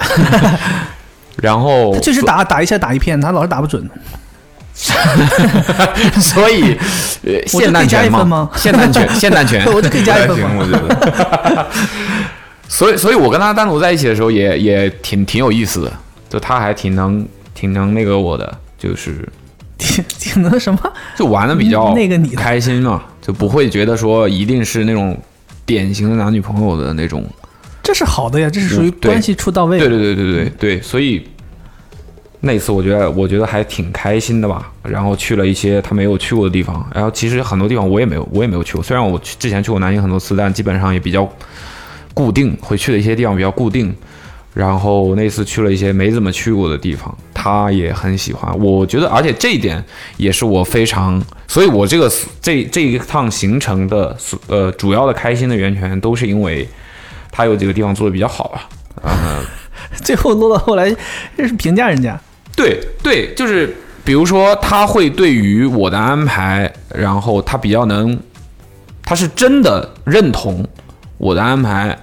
Speaker 4: 然后
Speaker 2: 他确实打打一下打一片，他老是打不 准。
Speaker 4: 所以呃，
Speaker 2: 我这
Speaker 4: 霰
Speaker 2: 可以
Speaker 4: 弹
Speaker 2: 加
Speaker 4: 拳
Speaker 2: 一分
Speaker 4: 嘛
Speaker 2: 吗，
Speaker 4: 霰弹拳，霰弹拳，
Speaker 2: 我这可以加一
Speaker 3: 还
Speaker 2: 分
Speaker 3: 行，
Speaker 2: 吗？
Speaker 3: 我觉得。
Speaker 4: 所以，所以我跟他单独在一起的时候也，也挺挺有意思的，就他还挺能挺能那个我的，就是
Speaker 2: 挺挺能什么？
Speaker 4: 就玩的比较
Speaker 2: 嗯那个你的
Speaker 4: 开心嘛，就不会觉得说一定是那种典型的男女朋友的那种。
Speaker 2: 这是好的呀，这是属于
Speaker 4: 嗯对
Speaker 2: 关系处到位。嗯
Speaker 4: 对对对对对对，所以那次我觉得我觉得还挺开心的吧。然后去了一些他没有去过的地方，然后其实很多地方我也没有我也没有去过。虽然我去之前去过南京很多次，但基本上也比较固定，会去的一些地方比较固定。然后那次去了一些没怎么去过的地方，他也很喜欢。我觉得，而且这一点也是我非常，所以我这个这这一趟行程的呃主要的开心的源泉，都是因为他有几个地方做的比较好吧。
Speaker 2: 最后落到后来，这是评价人家。
Speaker 4: 对对，就是比如说，他会对于我的安排，然后他比较能，他是真的认同我的安排，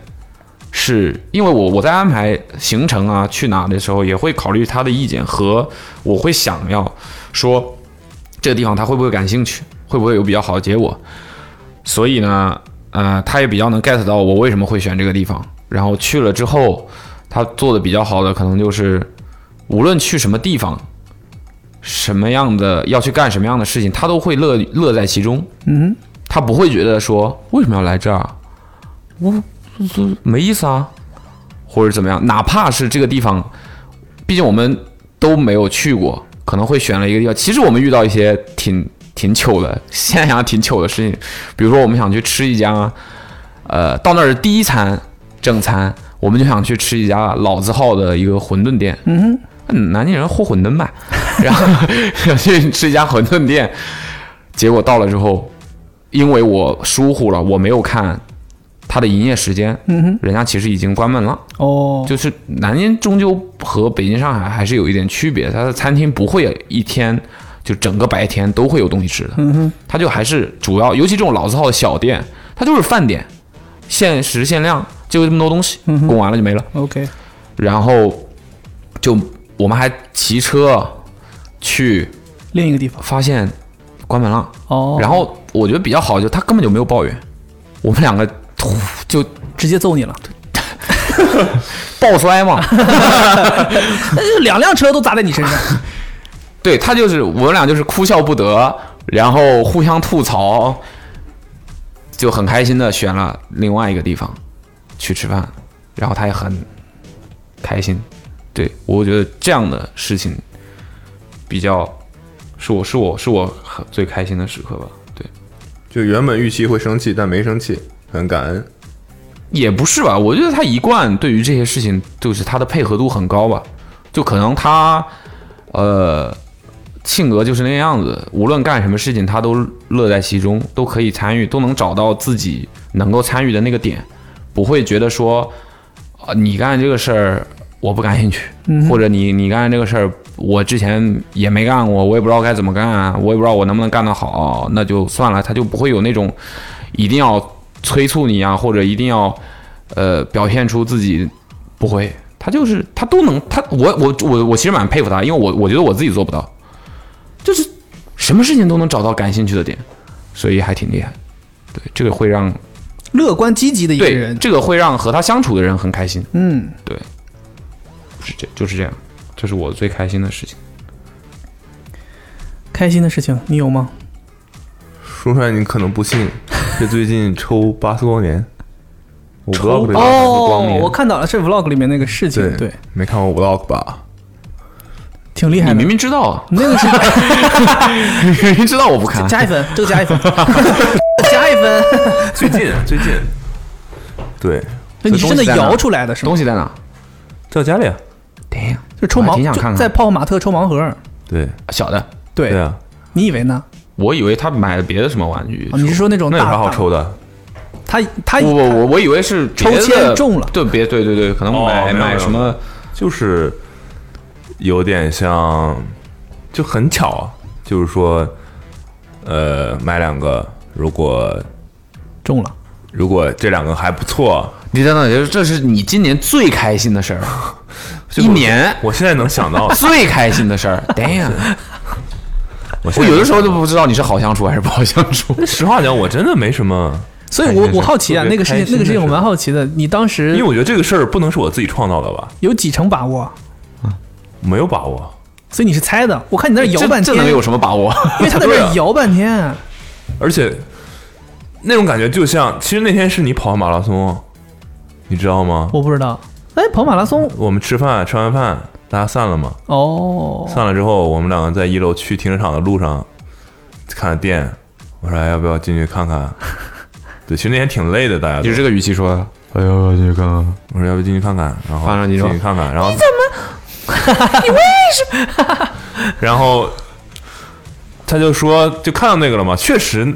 Speaker 4: 是因为我我在安排行程啊去哪的时候，也会考虑他的意见和我会想要说这个地方他会不会感兴趣，会不会有比较好的结果。所以呢，呃，他也比较能 get 到我为什么会选这个地方。然后去了之后，他做的比较好的可能就是，无论去什么地方，什么样的要去干什么样的事情，他都会乐乐在其中。
Speaker 2: 嗯，
Speaker 4: 他不会觉得说为什么要来这儿啊，我这没意思啊，或者怎么样。哪怕是这个地方，毕竟我们都没有去过，可能会选了一个地方。其实我们遇到一些挺挺糗的，现在想想挺糗的事情，比如说我们想去吃一家，呃，到那儿第一餐正餐，我们就想去吃一家老字号的一个馄饨店。嗯南京人和馄饨吧，然 后想去吃一家馄饨店，结果到了之后，因为我疏忽了，我没有看它的营业时间，
Speaker 2: 嗯哼，
Speaker 4: 人家其实已经关门了。
Speaker 2: 哦，
Speaker 4: 就是南京终究和北京、上海还是有一点区别，它的餐厅不会一天就整个白天都会有东西吃的，
Speaker 2: 嗯
Speaker 4: 它就还是主要，尤其这种老字号的小店，它就是饭点，限时限量，就这么多东西，
Speaker 2: 嗯
Speaker 4: 供完了就没了。
Speaker 2: OK，
Speaker 4: 然后就我们还骑车去，
Speaker 2: 另一个地方
Speaker 4: 发现关门了。
Speaker 2: 哦，
Speaker 4: 然后我觉得比较好，就他根本就没有抱怨，我们两个突就
Speaker 2: 直接揍你了，
Speaker 4: 抱摔嘛。
Speaker 2: 那就呃两辆车都砸在你身上，
Speaker 4: 对他就是我们俩就是哭笑不得，然后互相吐槽，就很开心的选了另外一个地方去吃饭，然后他也很开心。对我觉得这样的事情比较是我是我是我很最开心的时刻吧。对，
Speaker 3: 就原本预期会生气，但没生气，很感恩。
Speaker 4: 也不是吧，我觉得他一贯对于这些事情，就是他的配合度很高吧。就可能他，呃，性格就是那样子，无论干什么事情，他都乐在其中，都可以参与，都能找到自己能够参与的那个点，不会觉得说，啊、你干这个事儿我不感兴趣，或者你你干这个事儿我之前也没干过，我也不知道该怎么干，我也不知道我能不能干得好，那就算了，他就不会有那种一定要催促你啊，或者一定要呃表现出自己不会，他就是他都能，他我我我我其实蛮佩服他，因为我我觉得我自己做不到，就是什么事情都能找到感兴趣的点，所以还挺厉害。对，这个会让
Speaker 2: 乐观积极的一个
Speaker 4: 对
Speaker 2: 人，
Speaker 4: 这个会让和他相处的人很开心，
Speaker 2: 嗯，
Speaker 4: 是这就是这样，这是我最开心的事情。
Speaker 2: 开心的事情你有吗？
Speaker 3: 说出来你可能不信，这最近抽八次光年，我 vlog 里面抽光
Speaker 2: 哦，
Speaker 3: 年，
Speaker 2: 我看到了是 vlog 里面那个事情，
Speaker 3: 对
Speaker 2: 对，
Speaker 3: 没看过 vlog 吧？
Speaker 2: 挺厉害的。
Speaker 4: 你明明知道啊，
Speaker 2: 那个是，
Speaker 4: 你明明知道我不看
Speaker 2: 加一 分，这个加一分，加一分。
Speaker 3: 最近最近，对，
Speaker 2: 那你是真的摇出来的是吗
Speaker 4: 东？西在哪？
Speaker 3: 在家里啊，
Speaker 4: 等一下，
Speaker 2: 就抽
Speaker 4: 我还
Speaker 2: 盲，
Speaker 4: 挺想看看
Speaker 2: 就在泡泡玛特抽盲盒。
Speaker 3: 对
Speaker 4: 小的，
Speaker 2: 对，
Speaker 3: 对啊，
Speaker 2: 你以为呢？
Speaker 4: 我以为他买了别的什么玩具
Speaker 2: 啊，你是说那种
Speaker 3: 那
Speaker 2: 大
Speaker 3: 有啥好？抽的？
Speaker 2: 他他
Speaker 4: 不不，我我以为是别
Speaker 2: 抽
Speaker 4: 的
Speaker 2: 签中了
Speaker 4: 对，别对对对，可能
Speaker 3: 哦
Speaker 4: 买
Speaker 3: 没有没
Speaker 4: 买
Speaker 3: 有
Speaker 4: 什么
Speaker 3: 就是有点像，就很巧啊，就是说，呃，买两个，如果
Speaker 2: 中了，
Speaker 3: 如果这两个还不错，
Speaker 4: 你等等，就是这是你今年最开心的事 儿，
Speaker 3: 就
Speaker 4: 一年，
Speaker 3: 我现在能想到
Speaker 4: 最开心的事 儿。Damn，
Speaker 3: 我现
Speaker 4: 我
Speaker 3: 在
Speaker 4: 有的时候
Speaker 3: 能
Speaker 4: 都
Speaker 3: 想到
Speaker 4: 不知道你是好相处还是不好相 处。
Speaker 3: 实话讲，我真的没什么，
Speaker 2: 所以
Speaker 3: 开
Speaker 2: 我
Speaker 3: 心的
Speaker 2: 我
Speaker 3: 事
Speaker 2: 好奇啊，
Speaker 3: 特别
Speaker 2: 那个事
Speaker 3: 开
Speaker 2: 情
Speaker 3: 心
Speaker 2: 那个
Speaker 3: 的
Speaker 2: 事情我
Speaker 3: 事
Speaker 2: 蛮好奇的，你当
Speaker 3: 因为
Speaker 2: 时
Speaker 3: 我觉得这个事儿不能是我自己创造的吧，
Speaker 2: 有几成把握？
Speaker 3: 没有把握。所
Speaker 2: 所以你是猜的，我看你那儿
Speaker 3: 哎
Speaker 2: 摇半天，
Speaker 4: 这这能有
Speaker 2: 因
Speaker 4: 什么把 握？
Speaker 2: 为他在那儿摇半天，
Speaker 3: 而且那种感觉就像，其实那天是你跑马拉松，哦你知道吗？
Speaker 2: 我不知道。哎，跑马拉松
Speaker 3: 我们吃饭，吃完饭大家散了嘛，
Speaker 2: 哦，
Speaker 3: 散了之后，我们两个在一楼去停车场的路上看店，我说哎要不要进去看 看？对，其实那天挺累的，大家都
Speaker 4: 你是这个语气说的，
Speaker 5: 哎呦，你看看。
Speaker 3: 我说要不进去看看，然后
Speaker 4: 反正你说
Speaker 3: 进去看看，然后你怎么？ 你为什么？ 然后他就说，就看到那个了嘛，确实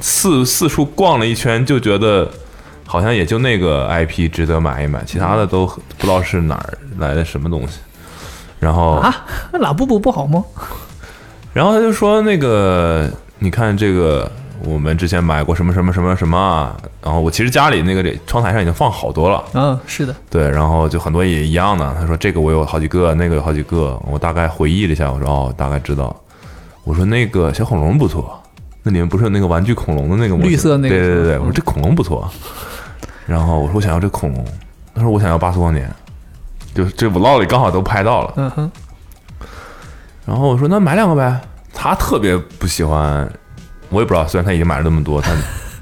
Speaker 3: 四四处逛了一圈，就觉得好像也就那个 IP 值得买一买，其他的都不知道是哪儿来的什么东西。然后，
Speaker 2: 啊，那拉布布不好吗？
Speaker 3: 然后他就说那个，你看这个。我们之前买过什么什么什么什么啊，然后我其实家里那个窗台上已经放好多了，
Speaker 2: 嗯，是的，
Speaker 3: 对，然后就很多也一样的。他说这个我有好几个，那个有好几个。我大概回忆了一下，我说哦，大概知道。我说那个小恐龙不错，那里面不是有那个玩具恐龙的那个模型
Speaker 2: 绿色那个
Speaker 3: 对对对对，
Speaker 2: 嗯
Speaker 3: 我说这恐龙不错，然后我说我想要这恐龙，他说我想要巴斯光年，就是这 vlog 里刚好都拍到了，
Speaker 2: 嗯哼，
Speaker 3: 然后我说那买两个呗，他特别不喜欢，我也不知道，虽然他已经买了那么多，他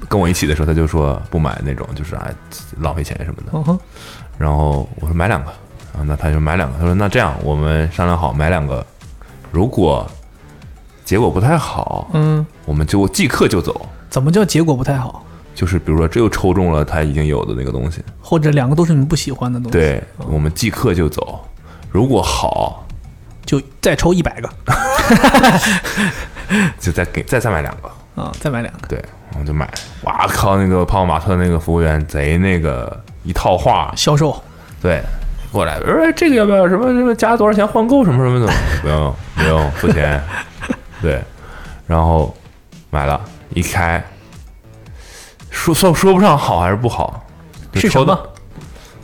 Speaker 3: 跟我一起的时候他就说不买那种，就是哎浪费钱什么的，
Speaker 2: 嗯哼，
Speaker 3: 然后我说买两个，然后那他就买两个，他说那这样我们商量好买两个，如果结果不太好，
Speaker 2: 嗯，
Speaker 3: 我们就即刻就走，
Speaker 2: 怎么叫结果不太好？
Speaker 3: 就是比如说只有抽中了他已经有的那个东西，
Speaker 2: 或者两个都是你们不喜欢的东西，，
Speaker 3: 对我们即刻就走，如果好
Speaker 2: 就再抽一百个
Speaker 3: 就再给再再买两个，
Speaker 2: 啊，再买两个，
Speaker 3: 对，我就买，哇靠，那个泡泡玛特那个服务员贼那个一套话，
Speaker 2: 销售
Speaker 3: 对。过来，哎，这个要不要？什么什么加多少钱换购？什么什么的？不用，不用，付钱。对，然后买了，一开，说说说不上好还是不好，就是抽
Speaker 2: 什
Speaker 3: 到
Speaker 2: 么？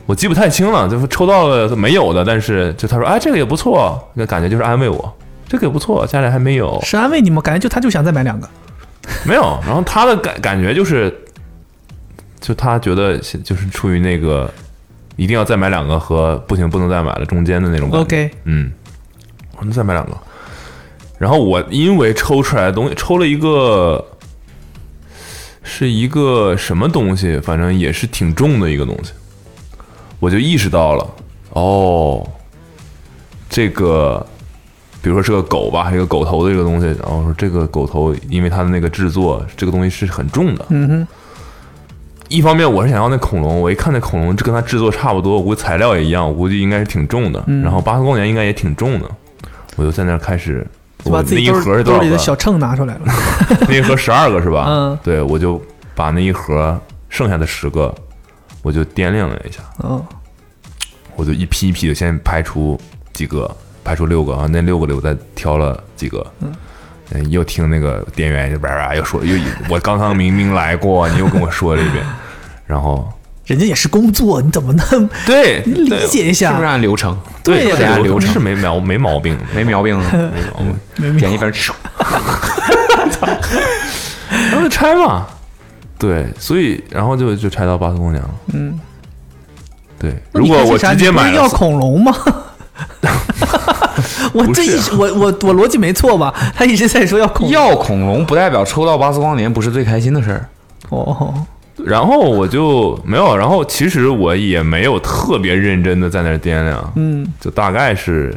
Speaker 3: 我记不太清了，就是抽到了没有的，但是就他说，哎，这个也不错，那感觉就是安慰我，这个也不错，家里还没有，
Speaker 2: 是安慰你吗？感觉就他就想再买两个，
Speaker 3: 没有。然后他的感感觉就是，就他觉得是就是处于那个一定要再买两个和不行不能再买了中间的那种感觉。
Speaker 2: OK
Speaker 3: 嗯，我说再买两个。然后我因为抽出来的东西，抽了一个，是一个什么东西，反正也是挺重的一个东西，我就意识到了，哦，这个，比如说是个狗吧，一个狗头的这个东西，然后说这个狗头，因为它的那个制作，这个东西是很重的。
Speaker 2: 嗯哼，
Speaker 3: 一方面我是想要那恐龙，我一看那恐龙跟它制作差不多，我估计材料也一样，我估计应该是挺重的。
Speaker 2: 嗯
Speaker 3: 然后巴斯光年应该也挺重的，我就在那儿开始，
Speaker 2: 就
Speaker 3: 我
Speaker 2: 把自
Speaker 3: 那
Speaker 2: 己
Speaker 3: 一
Speaker 2: 兜
Speaker 3: 盒是多
Speaker 2: 兜
Speaker 3: 少
Speaker 2: 里的
Speaker 3: 个？
Speaker 2: 小秤拿出来了，
Speaker 3: 那一盒十二个是吧？
Speaker 2: 嗯
Speaker 3: 对，我就把那一盒剩下的十个，我就掂量了一下，
Speaker 2: 嗯，
Speaker 3: 我就一批一批的先排除几个，排除六个啊，那六个里我再挑了几个。嗯，又听那个店员就叭叭又说，又我刚刚明明来过，你又跟我说了一遍， 然后
Speaker 2: 人家也是工作，你怎么能
Speaker 3: 对，
Speaker 2: 你理
Speaker 3: 对
Speaker 2: 解一
Speaker 4: 是不是
Speaker 2: 下？
Speaker 4: 按流程？
Speaker 2: 对呀
Speaker 4: 是不是按流
Speaker 3: 流程是
Speaker 4: 程？
Speaker 3: 没毛没毛病，
Speaker 4: 没毛病，
Speaker 3: 没毛病，
Speaker 2: 没没
Speaker 4: 点一分，唰
Speaker 3: 然后就拆嘛。对，所以然后就就拆到八斯公娘了。嗯，对。
Speaker 2: 那
Speaker 3: 如
Speaker 2: 你
Speaker 3: 果
Speaker 2: 开心
Speaker 3: 我
Speaker 2: 啥
Speaker 3: 直接
Speaker 2: 你不是
Speaker 3: 买
Speaker 2: 要
Speaker 3: 了，
Speaker 2: 恐龙 吗？我这一
Speaker 3: 啊
Speaker 2: 我我我逻辑没错吧？他一直在说要恐龙，
Speaker 4: 要恐龙不代表抽到巴斯光年不是最开心的事儿。
Speaker 2: 哦，
Speaker 3: 然后我就没有，然后其实我也没有特别认真的在那儿掂量，
Speaker 2: 嗯，
Speaker 3: 就大概是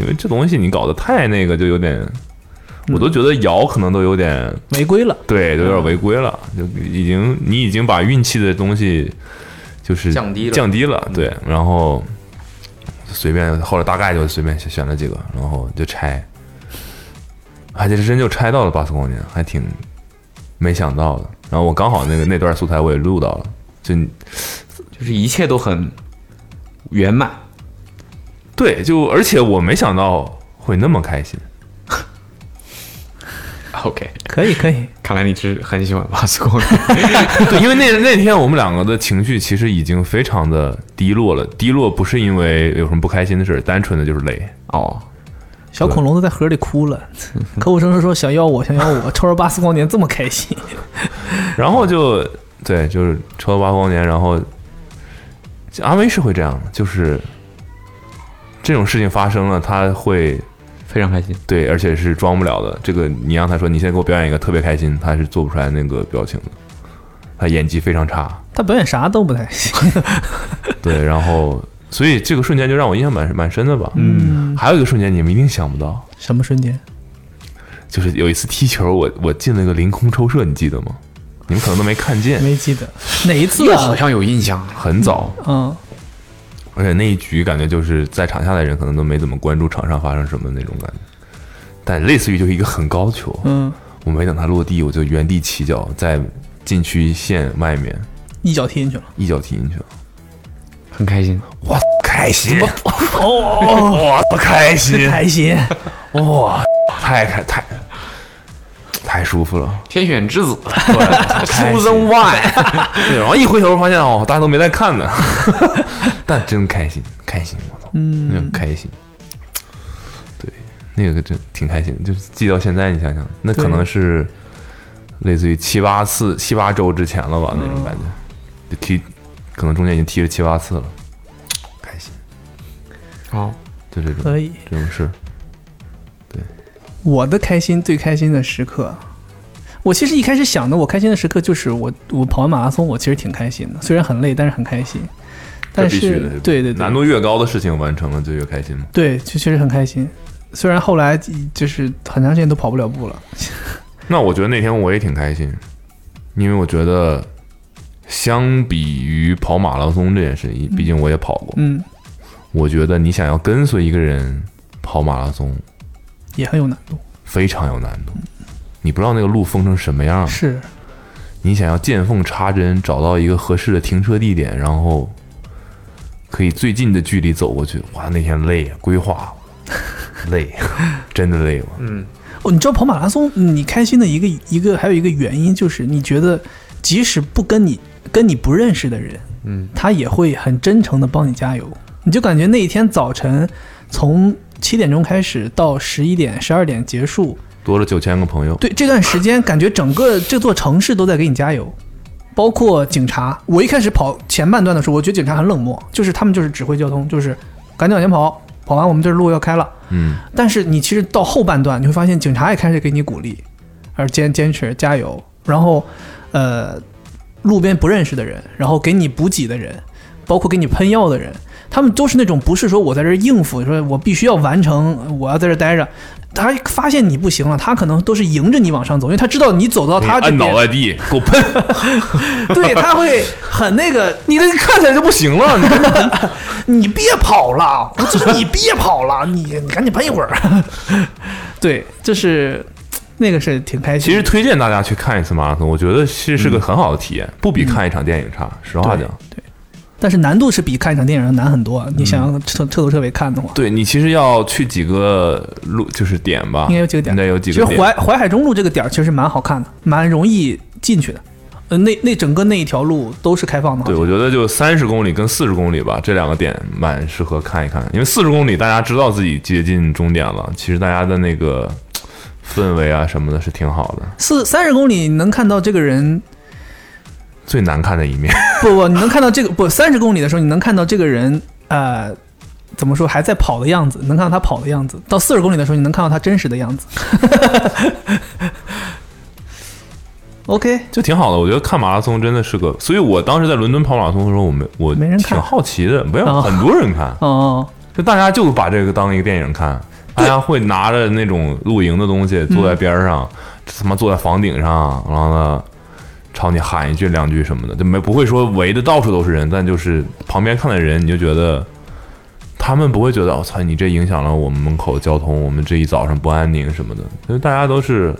Speaker 3: 因为这东西你搞得太那个，就有点，我都觉得摇可能都有点
Speaker 2: 违规了，
Speaker 3: 对，都
Speaker 4: 嗯
Speaker 3: 有点违规了，就已经你已经把运气的东西就是
Speaker 4: 降低了嗯
Speaker 3: 降低了，对，然后随便后来大概就随便选选了几个，然后就拆，还真真就拆到了巴斯光年，还挺没想到的。然后我刚好那个那段素材我也录到了，就
Speaker 4: 就是一切都很圆满。
Speaker 3: 对，就而且我没想到会那么开心，
Speaker 4: OK，
Speaker 2: 可以可以，
Speaker 4: 看来你是很喜欢巴斯光年。
Speaker 3: 对，因为那那天我们两个的情绪其实已经非常的低落了，低落不是因为有什么不开心的事儿，单纯的就是累。
Speaker 4: 哦，
Speaker 2: 小恐龙都在盒里哭 了，口口声声说想要我想要我，抽着巴斯光年这么开心，
Speaker 3: 然后就对，就是抽到八光年，然后阿威是会这样的，就是这种事情发生了，他会
Speaker 4: 非常开心。
Speaker 3: 对，而且是装不了的。这个你让他说，你现在给我表演一个特别开心，他是做不出来那个表情的，他演技非常差。
Speaker 2: 他表演啥都不太行，
Speaker 3: 对，然后所以这个瞬间就让我印象蛮蛮深的吧。嗯，还有一个瞬间你们一定想不到，
Speaker 2: 什么瞬间？
Speaker 3: 就是有一次踢球，我我进了个凌空抽射，你记得吗？你们可能都没看见，
Speaker 2: 没记得哪一次
Speaker 4: 又
Speaker 2: 啊
Speaker 4: 好？像有印象，
Speaker 3: 很早。
Speaker 2: 嗯，
Speaker 3: 而且那一局感觉就是在场下的人可能都没怎么关注场上发生什么那种感觉，但类似于就是一个很高的球，
Speaker 2: 嗯，
Speaker 3: 我没等它落地，我就原地起脚，在禁区线外面
Speaker 2: 一脚踢进去了。
Speaker 3: 一脚踢进去了，
Speaker 4: 很开心。
Speaker 3: 哇，开心！哦，哇，开心！
Speaker 2: 开 心，
Speaker 3: 哇，太开太太舒服了。
Speaker 4: 天选之子
Speaker 3: 开心
Speaker 4: ，Chosen One，
Speaker 3: 对，然后一回头发现哦，大家都没在看呢， 但真开心，开心，我操，那种开心，对，那个真挺开心，就是记到现在，你想想，那可能是类似于七八次、七八周之前了吧，那种感觉，就踢，可能中间已经踢了七八次了，开心，
Speaker 4: 哦，
Speaker 3: 就这种
Speaker 2: 可以。
Speaker 3: 这种事。
Speaker 2: 我的开心最开心的时刻，我其实一开始想的，我开心的时刻就是我我跑完马拉松，我其实挺开心的，虽然很累，但是很开心。但
Speaker 3: 这必须
Speaker 2: 是
Speaker 3: 的
Speaker 2: 对对对，
Speaker 3: 难度越高的事情完成了就越开心嘛。
Speaker 2: 对，就确实很开心。虽然后来就是很长时间都跑不了步了，
Speaker 3: 那我觉得那天我也挺开心，因为我觉得，相比于跑马拉松这件事情，毕竟我也跑过，
Speaker 2: 嗯，
Speaker 3: 我觉得你想要跟随一个人跑马拉松
Speaker 2: 也很有难度。
Speaker 3: 非常有难
Speaker 2: 嗯
Speaker 3: 度，你不知道那个路封成什么样，
Speaker 2: 是，
Speaker 3: 你想要见缝插针找到一个合适的停车地点，然后可以最近的距离走过去。哇，那天累啊，规划 累，真的累了。
Speaker 2: 哦，你知道跑马拉松，你开心的一个一个还有一个原因就是，你觉得即使不跟你跟你不认识的人，
Speaker 4: 嗯，
Speaker 2: 他也会很真诚的帮你加油。你就感觉那一天早晨从七点钟开始到十一点、十二点结束，
Speaker 3: 多了九千个朋友，
Speaker 2: 对这段时间，感觉整个这座城市都在给你加油，包括警察。我一开始跑前半段的时候，我觉得警察很冷漠，就是他们就是指挥交通，就是赶紧往前跑，跑完我们这路要开了。
Speaker 3: 嗯，
Speaker 2: 但是你其实到后半段，你会发现警察也开始给你鼓励，而坚坚持加油，然后，呃，路边不认识的人，然后给你补给的人，包括给你喷药的人，他们都是那种不是说我在这儿应付，说我必须要完成，我要在这儿待着。他发现你不行了，他可能都是迎着你往上走，因为他知道你走到他这
Speaker 3: 按脑
Speaker 2: 边，
Speaker 3: 袋地给我喷，
Speaker 2: 对他会很那个，
Speaker 3: 你这看起来就不行了，你这
Speaker 2: 你别跑了，我就说你别跑了，你你赶紧喷一会儿。 对， 就是那个是挺开心的。
Speaker 3: 其实推荐大家去看一次马拉松，我觉得其实是个很好的体验，不比看一场电影差。实话讲，
Speaker 2: 但是难度是比看一场电影要难很多。你想要彻彻头彻尾看的话，
Speaker 3: 对你其实要去几个路，就是点吧，
Speaker 2: 应该有几个点，
Speaker 3: 应该有几
Speaker 2: 其实
Speaker 3: 个点。
Speaker 2: 淮淮海中路这个点儿其实蛮好看的，蛮容易进去的。呃，那那整个那一条路都是开放的，
Speaker 3: 对，
Speaker 2: 好
Speaker 3: 我觉得就三十公里跟四十公里吧，这两个点蛮适合看一看，因为四十公里大家知道自己接近终点了，其实大家的那个氛围啊什么的是挺好的。
Speaker 2: 像四三十公里你能看到这个人，
Speaker 3: 最难看的一 面，
Speaker 2: 不不，你能看到这个不三十公里的时候，你能看到这个人呃。怎么说还在跑的样子，能看到他跑的样子。到四十公里的时候，你能看到他真实的样子。OK，
Speaker 3: 就挺好的。我觉得看马拉松真的是个，所以我当时在伦敦跑马拉松的时候，我没我
Speaker 2: 没人看
Speaker 3: 挺好奇的，没有
Speaker 2: 哦
Speaker 3: 很多人看，
Speaker 2: 哦，
Speaker 3: 就大家就把这个当一个电影看，大家会拿着那种露营的东西坐在边儿上，他妈坐在房顶上，然后呢朝你喊一句两句什么的，就没不会说围的到处都是人，但就是旁边看的人，你就觉得他们不会觉得我操、你这影响了我们门口的交通，我们这一早上不安宁什么的，因为大家都是，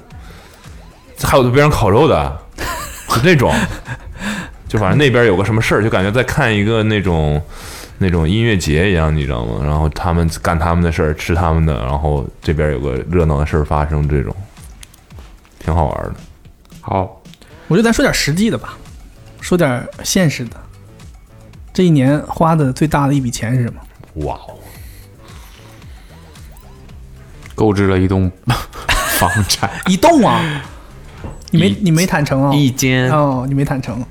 Speaker 3: 还有在边上烤肉的，就那种。就反正那边有个什么事儿，就感觉在看一个那种那种音乐节一样，你知道吗？然后他们干他们的事儿，吃他们的，然后这边有个热闹的事儿发生，这种挺好玩的。
Speaker 4: 好，
Speaker 2: 我觉得咱说点实际的吧，说点现实的。这一年花的最大的一笔钱是什么？
Speaker 3: 哇哦，
Speaker 4: 购置了一栋房 产，
Speaker 2: 一栋 啊！你没
Speaker 4: 一
Speaker 2: 你没坦诚啊、
Speaker 4: 一间
Speaker 2: 哦，你没坦诚，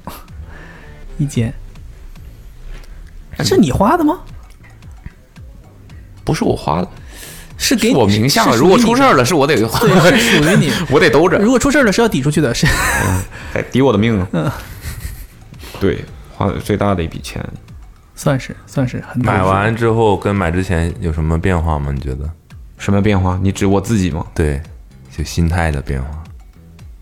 Speaker 2: 一间。是你花的吗？
Speaker 4: 不是我花的，
Speaker 2: 是
Speaker 4: 是
Speaker 2: 给
Speaker 4: 我名下的。如果出事儿了，是我得花，
Speaker 2: 对， 是属于你。
Speaker 4: 我得兜着，
Speaker 2: 如果出事儿了是要抵出去的， 是
Speaker 4: 得抵我的命
Speaker 2: 嗯
Speaker 4: 啊。对，花的最大的一笔钱，
Speaker 2: 算是算是很大
Speaker 3: 买完之后跟买之前有什么变化吗？你觉得？
Speaker 4: 什么变化？你指我自己吗？
Speaker 3: 对，就心态的变化。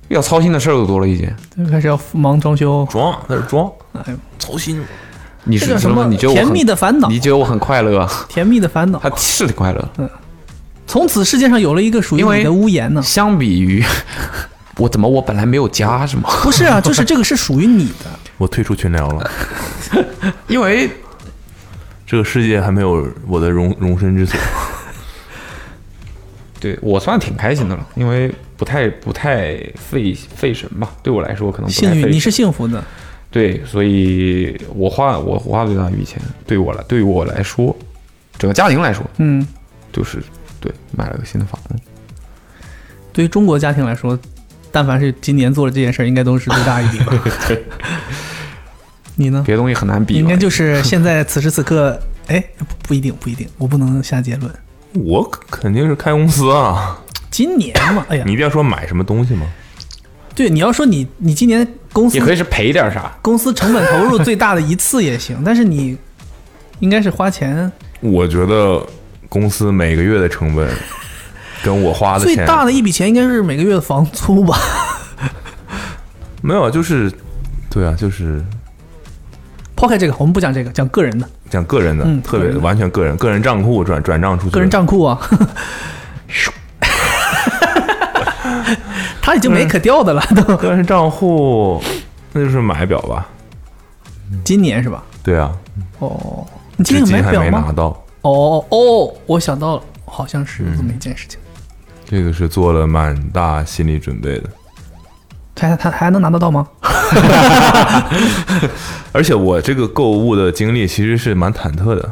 Speaker 4: 要操心的事儿又多了一件。
Speaker 2: 就开始要忙装修。
Speaker 3: 装，那是装，
Speaker 2: 哎呦，
Speaker 3: 操心。
Speaker 4: 你
Speaker 2: 这
Speaker 4: 是
Speaker 2: 叫什么
Speaker 4: 么？？你觉得我
Speaker 2: 甜
Speaker 4: 很
Speaker 2: 蜜的烦恼，
Speaker 4: 你觉得我很快乐？啊
Speaker 2: 甜蜜的烦恼
Speaker 4: 他。是挺快乐的。
Speaker 2: 从此世界上有了一个属于
Speaker 4: 因为
Speaker 2: 你的屋檐 呢。
Speaker 4: 相比于我怎么我本来没有家是吗？
Speaker 2: 不是啊，就是这个是属于你的。
Speaker 3: 我退出群聊了，
Speaker 4: 因为
Speaker 3: 这个世界还没有我的容容身之所。
Speaker 4: 对我算挺开心的了，因为不太不太费费神吧，对我来说可能不太
Speaker 2: 幸
Speaker 4: 费
Speaker 2: 运，
Speaker 4: 神。
Speaker 2: 你是幸福的。
Speaker 4: 对，所以我花我花最大一笔钱，对我来对于我来说，整个家庭来说
Speaker 2: 嗯，
Speaker 4: 就是对买了个新的房子，
Speaker 2: 对于中国家庭来说，但凡是今年做的这件事儿，应该都是最大一笔吧。 你呢？
Speaker 4: 别的东西很难比
Speaker 2: 应
Speaker 4: 嘛
Speaker 2: 该。就是现在此时此刻， 哎，不不一定，不一定，我不能下结论。
Speaker 3: 我肯定是开公司啊！
Speaker 2: 今年嘛，哎呀
Speaker 3: 你，一定要说买什么东西吗？
Speaker 2: 对，你要说你你今年公司
Speaker 4: 也可以是赔点啥，
Speaker 2: 公司成本投入最大的一次也行，但是你应该是花钱
Speaker 3: 我觉得公司每个月的成本跟我花的
Speaker 2: 最
Speaker 3: 钱
Speaker 2: 大的一笔钱应该是每个月的房租吧？
Speaker 3: 没有，啊就是对啊，就是
Speaker 2: 抛开这个，我们不讲这个，讲个人的
Speaker 3: 讲个人的，
Speaker 2: 嗯
Speaker 3: 特
Speaker 2: 个
Speaker 3: 别
Speaker 2: 人的
Speaker 3: 完全个人，个人账户转转账出去，
Speaker 2: 个人账户啊。 他已经没可掉的了，都
Speaker 3: 个人账户，那就是买表吧？
Speaker 2: 今年是吧？
Speaker 3: 对啊，
Speaker 2: 哦，你今
Speaker 3: 至
Speaker 2: 年有买
Speaker 3: 今还
Speaker 2: 表
Speaker 3: 没拿
Speaker 2: 吗？
Speaker 3: 到，
Speaker 2: 哦哦，我想到了，好像是有这么一件事情。
Speaker 3: 嗯这个是做了蛮大心理准备的。
Speaker 2: 他他还能拿得到吗？
Speaker 3: 而且我这个购物的经历其实是蛮忐忑的，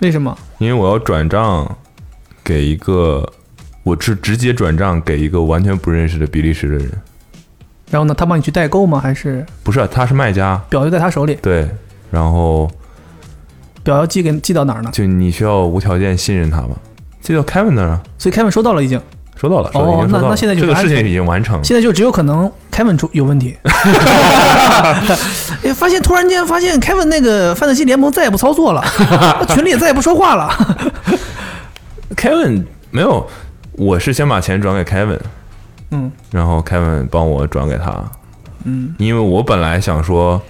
Speaker 2: 为什么？
Speaker 3: 因为我要转账给一个，我是直接转账给一个完全不认识的比利时的人，
Speaker 2: 然后呢？他帮你去代购吗？还是
Speaker 3: 不是啊、他是卖家，
Speaker 2: 表就在他手里？
Speaker 3: 对，然后
Speaker 2: 表要寄给寄到哪儿呢？
Speaker 3: 就你需要无条件信任他吧，这叫 Kevin 那儿啊，
Speaker 2: 所以凯文收到了已经，
Speaker 3: 收到了，收到了
Speaker 2: 哦
Speaker 3: 已经收到了
Speaker 2: 那那现在就
Speaker 3: 这个
Speaker 2: 是安
Speaker 3: 事情
Speaker 2: 全
Speaker 3: 已经完成了，
Speaker 2: 现在就只有可能凯文出有问题。哎，发现突然间发现凯文那个范特西联盟再也不操作了，那群里也再也不说话了。
Speaker 3: Kevin 没有，我是先把钱转给 Kevin，
Speaker 2: 嗯，
Speaker 3: 然后 Kevin 帮我转给他，嗯，因为我本来想说，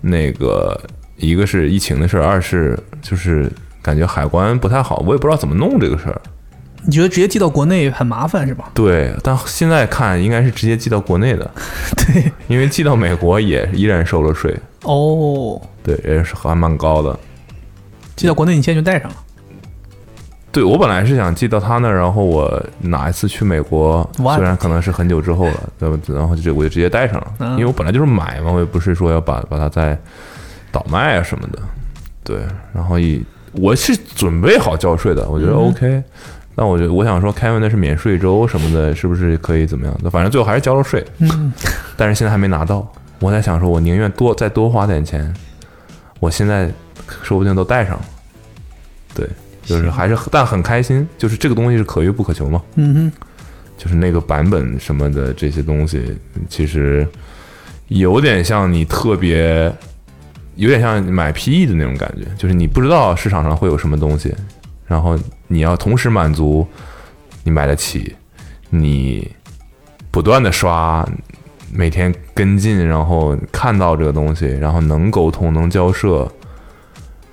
Speaker 3: 那个一个是疫情的事儿，二是就是感觉海关不太好，我也不知道怎么弄这个事儿。
Speaker 2: 你觉得直接寄到国内很麻烦是吧？
Speaker 3: 对，但现在看应该是直接寄到国内的，
Speaker 2: 对，
Speaker 3: 因为寄到美国也依然收了税，
Speaker 2: 哦，
Speaker 3: 对，也是还蛮高的。
Speaker 2: 寄到国内你现在就带上了，
Speaker 3: 对我本来是想寄到他那儿，然后我哪一次去美国，
Speaker 2: What？
Speaker 3: 虽然可能是很久之后了，对吧？然后就我就直接带上了，
Speaker 2: 嗯
Speaker 3: 因为我本来就是买嘛，我也不是说要把把它再倒卖啊什么的，对。然后以我是准备好交税的，我
Speaker 2: 嗯
Speaker 3: 觉得 OK、但我觉得我想说，凯文那是免税州什么的，是不是可以怎么样？反正最后还是交了税，
Speaker 2: 嗯，
Speaker 3: 但是现在还没拿到。我在想说，我宁愿多再多花点钱，我现在说不定都带上了。对，就是还是但很开心，就是这个东西是可遇不可求嘛。
Speaker 2: 嗯哼，
Speaker 3: 就是那个版本什么的这些东西，其实有点像你特别，有点像买 PE 的那种感觉，就是你不知道市场上会有什么东西，然后你要同时满足你买得起，你不断的刷，每天跟进，然后看到这个东西，然后能沟通，能交涉，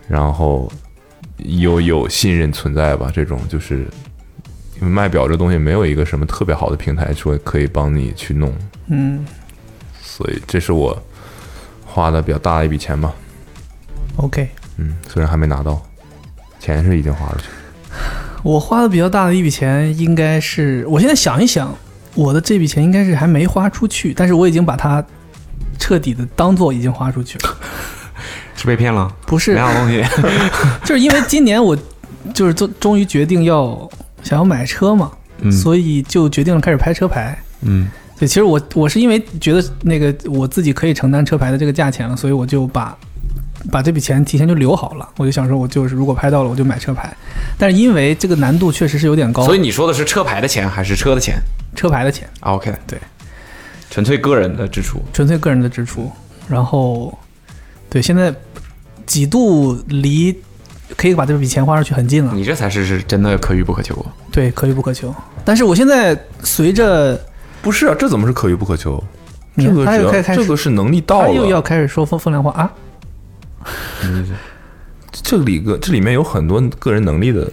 Speaker 3: 然后有有信任存在吧，这种就是因为卖表这东西没有一个什么特别好的平台说可以帮你去弄，
Speaker 2: 嗯
Speaker 3: 所以这是我花的比较大的一笔钱吧。
Speaker 2: ，OK。
Speaker 3: 嗯，虽然还没拿到，钱是已经花出去了。
Speaker 2: 我花的比较大的一笔钱，应该是我现在想一想，我的这笔钱应该是还没花出去，但是我已经把它彻底的当做已经花出去了。
Speaker 4: 是被骗了，
Speaker 2: 不是
Speaker 4: 没，好 东西。
Speaker 2: 就是因为今年我就是终终于决定要 想要买车嘛，
Speaker 4: 嗯
Speaker 2: 所以就决定了开始拍车牌。
Speaker 4: 嗯，
Speaker 2: 对，其实我我是因为觉得那个我自己可以承担车牌的这个价钱了，所以我就把把这笔钱提前就留好了。我就想说，我就是如果拍到了，我就买车牌。但是因为这个难度确实是有点高，
Speaker 4: 所以你说的是车牌的钱还是车的钱
Speaker 2: 车牌的钱。
Speaker 4: 啊？OK，
Speaker 2: 对，
Speaker 4: 纯粹个人的支出。
Speaker 2: 纯粹个人的支出。然后，对，现在几度离可以把这笔钱花出去很近了，
Speaker 4: 你这才是是真的可遇不可求。啊
Speaker 2: 对，可遇不可求。但是我现在随着
Speaker 3: 不是啊，这怎么是可遇不可求？
Speaker 2: 你
Speaker 3: 这个
Speaker 2: 他
Speaker 3: 只
Speaker 2: 又
Speaker 3: 要
Speaker 2: 开开始
Speaker 3: 这个是能力到
Speaker 2: 他
Speaker 3: 了，
Speaker 2: 又要开始说风风凉话啊，
Speaker 3: 这里个这里面有很多个人能力的，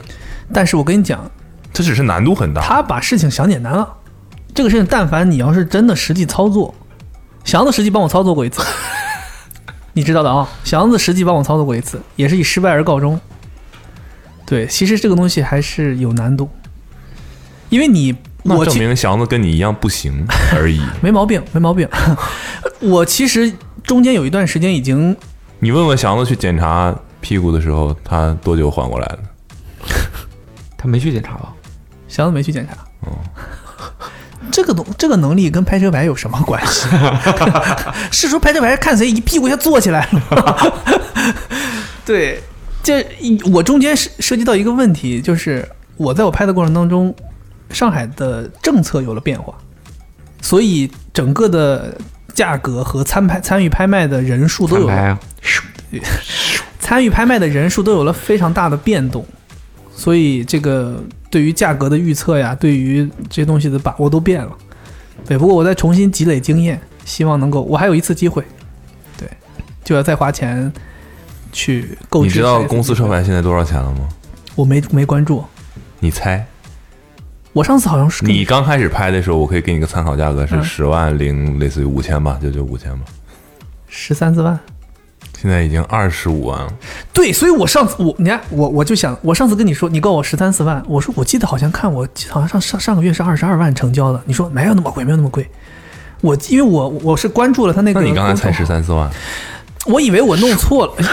Speaker 2: 但是我跟你讲，
Speaker 3: 这只是难度很大。
Speaker 2: 他把事情想简单了。这个事情，但凡你要是真的实际操作，祥子实际帮我操作过一次， 你知道的啊。祥子实际帮我操作过一次，也是以失败而告终。对，其实这个东西还是有难度，因为你
Speaker 3: 那
Speaker 2: 我
Speaker 3: 证
Speaker 2: 去。
Speaker 3: 明祥子跟你一样不行 而已。
Speaker 2: 没毛病，没毛病。 我其实中间有一段时间已经
Speaker 3: 你问问祥子去检查屁股的时候，他多久缓过来的？
Speaker 4: 他没去检查吧？啊嗯
Speaker 2: 祥子没去检查， 这个东这个能力跟拍车牌有什么关系？ 是说拍车牌看谁一屁股先坐起来了吗？ 对，这我中间涉涉及到一个问题，就是我在我拍的过程当中，上海的政策有了变化，所以整个的价格和参拍参与拍卖的人数都有
Speaker 4: 摊牌
Speaker 2: 了
Speaker 4: 啊，
Speaker 2: 参与拍卖的人数都有了非常大的变动，所以这个对于价格的预测呀，对于这些东西的把握都变了。对，不过我再重新积累经验，希望能够，我还有一次机会，对，就要再花钱去购置。
Speaker 3: 你知道公司车？牌现在多少钱了吗？
Speaker 2: 我没没关注，
Speaker 3: 你猜？
Speaker 2: 我上次好像是跟
Speaker 3: 你刚开始拍的时候，我可以给你个参考价格是
Speaker 2: 嗯
Speaker 3: 十万零类似于五千吧，就就五千吧。
Speaker 2: 十三四万。
Speaker 3: 现在已经二十五万了，
Speaker 2: 对，所以我上次我你看我我就想，我上次跟你说，你告我十三四万，我说我记得好像看我记得好像上上上个月是二十二万成交的，你说没有那么贵，没有那么贵。我因为我我是关注了他那个
Speaker 3: 那
Speaker 2: 公
Speaker 3: 你
Speaker 2: 众号，
Speaker 3: 刚才才十三四万，
Speaker 2: 我以为我弄错了，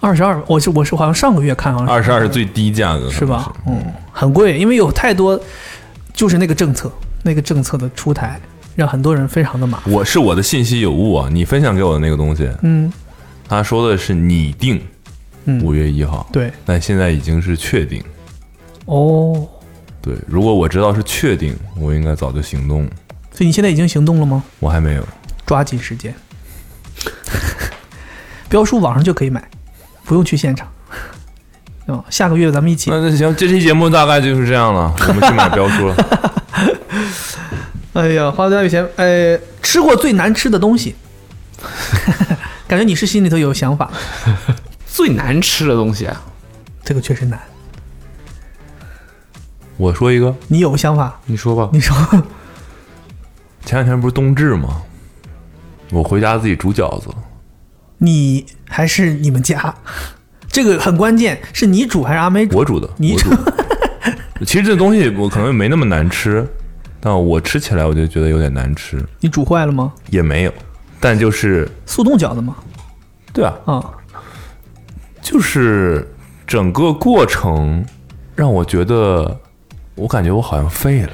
Speaker 2: 二十二，我是我是好像上个月看好像
Speaker 3: 二十二是最低价格，
Speaker 2: 是吧？嗯，很贵，因为有太多就是那个政策，那个政策的出台让很多人非常的麻烦。
Speaker 3: 我是我的信息有误啊，你分享给我的那个东西，
Speaker 2: 嗯，
Speaker 3: 他说的是拟定
Speaker 2: 嗯
Speaker 3: 五月一号，
Speaker 2: 对，
Speaker 3: 但现在已经是确定。
Speaker 2: 哦，
Speaker 3: 对，如果我知道是确定，我应该早就行动了，
Speaker 2: 所以你现在已经行动了吗？
Speaker 3: 我还没有。
Speaker 2: 抓紧时间。 标书网上就可以买，不用去现场。嗯，下个月咱们一起。
Speaker 3: 那那行，这期节目大概就是这样了，我们去买标书了。
Speaker 2: 哎呀，花多少钱？呃，吃过最难吃的东西， 感觉你是心里头有想法，
Speaker 4: 最难吃的东西啊，
Speaker 2: 这个确实难。
Speaker 3: 我说一个，
Speaker 2: 你有想法？
Speaker 4: 你说吧。
Speaker 2: 你说
Speaker 3: 前两天不是冬至吗？我回家自己煮饺子，
Speaker 2: 你还是你们家？这个很关键，是你煮还是阿梅煮？
Speaker 3: 我煮的，
Speaker 2: 你
Speaker 3: 我煮的。其实这东西我可能没那么难吃，但我吃起来我就觉得有点难吃，
Speaker 2: 你煮坏了吗？
Speaker 3: 也没有。但就是，
Speaker 2: 速冻饺子吗？
Speaker 3: 对啊，
Speaker 2: 啊、
Speaker 3: 就是整个过程让我觉得，我感觉我好像废了。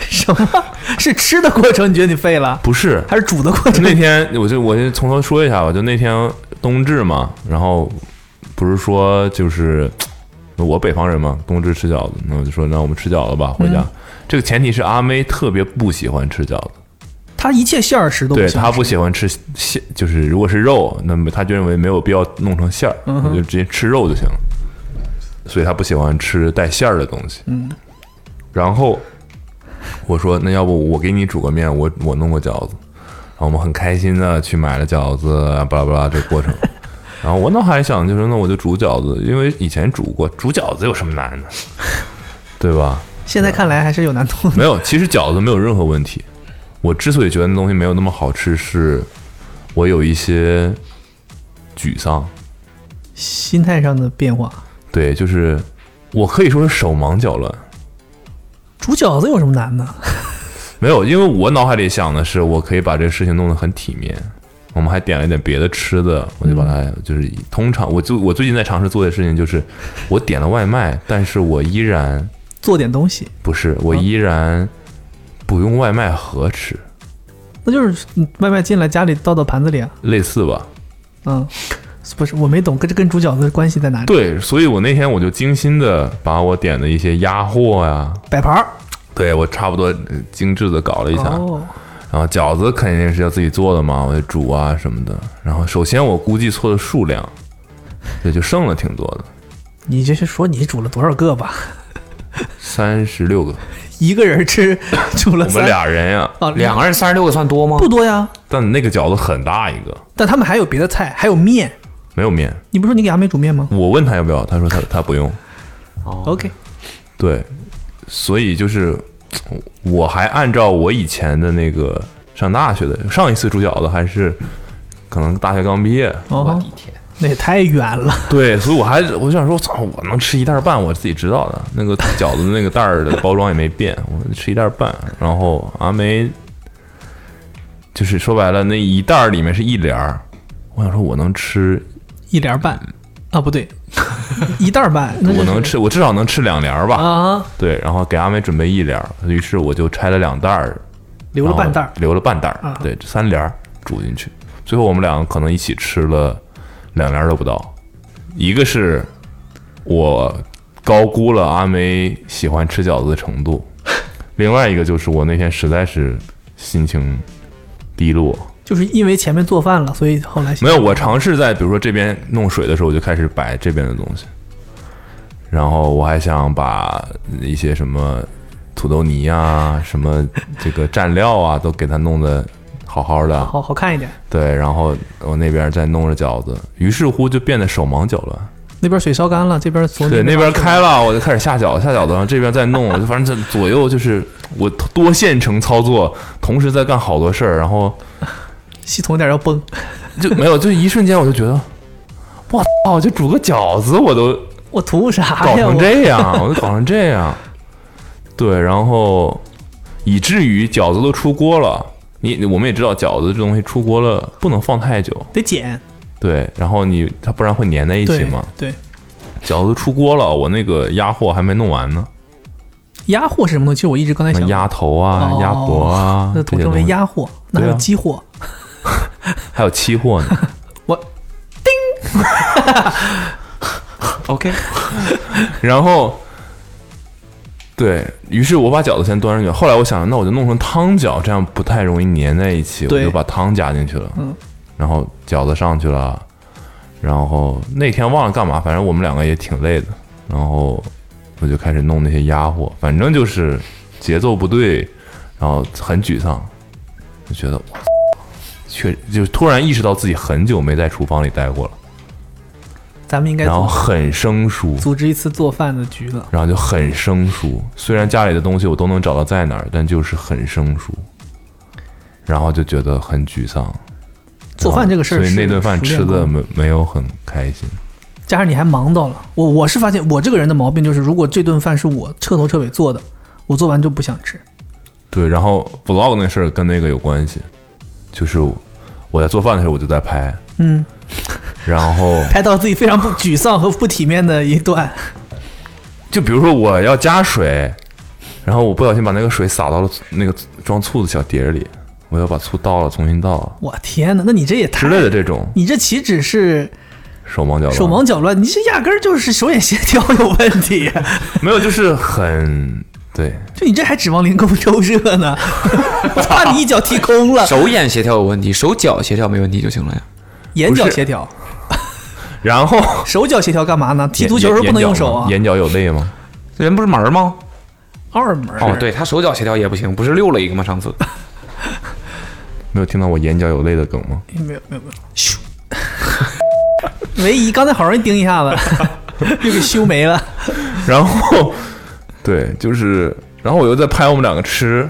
Speaker 2: 什么？ 是吃的过程你觉得你废了，
Speaker 3: 不是，
Speaker 2: 还是煮的过程？
Speaker 3: 那天我就我就从头说一下吧，就那天冬至嘛，然后不是说就是我北方人嘛，冬至吃饺子，那我就说那我们吃饺子吧，回家。这个前提是阿妹特别不喜欢吃饺子，
Speaker 2: 他一切馅儿食都不
Speaker 3: 对
Speaker 2: 行
Speaker 3: 她不喜欢吃馅，就是如果是肉，那么她就认为没有必要弄成馅儿，
Speaker 2: 嗯哼
Speaker 3: 我就直接吃肉就行了。所以她不喜欢吃带馅儿的东西。嗯，然后我说那要不我给你煮个面，我我弄个饺子。然后我们很开心的去买了饺子，啊巴拉巴拉这个 过程。然后我脑海里想就是那我就煮饺子，因为以前煮过，煮饺子有什么难的， 对吧？
Speaker 2: 现在看来还是有难 度的。
Speaker 3: 没有，其实饺子没有任何问题。我之所以觉得那东西没有那么好吃，是我有一些沮丧。
Speaker 2: 心态上的变化，
Speaker 3: 对，就是我可以说是手忙脚乱。
Speaker 2: 煮饺子有什么难的？
Speaker 3: 没有，因为我脑海里想的是，我可以把这个事情弄得很体面。我们还点了一点别的吃的，我就把它就是通常我就我最近在尝试做的事情就是，我点了外卖，但是我依然
Speaker 2: 做点东西，
Speaker 3: 不是，我依然不用外卖盒吃，
Speaker 2: 那就是嗯外卖进来家里倒到盘子里啊。
Speaker 3: 类似吧？
Speaker 2: 嗯，不是，我没懂，跟这跟煮饺子的关系在哪里？
Speaker 3: 对，所以我那天我就精心的把我点的一些鸭货呀、
Speaker 2: 摆盘儿。
Speaker 3: 对我差不多呃精致的搞了一下，
Speaker 2: 哦，
Speaker 3: 然后饺子肯定是要自己做的嘛，我就煮啊什么的。然后首先我估计错的数量，也就剩了挺多的，
Speaker 2: 你就是说你煮了多少个吧？
Speaker 3: 三十六个，
Speaker 2: 一个人吃 煮了
Speaker 3: 我 们
Speaker 2: 三
Speaker 3: 俩人呀、
Speaker 2: 啊，
Speaker 4: 两个人三十六个算多吗？
Speaker 2: 不多呀。
Speaker 3: 但那个饺子很大一个，
Speaker 2: 但他们还有别的菜，还有面。
Speaker 3: 没有面。
Speaker 2: 你不是说你给阿妹煮面吗
Speaker 3: 我问他要不要，他说他他不用。
Speaker 4: 哦
Speaker 2: ？OK，
Speaker 3: 对，所以就是我还按照我以前的那个上大学的上一次煮饺子还是可能大学刚毕业，
Speaker 2: 哦，
Speaker 4: 天，
Speaker 2: 那也太远了。
Speaker 3: 对，所以我还我就想说，操，我能吃一袋半，我自己知道的。那个饺子的那个袋儿的包装也没变，我吃一袋半。然后阿梅就是说白了，那一袋儿里面是一帘儿，我想说我能吃嗯
Speaker 2: 一帘儿半啊，不对，一袋儿半，那
Speaker 3: 我
Speaker 2: 就是
Speaker 3: 能吃，我至少能吃两帘儿吧。
Speaker 2: 啊，
Speaker 3: 对，然后给阿美准备一帘儿，于是我就拆了两袋儿，
Speaker 2: 留了半袋儿，
Speaker 3: 留了半袋儿
Speaker 2: 啊，
Speaker 3: 对，三帘儿煮进去。最后我们俩可能一起吃了两帘儿都不到，一个是我高估了阿梅喜欢吃饺子的程度，另外一个就是我那天实在是心情低落。
Speaker 2: 就是因为前面做饭了，所以后来
Speaker 3: 没有，我尝试在比如说这边弄水的时候，我就开始摆这边的东西，然后我还想把一些什么土豆泥啊、什么这个蘸料啊，都给它弄得好好的。
Speaker 2: 好好看一点。
Speaker 3: 对，然后我那边再弄着饺子，于是乎就变得手忙脚乱。
Speaker 2: 那边水烧干了，这边昨
Speaker 3: 对，
Speaker 2: 天
Speaker 3: 那边开了，我就开始下饺子，下饺子，然后这边再弄，我就反正这左右就是我多线程操作，同时在干好多事儿，然后
Speaker 2: 系统有点要崩，
Speaker 3: 就没有，就一瞬间我就觉得，我操，就煮个饺子我都
Speaker 2: 我图啥
Speaker 3: 搞
Speaker 2: 呀？
Speaker 3: 成
Speaker 2: 我
Speaker 3: 这样，我都搞成这样。对，然后以至于饺子都出锅了，你我们也知道饺子这东西出锅了不能放太久，
Speaker 2: 得剪，
Speaker 3: 对，然后你它不然会粘在一起
Speaker 2: 对
Speaker 3: 嘛。
Speaker 2: 对，
Speaker 3: 饺子出锅了，我那个鸭货还没弄完呢，
Speaker 2: 鸭货是什么东西？其实我一直刚才
Speaker 3: 什么
Speaker 2: 想，
Speaker 3: 鸭头啊、
Speaker 2: 哦
Speaker 3: 鸭脖啊
Speaker 2: 那
Speaker 3: 这
Speaker 2: 统
Speaker 3: 些
Speaker 2: 称
Speaker 3: 东
Speaker 2: 为
Speaker 3: 西，
Speaker 2: 鸭货，那还
Speaker 3: 对
Speaker 2: 有
Speaker 3: 啊
Speaker 2: 鸡货，
Speaker 3: 还有期货呢。
Speaker 4: OK，
Speaker 3: 然后，对于是，我把饺子先端上去。后来我想，那我就弄成汤饺，这样不太容易粘在一起，我
Speaker 2: 对
Speaker 3: 就把汤加进去了。
Speaker 2: 嗯，
Speaker 3: 然后饺子上去了，然后那天忘了干嘛，反正我们两个也挺累的。然后我就开始弄那些鸭货，反正就是节奏不对，然后很沮丧，就觉得我操确就突然意识到自己很久没在厨房里待过了，
Speaker 2: 咱们应该
Speaker 3: 然后哦
Speaker 2: 组
Speaker 3: 很生疏。
Speaker 2: 组织一次做饭的局了。
Speaker 3: 然后就很生疏。虽然家里的东西我都能找到在哪儿，但就是很生疏，然后就觉得很沮丧。
Speaker 2: 做饭这个事儿
Speaker 3: 所
Speaker 2: 是
Speaker 3: 以
Speaker 2: 熟
Speaker 3: 那
Speaker 2: 练
Speaker 3: 顿
Speaker 2: 工，
Speaker 3: 饭吃的没没有很开心。
Speaker 2: 加上你还忙到了，我我是发现我这个人的毛病就是，如果这顿饭是我彻头彻尾做的，我做完就不想吃。
Speaker 3: 对，然后 vlog 那事儿跟那个有关系，就是我在做饭的时候我就在拍，
Speaker 2: 嗯，
Speaker 3: 然 后
Speaker 2: 拍到自己非常不沮丧和不体面的一段，
Speaker 3: 就比如说我要加水，然后我不小心把那个水洒到了那个装醋的小碟儿里，我要把醋倒了重新倒
Speaker 2: 我天哪！那你这也太……
Speaker 3: 之类的这种
Speaker 2: 你这岂止是
Speaker 3: 手忙脚乱。
Speaker 2: 手忙脚乱，你这压根儿就是手眼协调有问题。
Speaker 3: 没有，就是很对。
Speaker 2: 就你这还指望零工周热呢？我怕你一脚踢空了，
Speaker 4: 手眼协调有问题，手脚协调没问题就行了呀。
Speaker 2: 眼角协调，
Speaker 3: 然后
Speaker 2: 手脚协调干嘛呢？踢足球的时候不能用手啊，
Speaker 3: 眼角有泪吗？
Speaker 4: 人不是门儿吗？
Speaker 2: 二门儿。
Speaker 4: 哦，对他手脚协调也不行，不是溜了一个吗？上次
Speaker 3: 没有听到我眼角有泪的梗 吗？
Speaker 2: 没有没有没有，咻！唯一刚才好容易盯一下子，又给修没了。
Speaker 3: 然后，对，就是，然后我又在拍我们两个吃，然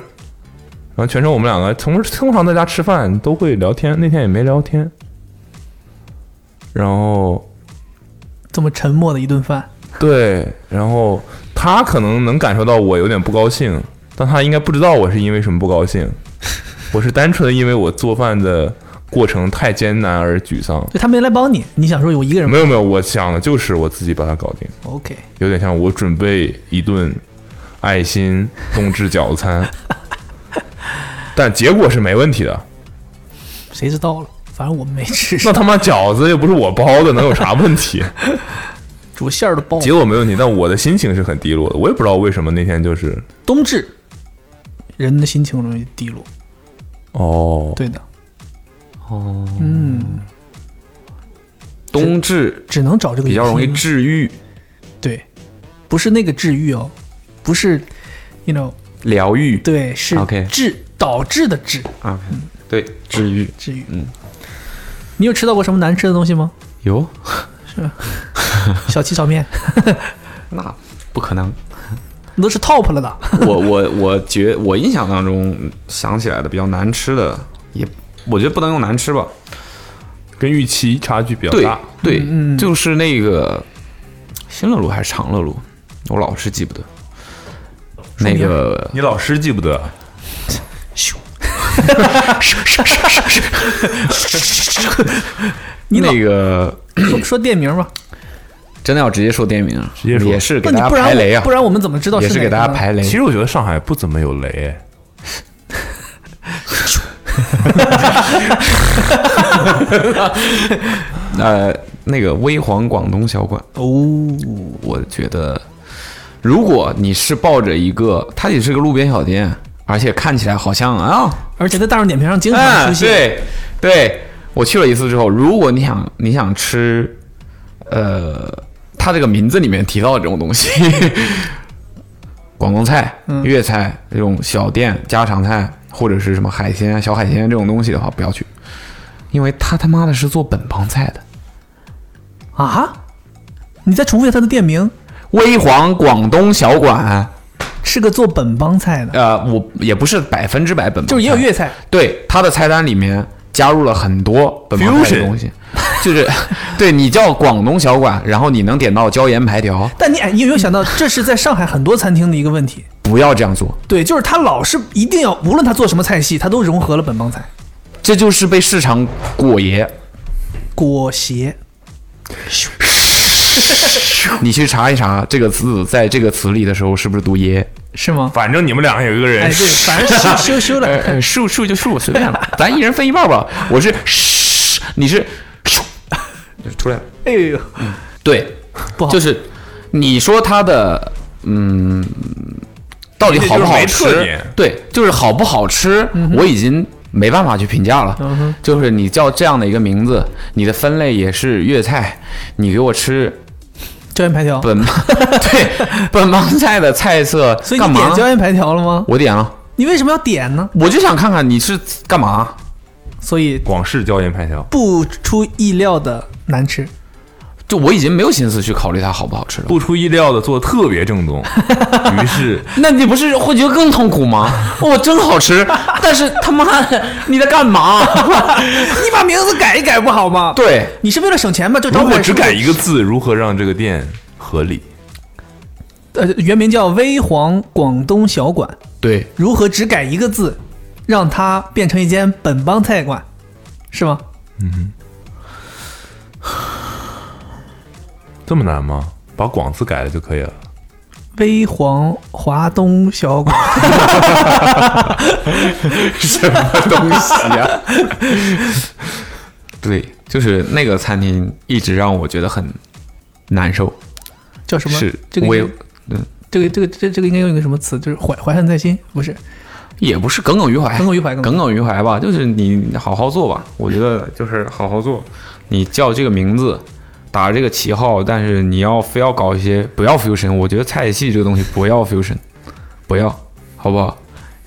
Speaker 3: 后全程我们两个从通常在家吃饭都会聊天，那天也没聊天。然后
Speaker 2: 这么沉默的一顿饭，
Speaker 3: 对，然后他可能能感受到我有点不高兴，但他应该不知道我是因为什么不 高兴，我是单纯的因为我做饭的过程太艰难而沮丧。
Speaker 2: 对他没来帮你，你想说我一个人
Speaker 3: 没有没有，我想的就是我自己把它搞定。
Speaker 2: ？OK，
Speaker 3: 有点像我准备一顿爱心冬至饺子餐，但结果是没问题的。
Speaker 2: 谁知道了？反正我们没吃，
Speaker 3: 那他妈饺子又不是我包的，能有啥问题？
Speaker 2: 煮馅儿都包了。
Speaker 3: 结果没问题，但我的心情是很低落的。我也不知道为什么那天就是
Speaker 2: 冬至，人的心情容易低落。
Speaker 3: 哦，
Speaker 2: 对的，哦，嗯，
Speaker 4: 冬至
Speaker 2: 只能找这个
Speaker 4: 比较容易
Speaker 2: 原因
Speaker 4: 治愈、
Speaker 2: 对，不是那个治愈哦，不是，you know，
Speaker 4: 疗愈。
Speaker 2: 对，是
Speaker 4: OK
Speaker 2: 治导致的治
Speaker 4: 啊，对，治愈
Speaker 2: 治愈。
Speaker 4: 嗯，
Speaker 2: 你有吃到过什么难吃的东西吗？
Speaker 4: 有
Speaker 2: 小七炒面，
Speaker 4: 那不可能。
Speaker 2: 那都是 top 了的。
Speaker 4: 我我我觉我印象当中想起来的比较难吃的，也我觉得不能用难吃吧。
Speaker 3: 跟预期差距比较
Speaker 4: 对
Speaker 3: 大。
Speaker 4: 对，
Speaker 2: 嗯嗯
Speaker 4: 就是那个新乐路还是长乐路，我老是记不得。那个
Speaker 3: 你啊老师记不得，
Speaker 2: 咻，你老
Speaker 4: 那个
Speaker 2: 说说店名吧，
Speaker 4: 真的要直接说店名啊，
Speaker 3: 直接说
Speaker 4: 也是
Speaker 2: 不
Speaker 4: 给
Speaker 2: 你
Speaker 4: 大家
Speaker 2: 不然
Speaker 4: 排雷
Speaker 2: 我
Speaker 4: 啊
Speaker 2: 不，然我们怎么知道
Speaker 4: 也是
Speaker 2: 哪
Speaker 4: 给
Speaker 2: 个
Speaker 4: 大家
Speaker 2: 呢
Speaker 4: 排雷。
Speaker 3: 其实我觉得上海不怎么有雷，
Speaker 4: 呃，那个微黄广东小馆，
Speaker 2: 哦，
Speaker 4: 我觉得，如果你是抱着一个，它也是个路边小店，而且看起来好像啊，
Speaker 2: 而且在大众点评上经常出
Speaker 4: 嗯，
Speaker 2: 现，
Speaker 4: 对对，我去了一次之后，如果你想你想吃，呃，它这个名字里面提到的这种东西， 广东菜、
Speaker 2: 嗯
Speaker 4: 粤菜这种小店家常菜，或者是什么海鲜、小海鲜这种东西的话，不要去，因为他他妈的是做本帮菜的。
Speaker 2: 啊，你再重复一下它的店名，
Speaker 4: 微黄广东小馆，
Speaker 2: 是个做本帮菜的，
Speaker 4: 呃，我也不是百分之百本帮菜，
Speaker 2: 就是也有粤菜，
Speaker 4: 对，它的菜单里面加入了很多本帮菜
Speaker 3: Fusion
Speaker 4: 的东西， 就是对你叫广东小馆，然后你能点到椒盐排条，
Speaker 2: 但你哎，你有没有想到这是在上海很多餐厅的一个问题？
Speaker 4: 不要这样做，
Speaker 2: 对，就是他老是一定要，无论他做什么菜系，他都融合了本帮菜。
Speaker 4: 这就是被市场裹挟。
Speaker 2: 裹挟，
Speaker 4: 你去查一查这个字在这个词里的时候是不是读耶？
Speaker 2: 是吗？
Speaker 3: 反正你们两个有一个
Speaker 2: 哎，
Speaker 3: 人
Speaker 2: 对， 反正羞羞羞
Speaker 4: 呃
Speaker 2: 了。
Speaker 4: 呃，数数就数，随便了，咱一人分一半吧。我是 你是就是出来了。
Speaker 2: 哎呦，
Speaker 4: 对，
Speaker 2: 不好
Speaker 4: 就是你说它的嗯，到底好不好
Speaker 3: 就是没特
Speaker 4: 吃
Speaker 3: 点？
Speaker 4: 对，就是好不好吃，我已经没办法去评价了。就是你叫这样的一个名字，你的分类也是粤菜，你给我吃
Speaker 2: 椒盐排条，
Speaker 4: 本对本帮菜的菜色
Speaker 2: 所以
Speaker 4: 干
Speaker 2: 你点
Speaker 4: 嘛？
Speaker 2: 椒盐排条了吗？
Speaker 4: 我点了，
Speaker 2: 你为什么要点呢？
Speaker 4: 我就想看看你是干嘛。
Speaker 2: 所以
Speaker 3: 广式椒盐排条，
Speaker 2: 不出意料的难吃。
Speaker 4: 就我已经没有心思去考虑它好不好吃了。
Speaker 3: 不出意料的做得特别正宗，于是
Speaker 4: 那你不是会觉得更痛苦吗？ 我、真好 吃，但是他妈的你在干 嘛？
Speaker 2: 你把名字改一改不好吗？，
Speaker 4: 对，
Speaker 2: 你是为了省钱吗？这招
Speaker 3: 如
Speaker 2: 牌
Speaker 3: 果
Speaker 2: 是
Speaker 3: 只改一个字，如何让这个店合理？
Speaker 2: 呃，原名叫微黄广东小馆，
Speaker 4: 对，
Speaker 2: 如何只改一个字，让它变成一间本帮菜馆，是吗？
Speaker 3: 这么难吗？把“广”字改了就可以了。
Speaker 2: 微黄华东小馆，
Speaker 4: 什么东西啊？ 对，就是那个餐厅一直让我觉得很难受，
Speaker 2: 叫什么？
Speaker 4: 是
Speaker 2: 这个
Speaker 4: 我
Speaker 2: 应
Speaker 4: 也
Speaker 2: 该这个这个这这个应该用一个什么词？就是怀怀恨在心，不是
Speaker 4: 也不是耿耿于怀，
Speaker 2: 耿耿于怀耿
Speaker 4: 耿
Speaker 2: 耿
Speaker 4: 耿于怀吧，就是你好好做吧，我觉得就是好好做，你叫这个名字。打着这个旗号，但是你要非要搞一些不要 fusion，我觉得菜系这个东西不要 fusion，不要，好不好？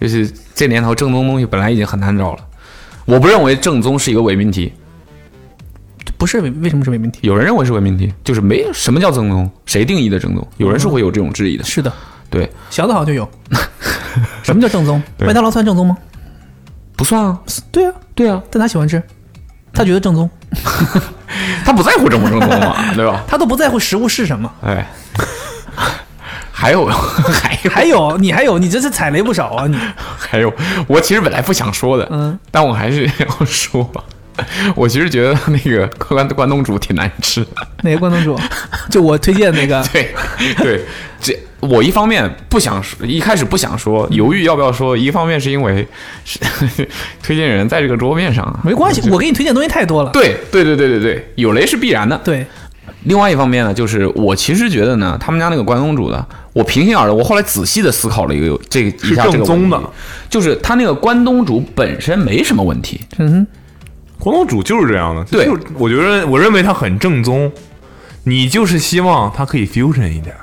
Speaker 4: 就是这年头正宗东西本来已经很难找了，我不认为正宗是一个伪命题，
Speaker 2: 不是为为什么是伪命题？
Speaker 4: 有人认为是伪命题，就是没有什么叫正宗，谁定义的正宗？有人是会有这种质疑的。
Speaker 2: 是的，
Speaker 4: 对，
Speaker 2: 想的好就 有。什么叫正宗？麦当劳算正宗吗？
Speaker 4: 不算啊，
Speaker 2: 对啊，
Speaker 4: 对啊，
Speaker 2: 但他喜欢吃，
Speaker 3: 嗯
Speaker 2: 他觉得正宗，
Speaker 4: 他不在乎正不正宗嘛，对吧？
Speaker 2: 他都不在乎食物是 什么。
Speaker 4: 哎， 还有 还有
Speaker 2: 还有你还有你这次踩雷不少啊！你
Speaker 4: 还有，我其实本来不想说的，
Speaker 2: 嗯，
Speaker 4: 但我还是 要说。我其实觉得那个关关东煮挺难吃的，
Speaker 2: 哪个关东 煮？就我推荐那个
Speaker 4: 对对，这我一方面不想说，一开始不想说，犹豫要不要说，一方面是因为是 推荐人在这个桌面上啊，
Speaker 2: 没关系，我给你推荐东西太多了。
Speaker 4: 对对对对对对，有雷是必然的。
Speaker 2: 对，
Speaker 4: 另外一方面呢，就是我其实觉得呢，他们家那个关东煮的，我平心而论，我后来仔细的思考了一个这个一下这个
Speaker 3: 正宗的
Speaker 4: 问题就是他那个关东煮本身没什么问题。
Speaker 2: 嗯
Speaker 3: 广东煮就是这样的，
Speaker 4: 对
Speaker 3: 就是我觉得我认为它很正宗，你就是希望它可以 fusion 一点，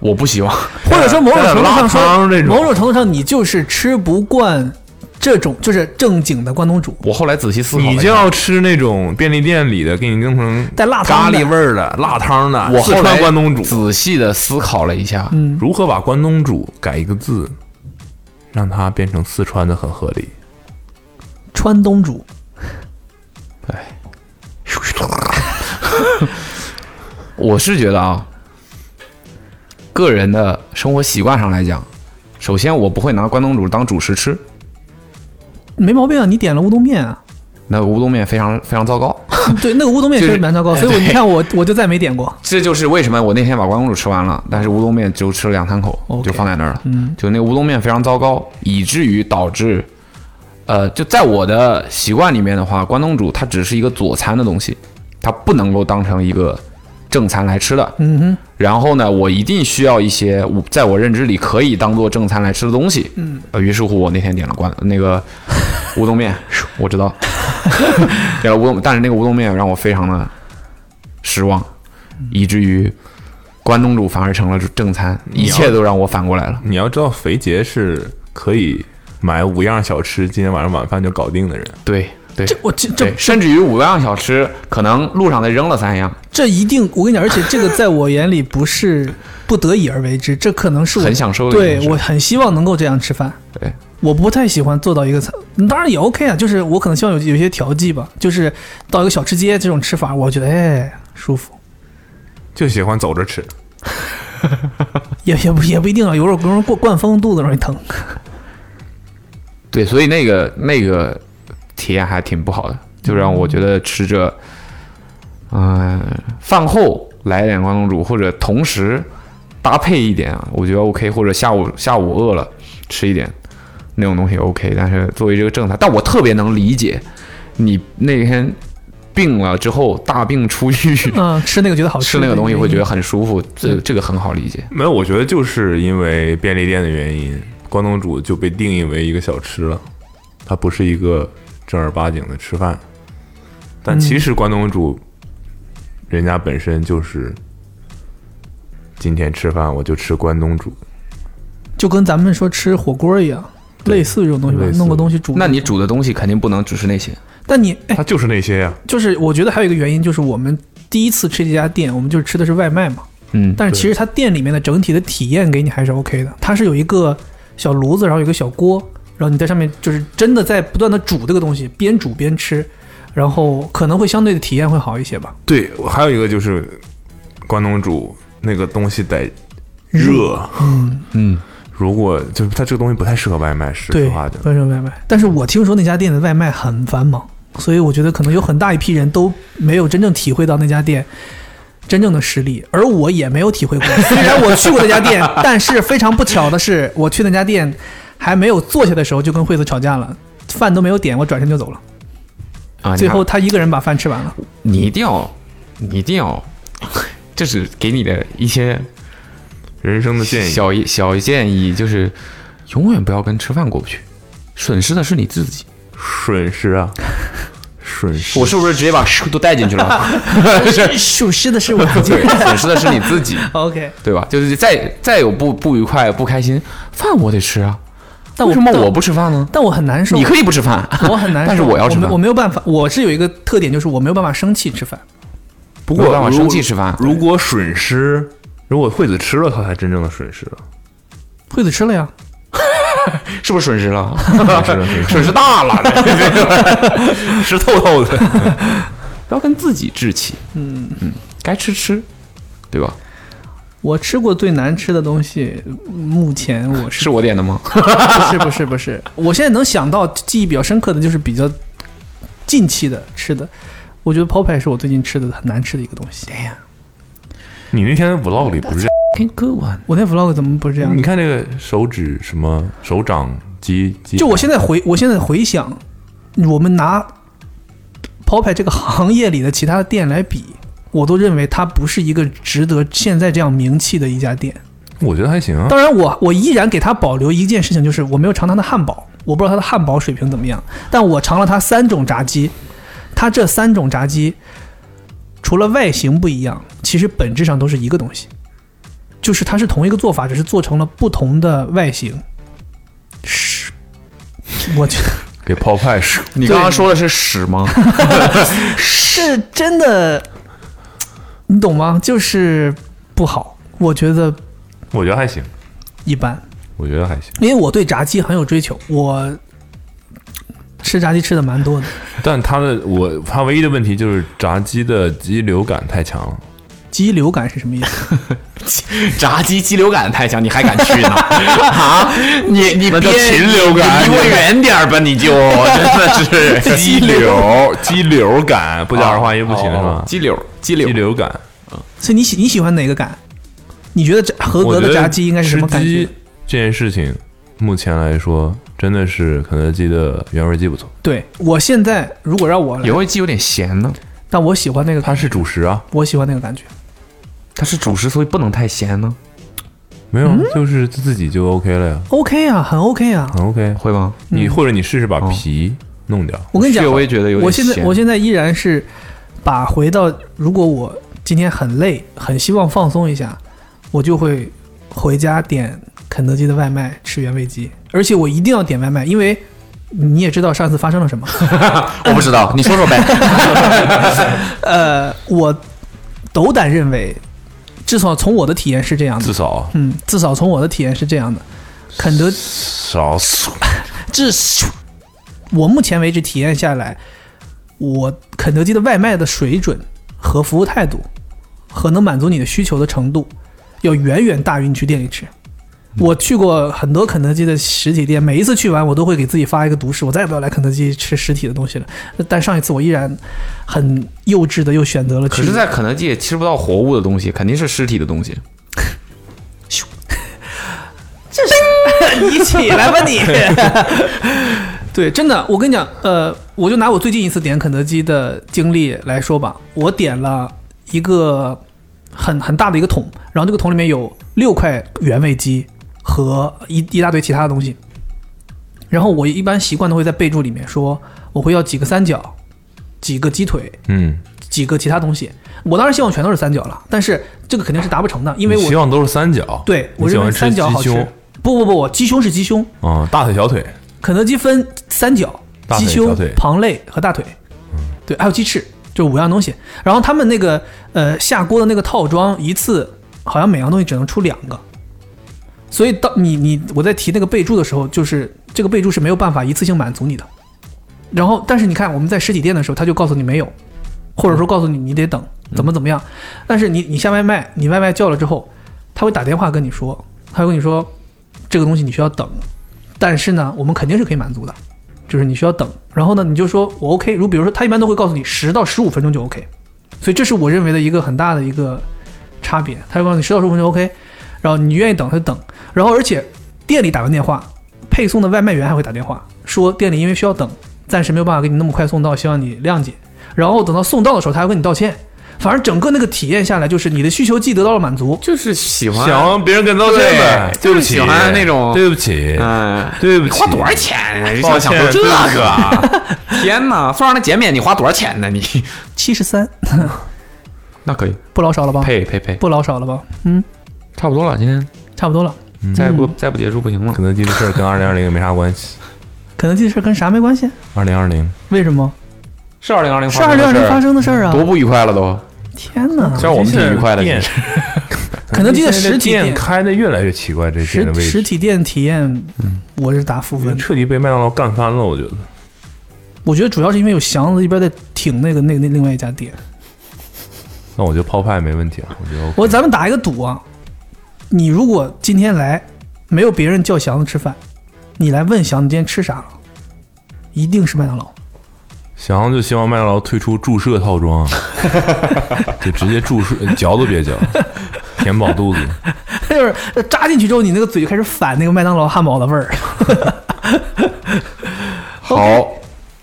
Speaker 4: 我不希望，
Speaker 2: 哼，或者说某种程度上
Speaker 3: 再拉
Speaker 2: 说
Speaker 3: 啊汤这，种
Speaker 2: 某种程度上你就是吃不惯这种就是正经的关东煮
Speaker 4: 我后来仔细思考了一
Speaker 3: 你
Speaker 4: 下，
Speaker 3: 就要吃那种便利店里的，给你弄成
Speaker 2: 带辣
Speaker 3: 咖
Speaker 2: 汤的
Speaker 3: 喱味儿的、辣汤的，
Speaker 4: 我
Speaker 3: 四
Speaker 4: 后来
Speaker 3: 川关东嗯煮。
Speaker 4: 仔细的思考了一下，
Speaker 3: 如何把关东煮改一个字，让它变成四川的很合 理？
Speaker 2: 川东煮。
Speaker 4: 我是觉得啊，个人的生活习惯上来讲，首先我不会拿关东煮当主食吃，
Speaker 2: 没毛病啊，你点了乌冬面啊，
Speaker 4: 那乌冬面非常非常糟糕。
Speaker 2: 对，那个乌冬面确实蛮糟糕，所以
Speaker 4: 哎
Speaker 2: 我你看我我就再没点过。
Speaker 4: 这就是为什么我那天把关公煮吃完了，但是乌冬面只有吃了两三口
Speaker 2: OK
Speaker 4: 就放在那儿了。
Speaker 2: 嗯，
Speaker 4: 就那个乌冬面非常糟糕，以至于导致，呃，就在我的习惯里面的话，关东煮它只是一个佐餐的东西，它不能够当成一个正餐来吃的。
Speaker 2: 嗯哼，
Speaker 4: 然后呢，我一定需要一些我在我认知里可以当做正餐来吃的东西。嗯，呃，于是乎我那天点了关那个乌冬面， 我 知道点了乌冬，但是那个乌冬面让我非常的失望，以至于关东煮反而成了正餐，一切都让我反过来了。
Speaker 3: 你要知道，肥杰是可以买五样小吃，今天晚上晚饭就搞定的人。
Speaker 4: 对 对
Speaker 2: 这我这这
Speaker 4: 对，甚至于五样小吃，可能路上再扔了三样，
Speaker 2: 这一定，我跟你讲，而且这个在我眼里不是不得已而为之，这可能是我
Speaker 4: 很享受的一件
Speaker 2: 对
Speaker 4: 事
Speaker 2: 我很希望能够这样吃饭。
Speaker 4: 对，
Speaker 2: 我不太喜欢做到一个餐，当然也 OK 啊，就是我可能希望有有些调剂吧，就是到一个小吃街这种吃法，我觉得哎舒服，
Speaker 3: 就喜欢走着吃，
Speaker 2: 也也不也不一定啊，有时候有时候灌灌风肚子容易疼。
Speaker 4: 对，所以那个那个体验还挺不好的，就让我觉得吃着，嗯、饭后来点关东煮，或者同时搭配一点啊，我觉得 OK，或者下午下午饿了吃一点那种东西 OK，但是作为这个正餐，但我特别能理解你那天病了之后大病初愈。
Speaker 2: 嗯，吃那个觉得好吃，
Speaker 4: 吃那个东西会觉得很舒服，这这个很好理解。
Speaker 3: 没有，我觉得就是因为便利店的原因，关东煮就被定义为一个小吃了，它不是一个正儿八经的吃饭。但其实关东煮，人家本身就是今天吃饭我就吃关东煮，
Speaker 2: 就跟咱们说吃火锅一样，类似这种东西吧
Speaker 3: 类，似
Speaker 2: 弄个东西煮。
Speaker 4: 那你煮的东西肯定不能只是那些，
Speaker 2: 但你哎，
Speaker 3: 它就是那些呀、啊
Speaker 2: 就是我觉得还有一个原因就是我们第一次吃这家店，我们就是吃的是外卖嘛。
Speaker 4: 嗯，
Speaker 2: 但是其实它店里面的整体的体验给你还是 OK 的，它是有一个小炉子，然后有一个小锅，然后你在上面就是真的在不断的煮这个东西，边煮边吃，然后可能会相对的体验会好一些吧。
Speaker 3: 对，我还有一个就是关东煮那个东西得热，
Speaker 4: 嗯，
Speaker 3: 如果就是它这个东西不太适合外卖，实
Speaker 2: 对
Speaker 3: 话讲，，
Speaker 2: 外卖外卖。但是我听说那家店的外卖很繁忙，所以我觉得可能有很大一批人都没有真正体会到那家店。真正的实力，而我也没有体 会过。虽然我去过那家店，但是非常不巧的是，我去那家店还没有坐下的时候就跟惠子吵架了，饭都没有点，我转身就走了。
Speaker 4: 啊，你
Speaker 2: 最
Speaker 4: 看
Speaker 2: 后他一个人把饭吃完了。
Speaker 4: 你一定要，你一定要， 这是给你的一些
Speaker 3: 人生的建议。
Speaker 4: 小小建议，就是永远不要跟吃饭过不去，损失的是你自己。
Speaker 3: 损失啊，损失。
Speaker 4: 我是不是直接把都带进去了？
Speaker 2: 属实的是我自己。
Speaker 4: 对，损失的是你自 己，
Speaker 2: OK，
Speaker 4: 对吧？就是再再有不不愉快、不开心，饭我得吃啊。
Speaker 2: 但我
Speaker 4: 为什么
Speaker 2: 但
Speaker 4: 我不吃饭呢？
Speaker 2: 但我很难受。
Speaker 4: 你可以不吃饭，
Speaker 2: 我很难受。
Speaker 4: 但是我要吃
Speaker 2: 没
Speaker 4: 饭
Speaker 2: 我没有办法，我是有一个特点，就是我没有办法生气吃饭。
Speaker 3: 不
Speaker 4: 没有
Speaker 3: 过
Speaker 4: 办法
Speaker 3: 如
Speaker 4: 生气吃饭
Speaker 3: 如果损失，如果惠子吃了，他才真正的损失了。
Speaker 2: 惠子吃了呀，
Speaker 4: 是不是损失了？
Speaker 3: 损失了损失
Speaker 4: 损失大 了，
Speaker 3: 了吃透透的。
Speaker 4: 不 要跟自己置气。嗯嗯，该吃吃，对吧？
Speaker 2: 我吃过最难吃的东西，目前我是
Speaker 4: 是我点的 吗？
Speaker 2: 不是不是不是，我现在能想到记忆比较深刻的就是比较近期的吃的，我觉得 p o p e 是我最近吃的很难吃的一个东西。哎呀，
Speaker 3: 你那天 vlog 里不是这
Speaker 4: 割完。
Speaker 2: 我那 vlog 怎么不是这样
Speaker 3: 样？
Speaker 2: 的
Speaker 3: 你？看这个手指什么手掌肌肌，
Speaker 2: 就我现在回，我现在回想，我们拿 p o p e 这个行业里的其他的店来比，我都认为它不是一个值得现在这样名气的一家店。
Speaker 3: 我觉得还行啊。
Speaker 2: 当然我，我依然给他保留一件事情，就是我没有尝他的汉堡，我不知道他的汉堡水平怎么样，但我尝了他三种炸鸡，他这三种炸鸡除了外形不一样，其实本质上都是一个东西，就是它是同一个做法，只是做成了不同的外形。是，我觉得
Speaker 3: 给泡派是
Speaker 4: 你刚刚说的是屎吗？
Speaker 2: 是真的，你懂吗？就是不好，我觉得
Speaker 3: 我觉得还行，
Speaker 2: 一般。
Speaker 3: 我觉得还行。
Speaker 2: 因为我对炸鸡很有追求，我吃炸鸡吃的蛮多的。
Speaker 3: 但他的我他唯一的问题就是炸鸡的鸡流感太强了，
Speaker 2: 肌流感是什么意思？
Speaker 4: 炸鸡肌流感太强，你还敢去呢？ 啊，你你
Speaker 3: 那
Speaker 4: 别
Speaker 3: 叫禽流感
Speaker 4: 你离我远点儿吧，你 就真的是
Speaker 3: 激流，激流感，不讲二话音不行是
Speaker 4: 哦
Speaker 3: 吧？
Speaker 4: 激流，激
Speaker 3: 激
Speaker 4: 流，
Speaker 3: 流感，
Speaker 2: 哦所以你喜你喜欢哪个感？你觉得炸合
Speaker 3: 我
Speaker 2: 格的
Speaker 3: 觉得
Speaker 2: 炸鸡应该是什么感
Speaker 3: 吃
Speaker 2: 觉
Speaker 3: 鸡？这件事情，目前来说真的是肯德基的原味鸡不错，
Speaker 2: 对我现在如果让我来
Speaker 4: 原，味鸡有点咸呢，
Speaker 2: 但我喜欢那个
Speaker 3: 它
Speaker 2: 感，
Speaker 3: 是主食啊，
Speaker 2: 我喜欢那个感觉。
Speaker 4: 它是主食，所以不能太咸呢，
Speaker 3: 没
Speaker 2: 嗯
Speaker 3: 有，就是自己就 OK 了呀，
Speaker 2: OK 啊，很 OK 啊。
Speaker 3: 很 OK。
Speaker 4: 会吗？
Speaker 3: 你或者你试试
Speaker 2: 哦
Speaker 3: 把皮弄掉，
Speaker 2: 我跟你讲
Speaker 4: 略，微觉得有
Speaker 2: 我
Speaker 4: 点
Speaker 2: 现
Speaker 4: 咸。
Speaker 2: 在我现在依然是把回到，如果我今天很累，很希望放松一下，我就会回家点肯德基的外卖吃原味鸡，而且我一定要点外卖，因为你也知道上次发生了什 么。
Speaker 4: 我不知道，你说说呗。
Speaker 2: 呃，我斗胆认为，至少从我的体验是这样的
Speaker 3: 至，少
Speaker 2: 嗯，至少从我的体验是这样的。肯德
Speaker 3: 少
Speaker 2: 至少我目前为止体验下来，我肯德基的外卖的水准和服务态度和能满足你的需求的程度，要远远大于你去店里吃。我去过很多肯德基的实体店，每一次去完，我都会给自己发一个毒誓，我再也不要来肯德基吃实体的东西了。但上一次我依然很幼稚的又选择了去。
Speaker 4: 可是，在肯德基也吃不到活物的东西，肯定是尸体的东西。
Speaker 2: 你起来吧你。 对，真的，我跟你讲，呃，我就拿我最近一次点肯德基的经历来说吧，我点了一个很很大的一个桶，然后这个桶里面有六块原味鸡和一一大堆其他的东西，然后我一般习惯都会在备注里面说我会要几个三角，几个鸡腿，
Speaker 3: 嗯，
Speaker 2: 几个其他东西，我当然希望全都是三角了，但是这个肯定是达不成的，因为
Speaker 3: 你希
Speaker 2: 我
Speaker 3: 望都是三角，
Speaker 2: 对
Speaker 3: 你
Speaker 2: 我
Speaker 3: 喜
Speaker 2: 认
Speaker 3: 欢
Speaker 2: 为
Speaker 3: 吃
Speaker 2: 三
Speaker 3: 鸡
Speaker 2: 角好吃
Speaker 3: 胸，。
Speaker 2: 不不不，鸡胸是鸡胸，
Speaker 3: 嗯，大腿小腿，
Speaker 2: 肯德基分三角、
Speaker 3: 大腿
Speaker 2: 鸡
Speaker 3: 小
Speaker 2: 胸
Speaker 3: 腿、嗯
Speaker 2: 旁肋和大腿，对，还有鸡翅，就五样东西。然后他们那个呃下锅的那个套装，一次好像每样东西只能出两个，所以到你你我在提那个备注的时候，就是这个备注是没有办法一次性满足你的。然后，但是你看我们在实体店的时候，他就告诉你没有，或者说告诉你你得等，
Speaker 3: 嗯
Speaker 2: 怎么怎么样。但是你你下外卖，你外卖叫了之后，他会打电话跟你说，他会跟你说这个东西你需要等，但是呢，我们肯定是可以满足的，就是你需要等。然后呢，你就说我 OK。如比如说，他一般都会告诉你十到十五分钟就 OK，所以这是我认为的一个很大的一个差别。他会告诉你十到十五分钟 OK，然后你愿意等他就等。然后而且店里打完电话，配送的外卖员还会打电话说店里因为需要等，暂时没有办法给你那么快送到，希望你谅解。然后等到送到的时候，他还会跟你道歉。反正整个那个体验下来，就是你的需求既得到了满足，
Speaker 4: 就是喜
Speaker 3: 想让别人跟道歉呗，
Speaker 4: 对
Speaker 3: 对不
Speaker 4: 就是
Speaker 3: 起，
Speaker 4: 喜欢那种
Speaker 3: 对不起，
Speaker 4: 嗯，
Speaker 3: 对不起，
Speaker 4: 花多少钱啊？就
Speaker 3: 抱
Speaker 4: 想想
Speaker 3: 歉，
Speaker 4: 说这
Speaker 3: 对不起
Speaker 4: 个啊，
Speaker 3: 啊，
Speaker 4: 天哪！算上那减免，你花多少钱呢？你
Speaker 2: 七十三，
Speaker 4: 那可以
Speaker 2: 不老少了吧？
Speaker 4: 配配配，
Speaker 2: 不老少了吧？
Speaker 4: 差不多了。今天
Speaker 2: 差不多了。
Speaker 4: 再不再不结束不行了。
Speaker 3: 肯德基的事儿跟二零二零也没啥关系，
Speaker 2: 肯德基的事儿跟啥没关系？
Speaker 3: 二零二零
Speaker 2: 为什么？
Speaker 4: 是二零二零
Speaker 2: 是二零二零发生的事儿啊！
Speaker 4: 多不愉快了都，
Speaker 2: 天哪！
Speaker 4: 虽然我们挺愉快的，
Speaker 3: 店
Speaker 4: 其实
Speaker 2: 肯德基的实体
Speaker 3: 店
Speaker 2: 店，
Speaker 3: 开的越来越奇怪，这店的
Speaker 2: 实
Speaker 3: 位
Speaker 2: 实
Speaker 3: 置
Speaker 2: 体店体验，我是打负
Speaker 3: 已经
Speaker 2: 分。
Speaker 3: 彻底被麦当劳干翻了，我觉得。
Speaker 2: 我觉得主要是因为有祥子一边在挺那个那个那另外一家店。
Speaker 3: 那我觉得泡派没问题啊，我觉得 OK
Speaker 2: 我咱们打一个赌啊，你如果今天来，没有别人叫祥子吃饭，你来问祥子今天吃啥了，一定是麦当劳。
Speaker 3: 想要就希望麦当劳推出注射套装啊，就直接注射，嚼都别嚼，填饱肚子。
Speaker 2: 就是扎进去之后，你那个嘴就开始反那个麦当劳汉堡的味儿。
Speaker 4: 好。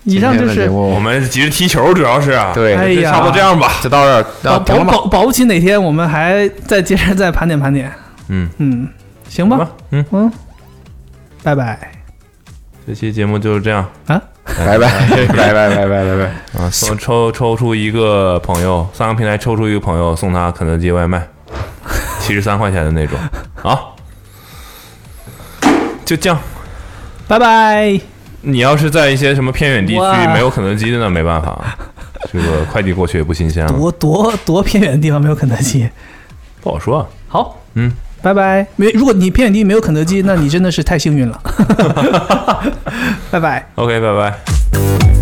Speaker 2: 以上就
Speaker 4: 今天的
Speaker 2: 是
Speaker 4: 节目
Speaker 3: 我们急着踢球，主要是啊，
Speaker 4: 对，
Speaker 2: 哎
Speaker 4: 就
Speaker 2: 呀
Speaker 4: 差不多这样吧，就到这儿，
Speaker 2: 保
Speaker 4: 那啊停
Speaker 2: 保
Speaker 4: 了吧。
Speaker 2: 保保不齐哪天我们还再接着再盘点盘点。
Speaker 3: 嗯
Speaker 2: 嗯，行吧，
Speaker 3: 嗯，
Speaker 2: 嗯，拜拜
Speaker 3: 这期节目就是这样
Speaker 2: 啊！
Speaker 4: 拜拜， 拜拜，拜拜，拜拜。
Speaker 3: 啊，抽抽抽出一个朋友，三个平台抽出一个朋友，送他肯德基外卖，七十三块钱的那种啊，就这样。
Speaker 2: 拜拜。
Speaker 3: 你要是在一些什么偏远地区
Speaker 2: 哇
Speaker 3: 没有肯德基的，那没办法，这个快递过去也不新鲜了，
Speaker 2: 多多多偏远的地方没有肯德基，
Speaker 3: 不好说啊。
Speaker 2: 好，
Speaker 3: 嗯，
Speaker 2: 拜拜。没，如果你偏远地没有肯德基，那你真的是太幸运了。拜拜。
Speaker 3: OK，拜拜。